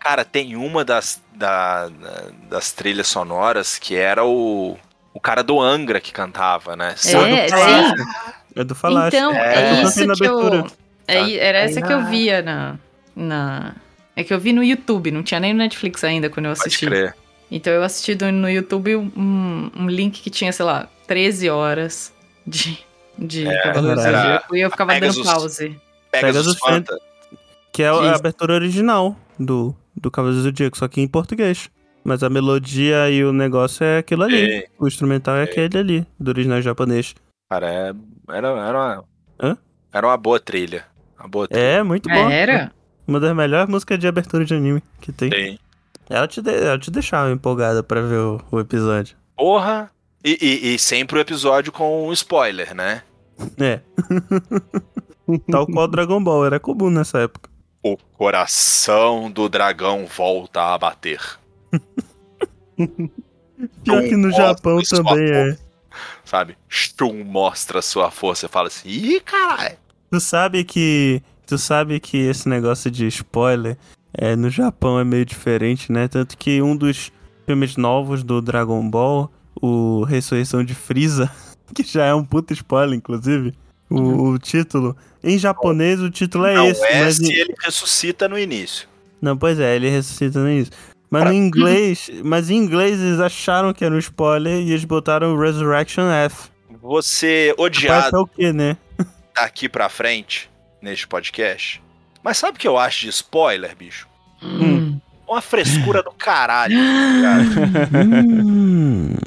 Cara, tem uma das, da- da- das trilhas sonoras que era o, o cara do Angra que cantava, né? É, sim. É do Falaste. Então, É, é, eu isso cantei na que eu. abertura. é i- era Tá. essa Ah. que eu via na, na. É que eu vi no YouTube, não tinha nem no Netflix ainda quando eu assisti. crer. Então eu assisti do- no YouTube um, um link que tinha, sei lá, 13 horas de, de É, Cavaleiros do era- Zodíaco, E eu ficava Pegasus- dando pause. Pegasus Pegasus Fan- Fanta. Que é a Isso. abertura original do, do Cavaleiro do Zodíaco, só que em português. Mas a melodia e o negócio é aquilo ali. É. O instrumental é, aquele ali, do original japonês. Cara, é- era, era, uma, Hã? era uma boa trilha. Uma boa trilha. É, muito bom. Era? Uma das melhores músicas de abertura de anime que tem. Tem. Ela te, de- ela te deixava empolgada pra ver o, o episódio. Porra! E, e- e sempre o episódio com um spoiler, né? É. Tal qual Dragon Ball, era comum nessa época. O coração do dragão volta a bater. Pior que no Nossa, Japão isso também é. Sabe? Shum mostra sua força e fala assim: Ih, caralho! Tu sabe que. Tu sabe que esse negócio de spoiler é, no Japão é meio diferente, né? Tanto que um dos filmes novos do Dragon Ball, o Ressurreição de Freeza, que já é um puta spoiler, inclusive, o, o título. Em japonês o título é Uhum. Não esse. é mas se em- ele ressuscita no início. Não, pois é, ele ressuscita nem isso. Mas no inglês. Mas em inglês eles acharam que era um spoiler e eles botaram Resurrection F. Você Passa odiado o quê, né? daqui pra frente, neste podcast. Mas sabe o que eu acho de spoiler, bicho? Hum. Uma frescura do caralho, cara.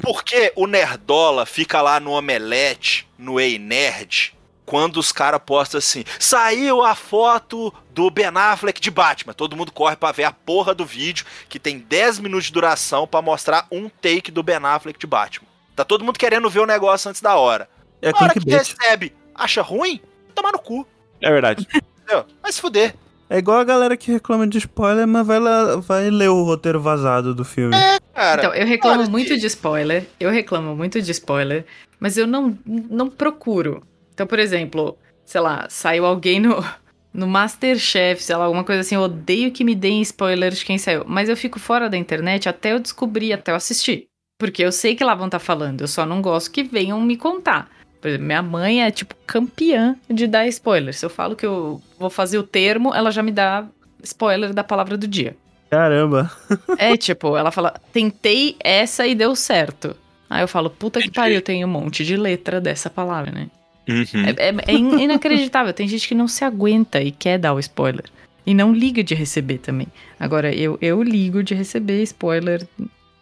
Porque o Nerdola fica lá no Omelete, no Ei Nerd, quando os caras postam assim: saiu a foto do Ben Affleck de Batman. Todo mundo corre pra ver a porra do vídeo, que tem 10 minutos de duração pra mostrar um take do Ben Affleck de Batman. Tá todo mundo querendo ver o negócio antes da hora. É Na hora que clickbait. recebe, acha ruim? Toma no cu. É verdade. Entendeu? Vai se fuder. É igual a galera que reclama de spoiler, mas vai, lá, vai ler o roteiro vazado do filme. É. então, eu reclamo muito de spoiler. Eu reclamo muito de spoiler. Mas eu não, não procuro. Então, por exemplo, sei lá, saiu alguém no, no Masterchef, sei lá, alguma coisa assim. Eu odeio que me deem spoiler de quem saiu. Mas eu fico fora da internet até eu descobrir, até eu assistir. Porque eu sei que lá vão estar falando. Eu só não gosto que venham me contar. Por exemplo, minha mãe é, tipo, campeã de dar spoiler. Se eu falo que eu vou fazer o termo, ela já me dá spoiler da palavra do dia. Caramba. É, tipo, ela fala, tentei essa e deu certo. Aí eu falo, puta que pariu, tem um monte de letra dessa palavra, né? Hum. É, é- é in- inacreditável. Tem gente que não se aguenta e quer dar o spoiler. E não liga de receber também. Agora, eu, eu ligo de receber spoiler,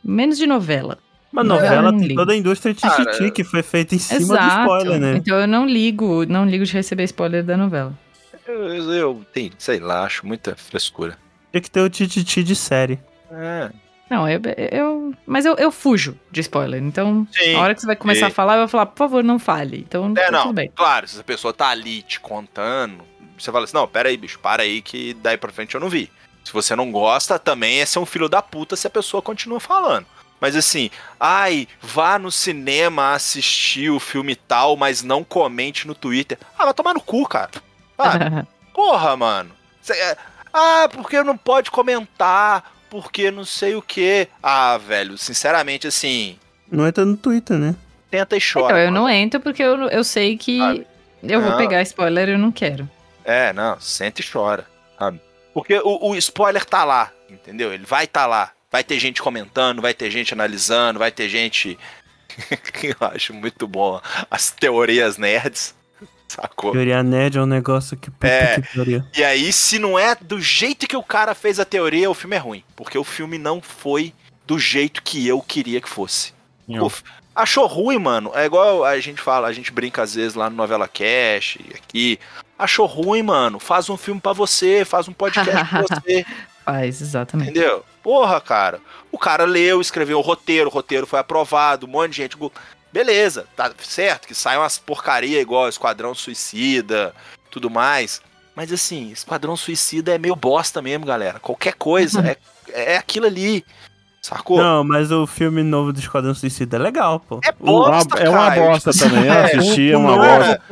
menos de novela. Mas Novela eu novela não tem ligo. toda a indústria Cara. tititi que foi feita em cima do spoiler, né? Então eu não ligo, não ligo de receber spoiler da novela. Eu, eu, eu tem, sei lá, acho muita frescura. Tinha que ter o tititi de série. É. Não, eu. eu- mas eu, eu fujo de spoiler. Então, Sim, a hora que você vai começar sim. a falar, eu vou falar, por favor, não fale. Então, É, tá não, tudo bem. claro, se a pessoa tá ali te contando, você fala assim, não, pera aí, bicho, para aí que daí pra frente eu não vi. Se você não gosta, também é ser um filho da puta se a pessoa continua falando. Mas assim, ai, vá no cinema assistir o filme tal, mas não comente no Twitter. Ah, vai tomar no cu, cara. Ah, porra, mano. Cê- é, ah, porque não pode comentar, porque não sei o quê. Ah, velho, sinceramente, assim, Não entra no Twitter, né? tenta e chora. Então, eu não entro porque eu, eu sei que eu vou Não. pegar spoiler e eu não quero. É, não, senta e chora. sabe? Porque o, o spoiler tá lá, entendeu? Ele vai tá lá. Vai ter gente comentando, vai ter gente analisando, vai ter gente. eu acho muito bom as teorias nerds. Sacou? Teoria nerd é um negócio que puta É. que pariu. E aí, se não é do jeito que o cara fez a teoria, o filme é ruim. Porque o filme não foi do jeito que eu queria que fosse. Não. Pô, f- achou ruim, mano. É igual a gente fala, a gente brinca às vezes lá no Novela Cash, aqui. Achou ruim, mano. Faz um filme pra você, faz um podcast pra você. Faz, exatamente. Entendeu? Porra, cara. O cara leu, escreveu o roteiro, o roteiro foi aprovado, um monte de gente. go- Beleza, tá certo que saiam umas porcaria igual Esquadrão Suicida, tudo mais. Mas assim, Esquadrão Suicida é meio bosta mesmo, galera. Qualquer Uhum. coisa é, é aquilo ali. Sacou? Não, mas o filme novo do Esquadrão Suicida é legal, pô. É bosta, É uma bosta também, eu assisti, é uma bosta.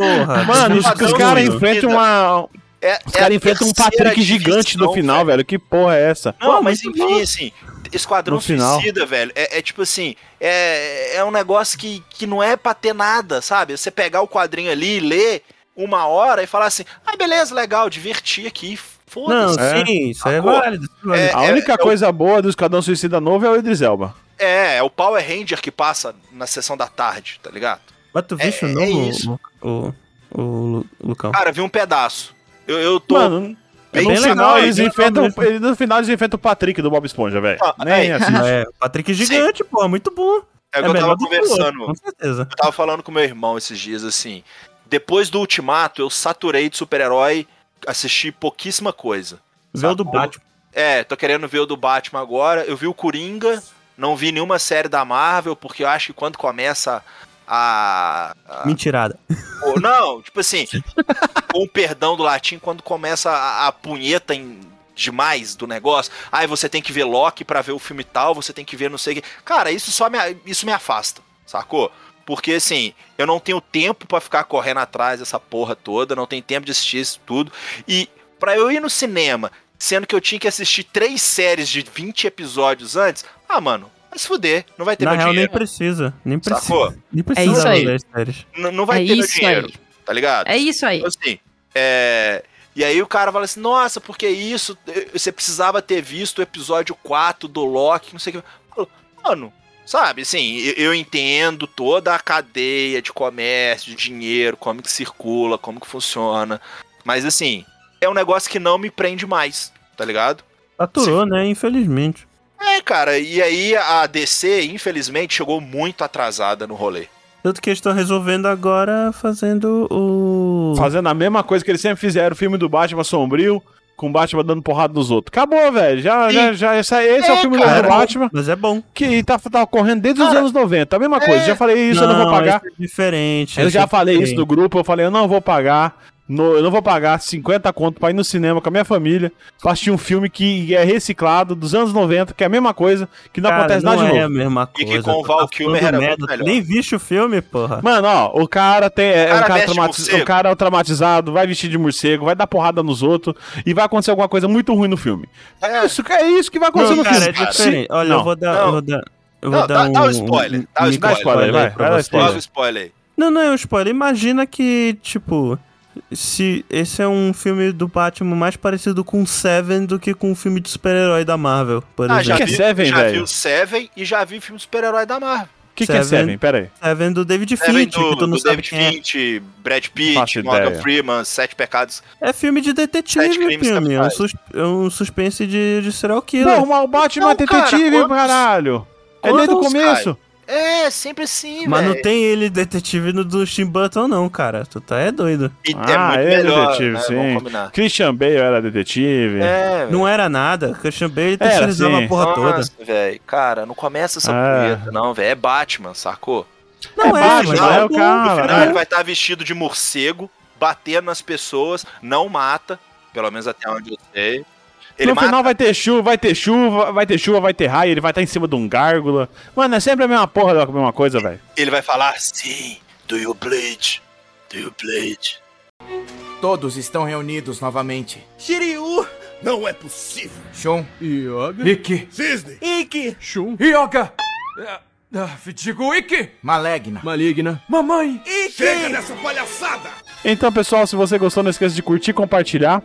Mano, isso Ah, que os caras enfrentam uma. É, Os caras enfrentam um Patrick gigante no final, velho. Que porra é essa? Não, mas enfim, assim, Esquadrão No final. Suicida, velho, é, é tipo assim, é, é um negócio que, que não é pra ter nada, sabe? Você pegar o quadrinho ali, ler uma hora e falar assim, ah, beleza, legal, diverti aqui, foda-se. Não, sim, isso é Sacou? válido. isso é válido. a única coisa boa do Escadão Suicida Novo é o Idris Elba. É, é o Power Ranger que passa na sessão da tarde, tá ligado? Mas tu viste é- o é novo, isso. o, o, o Lu- Lucão? Cara, vi um pedaço. Eu, eu tô... Mano, é É bem no, final, legal, eles hein? enfrentam, eles- no final eles enfrentam o Patrick do Bob Esponja, velho. Ah, Nem assim. é. assiste. É, Patrick Gigante, pô, muito bom. É o que eu melhor tava do que o outro, conversando. Com certeza. Eu tava falando com meu irmão esses dias assim. Depois do Ultimato, eu saturei de super-herói, assisti pouquíssima coisa. Vê o do Batman. É, tô querendo ver o do Batman agora. Eu vi o Coringa, não vi nenhuma série da Marvel, porque eu acho que quando começa a. a- Mentirada. Pô, não, tipo assim, com o perdão do latim, quando começa a, a punheta em- demais do negócio, aí você tem que ver Loki pra ver o filme tal, você tem que ver não sei o que. Cara, isso só me, a- isso me afasta, sacou? Porque assim, eu não tenho tempo pra ficar correndo atrás dessa porra toda, não tenho tempo de assistir isso tudo. E pra eu ir no cinema, sendo que eu tinha que assistir três séries de 20 episódios antes, ah, mano, vai se fuder, não vai ter Na meu real, nem dinheiro. precisa. Nem precisa. Sacou? Nem É precisa isso aí. das séries. N- não vai É ter meu isso dinheiro. aí. Tá ligado? É isso aí. Então, assim, é, E aí o cara fala assim, nossa, porque isso? Eh, Você precisava ter visto o episódio 4 do Loki, não sei o que. Falo, Mano, sabe, assim, eu, eu entendo toda a cadeia de comércio, de dinheiro, como que circula, como que funciona. Mas assim, é um negócio que não me prende mais, tá ligado? Saturou, né? Infelizmente. É, cara, e aí a DC, infelizmente, chegou muito atrasada no rolê. Tanto que eles estão resolvendo agora fazendo o. Fazendo a mesma coisa que eles sempre fizeram, o filme do Batman sombrio, com o Batman dando porrada nos outros. Acabou, velho. Já, Sim. já, já, essa- esse é, o É, filme cara. novo do Batman. Mas é bom. Que tá, tá ocorrendo desde os anos 90. A mesma coisa. Já falei isso, eu não vou pagar. esse é diferente. Eu esse já é falei isso diferente. no grupo, eu falei, eu não vou pagar. no- eu não vou pagar 50 conto pra ir no cinema com a minha família pra assistir um filme que é reciclado dos anos 90, que é a mesma coisa, que não Cara, acontece nada não de é novo. a mesma coisa. com o tá Val falando Kilmer era muito merda, tu melhor. Nem viste o filme, porra. Mano, ó, o cara tem. É O cara um, cara veste traumati- morcego. um cara traumatizado, vai vestir de morcego, vai dar porrada nos outros e vai acontecer alguma coisa muito ruim no filme. É isso, que- é isso que vai acontecer Não, no cara, é filme. diferente. Se- Olha, não. eu vou dar. Eu vou dar, eu vou Não, dar dá, um, dá o spoiler, dá o um spoiler. micro-spoiler vai, aí pra vai dar vocês. spoiler. Dá o spoiler aí. Não, não é um spoiler. Imagina que, tipo, se esse é um filme do Batman mais parecido com Seven do que com um filme de super-herói da Marvel, por Ah, já exemplo. vi, já vi velho? o Seven e já vi o filme do super-herói da Marvel. que que é Seven? Pera aí. Seven do David Seven Fincher, do, que tu não do sabe David quem é. Finch, Brad faço Pitt, Morgan ideia. Freeman, Sete Pecados. É filme de detetive, Sete crimes filme. É um, capitais. sus- é um suspense de, de serial killer. Não, mas o Batman é Não, cara, detetive, quantos- caralho. É desde o Quantos, começo. cara? É, sempre assim, Mas não velho. tem ele detetive no do Tim Burton, não, cara. Tu tá é doido. E é Ah, muito ele é melhor, detetive, né? Vamos combinar. sim. Christian Bale era detetive. É, velho. Não era nada. Christian Bale terceirizava sim. a porra toda. Nossa, velho, cara, não começa essa É. punheta, não, velho. É Batman, sacou? Não é, é, Batman, mas é é o bom. cara. No Ah, final é. ele vai estar vestido de morcego, batendo nas pessoas, não mata, pelo menos até onde eu sei. Ele no mata final vai ter chuva, vai ter chuva, vai ter chuva, vai ter raio, ele vai estar em cima de um gárgula. Mano, é sempre a mesma porra, a mesma coisa, velho. Ele vai falar sim, do you bleed? Do you bleed? Todos estão reunidos novamente. Shiryu! Não é possível. Shun. Yoga. Ikki. Cisne. Ikki. Shun. Yoga! Ah, ah, digo Ikki! Malegna. Maligna. Mamãe! Chega dessa palhaçada. Então, pessoal, se você gostou, não esqueça de curtir e compartilhar.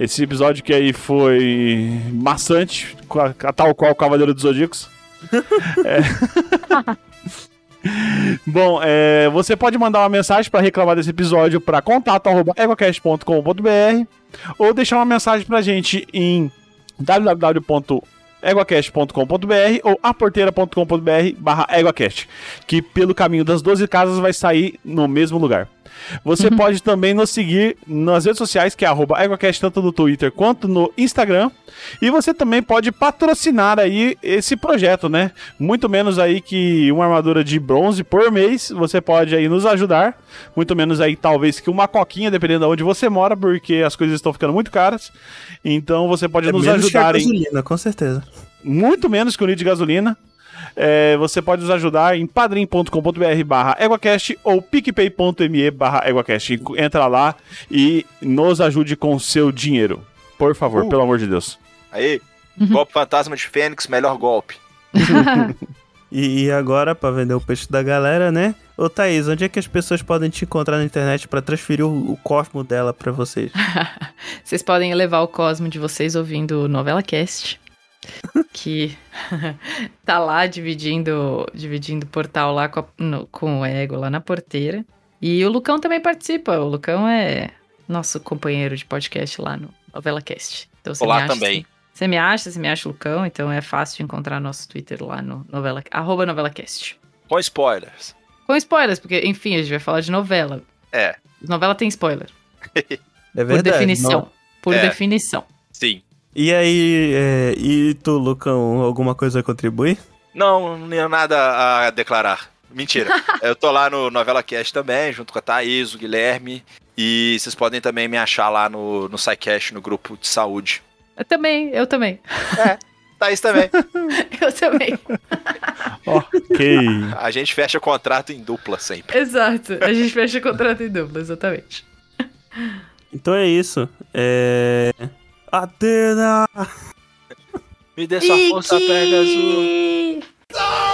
Esse episódio que aí foi maçante, com a- a tal qual o Cavaleiro dos Zodíacos. É. Bom, é, você pode mandar uma mensagem para reclamar desse episódio para contato@egocast.com.br ou deixar uma mensagem pra gente em www.eguacast.com.br ou aporteira.com.br barra eguacast, que pelo caminho das 12 casas vai sair no mesmo lugar. Você pode também nos seguir nas redes sociais, que é arroba EguaCast, tanto no Twitter quanto no Instagram. E você também pode patrocinar aí esse projeto, né? Muito menos aí que uma armadura de bronze por mês, você pode aí nos ajudar. Muito menos aí talvez que uma coquinha, dependendo de onde você mora, porque as coisas estão ficando muito caras. Então você pode É nos menos que a ajudar em... gasolina, com certeza. Muito menos que o litro de gasolina. É, você pode nos ajudar em padrim.com.br barra EguaCast ou picpay.me barra EguaCast. Entra lá e nos ajude com o seu dinheiro. Por favor, Uh. pelo amor de Deus. Aí, Uhum. golpe fantasma de Fênix, melhor golpe. E, e agora, pra vender o peixe da galera, né? Ô Thaís, onde é que as pessoas podem te encontrar na internet pra transferir o, o cosmo dela pra vocês? Vocês podem elevar o cosmo de vocês ouvindo o Novela Cast, que tá lá dividindo dividindo o portal lá com, a- no- com o Ego lá na porteira. E o Lucão também participa. O Lucão é nosso companheiro de podcast lá no Novela Cast. Então, você Olá me acha, também. Você me acha, você me acha o Lucão, então é fácil encontrar nosso Twitter lá no novela, arroba novelacast. Com spoilers. Com spoilers, porque, enfim, a gente vai falar de novela. É. Novela tem spoiler. É Por verdade. definição. não? Por É. definição. Sim. E aí, é, e tu, Lucão, alguma coisa a contribuir? Não, não tenho nada a declarar. Mentira. Eu tô lá no Novela Cast também, junto com a Thaís, o Guilherme. E vocês podem também me achar lá no, no SciCast, no grupo de saúde. Eu também, eu também. É, Thaís também. eu também. Ok. A gente fecha contrato em dupla sempre. Exato. A gente fecha o contrato em dupla, exatamente. Então é isso. É. Atena! Me dê sua força, Pegasus. Não!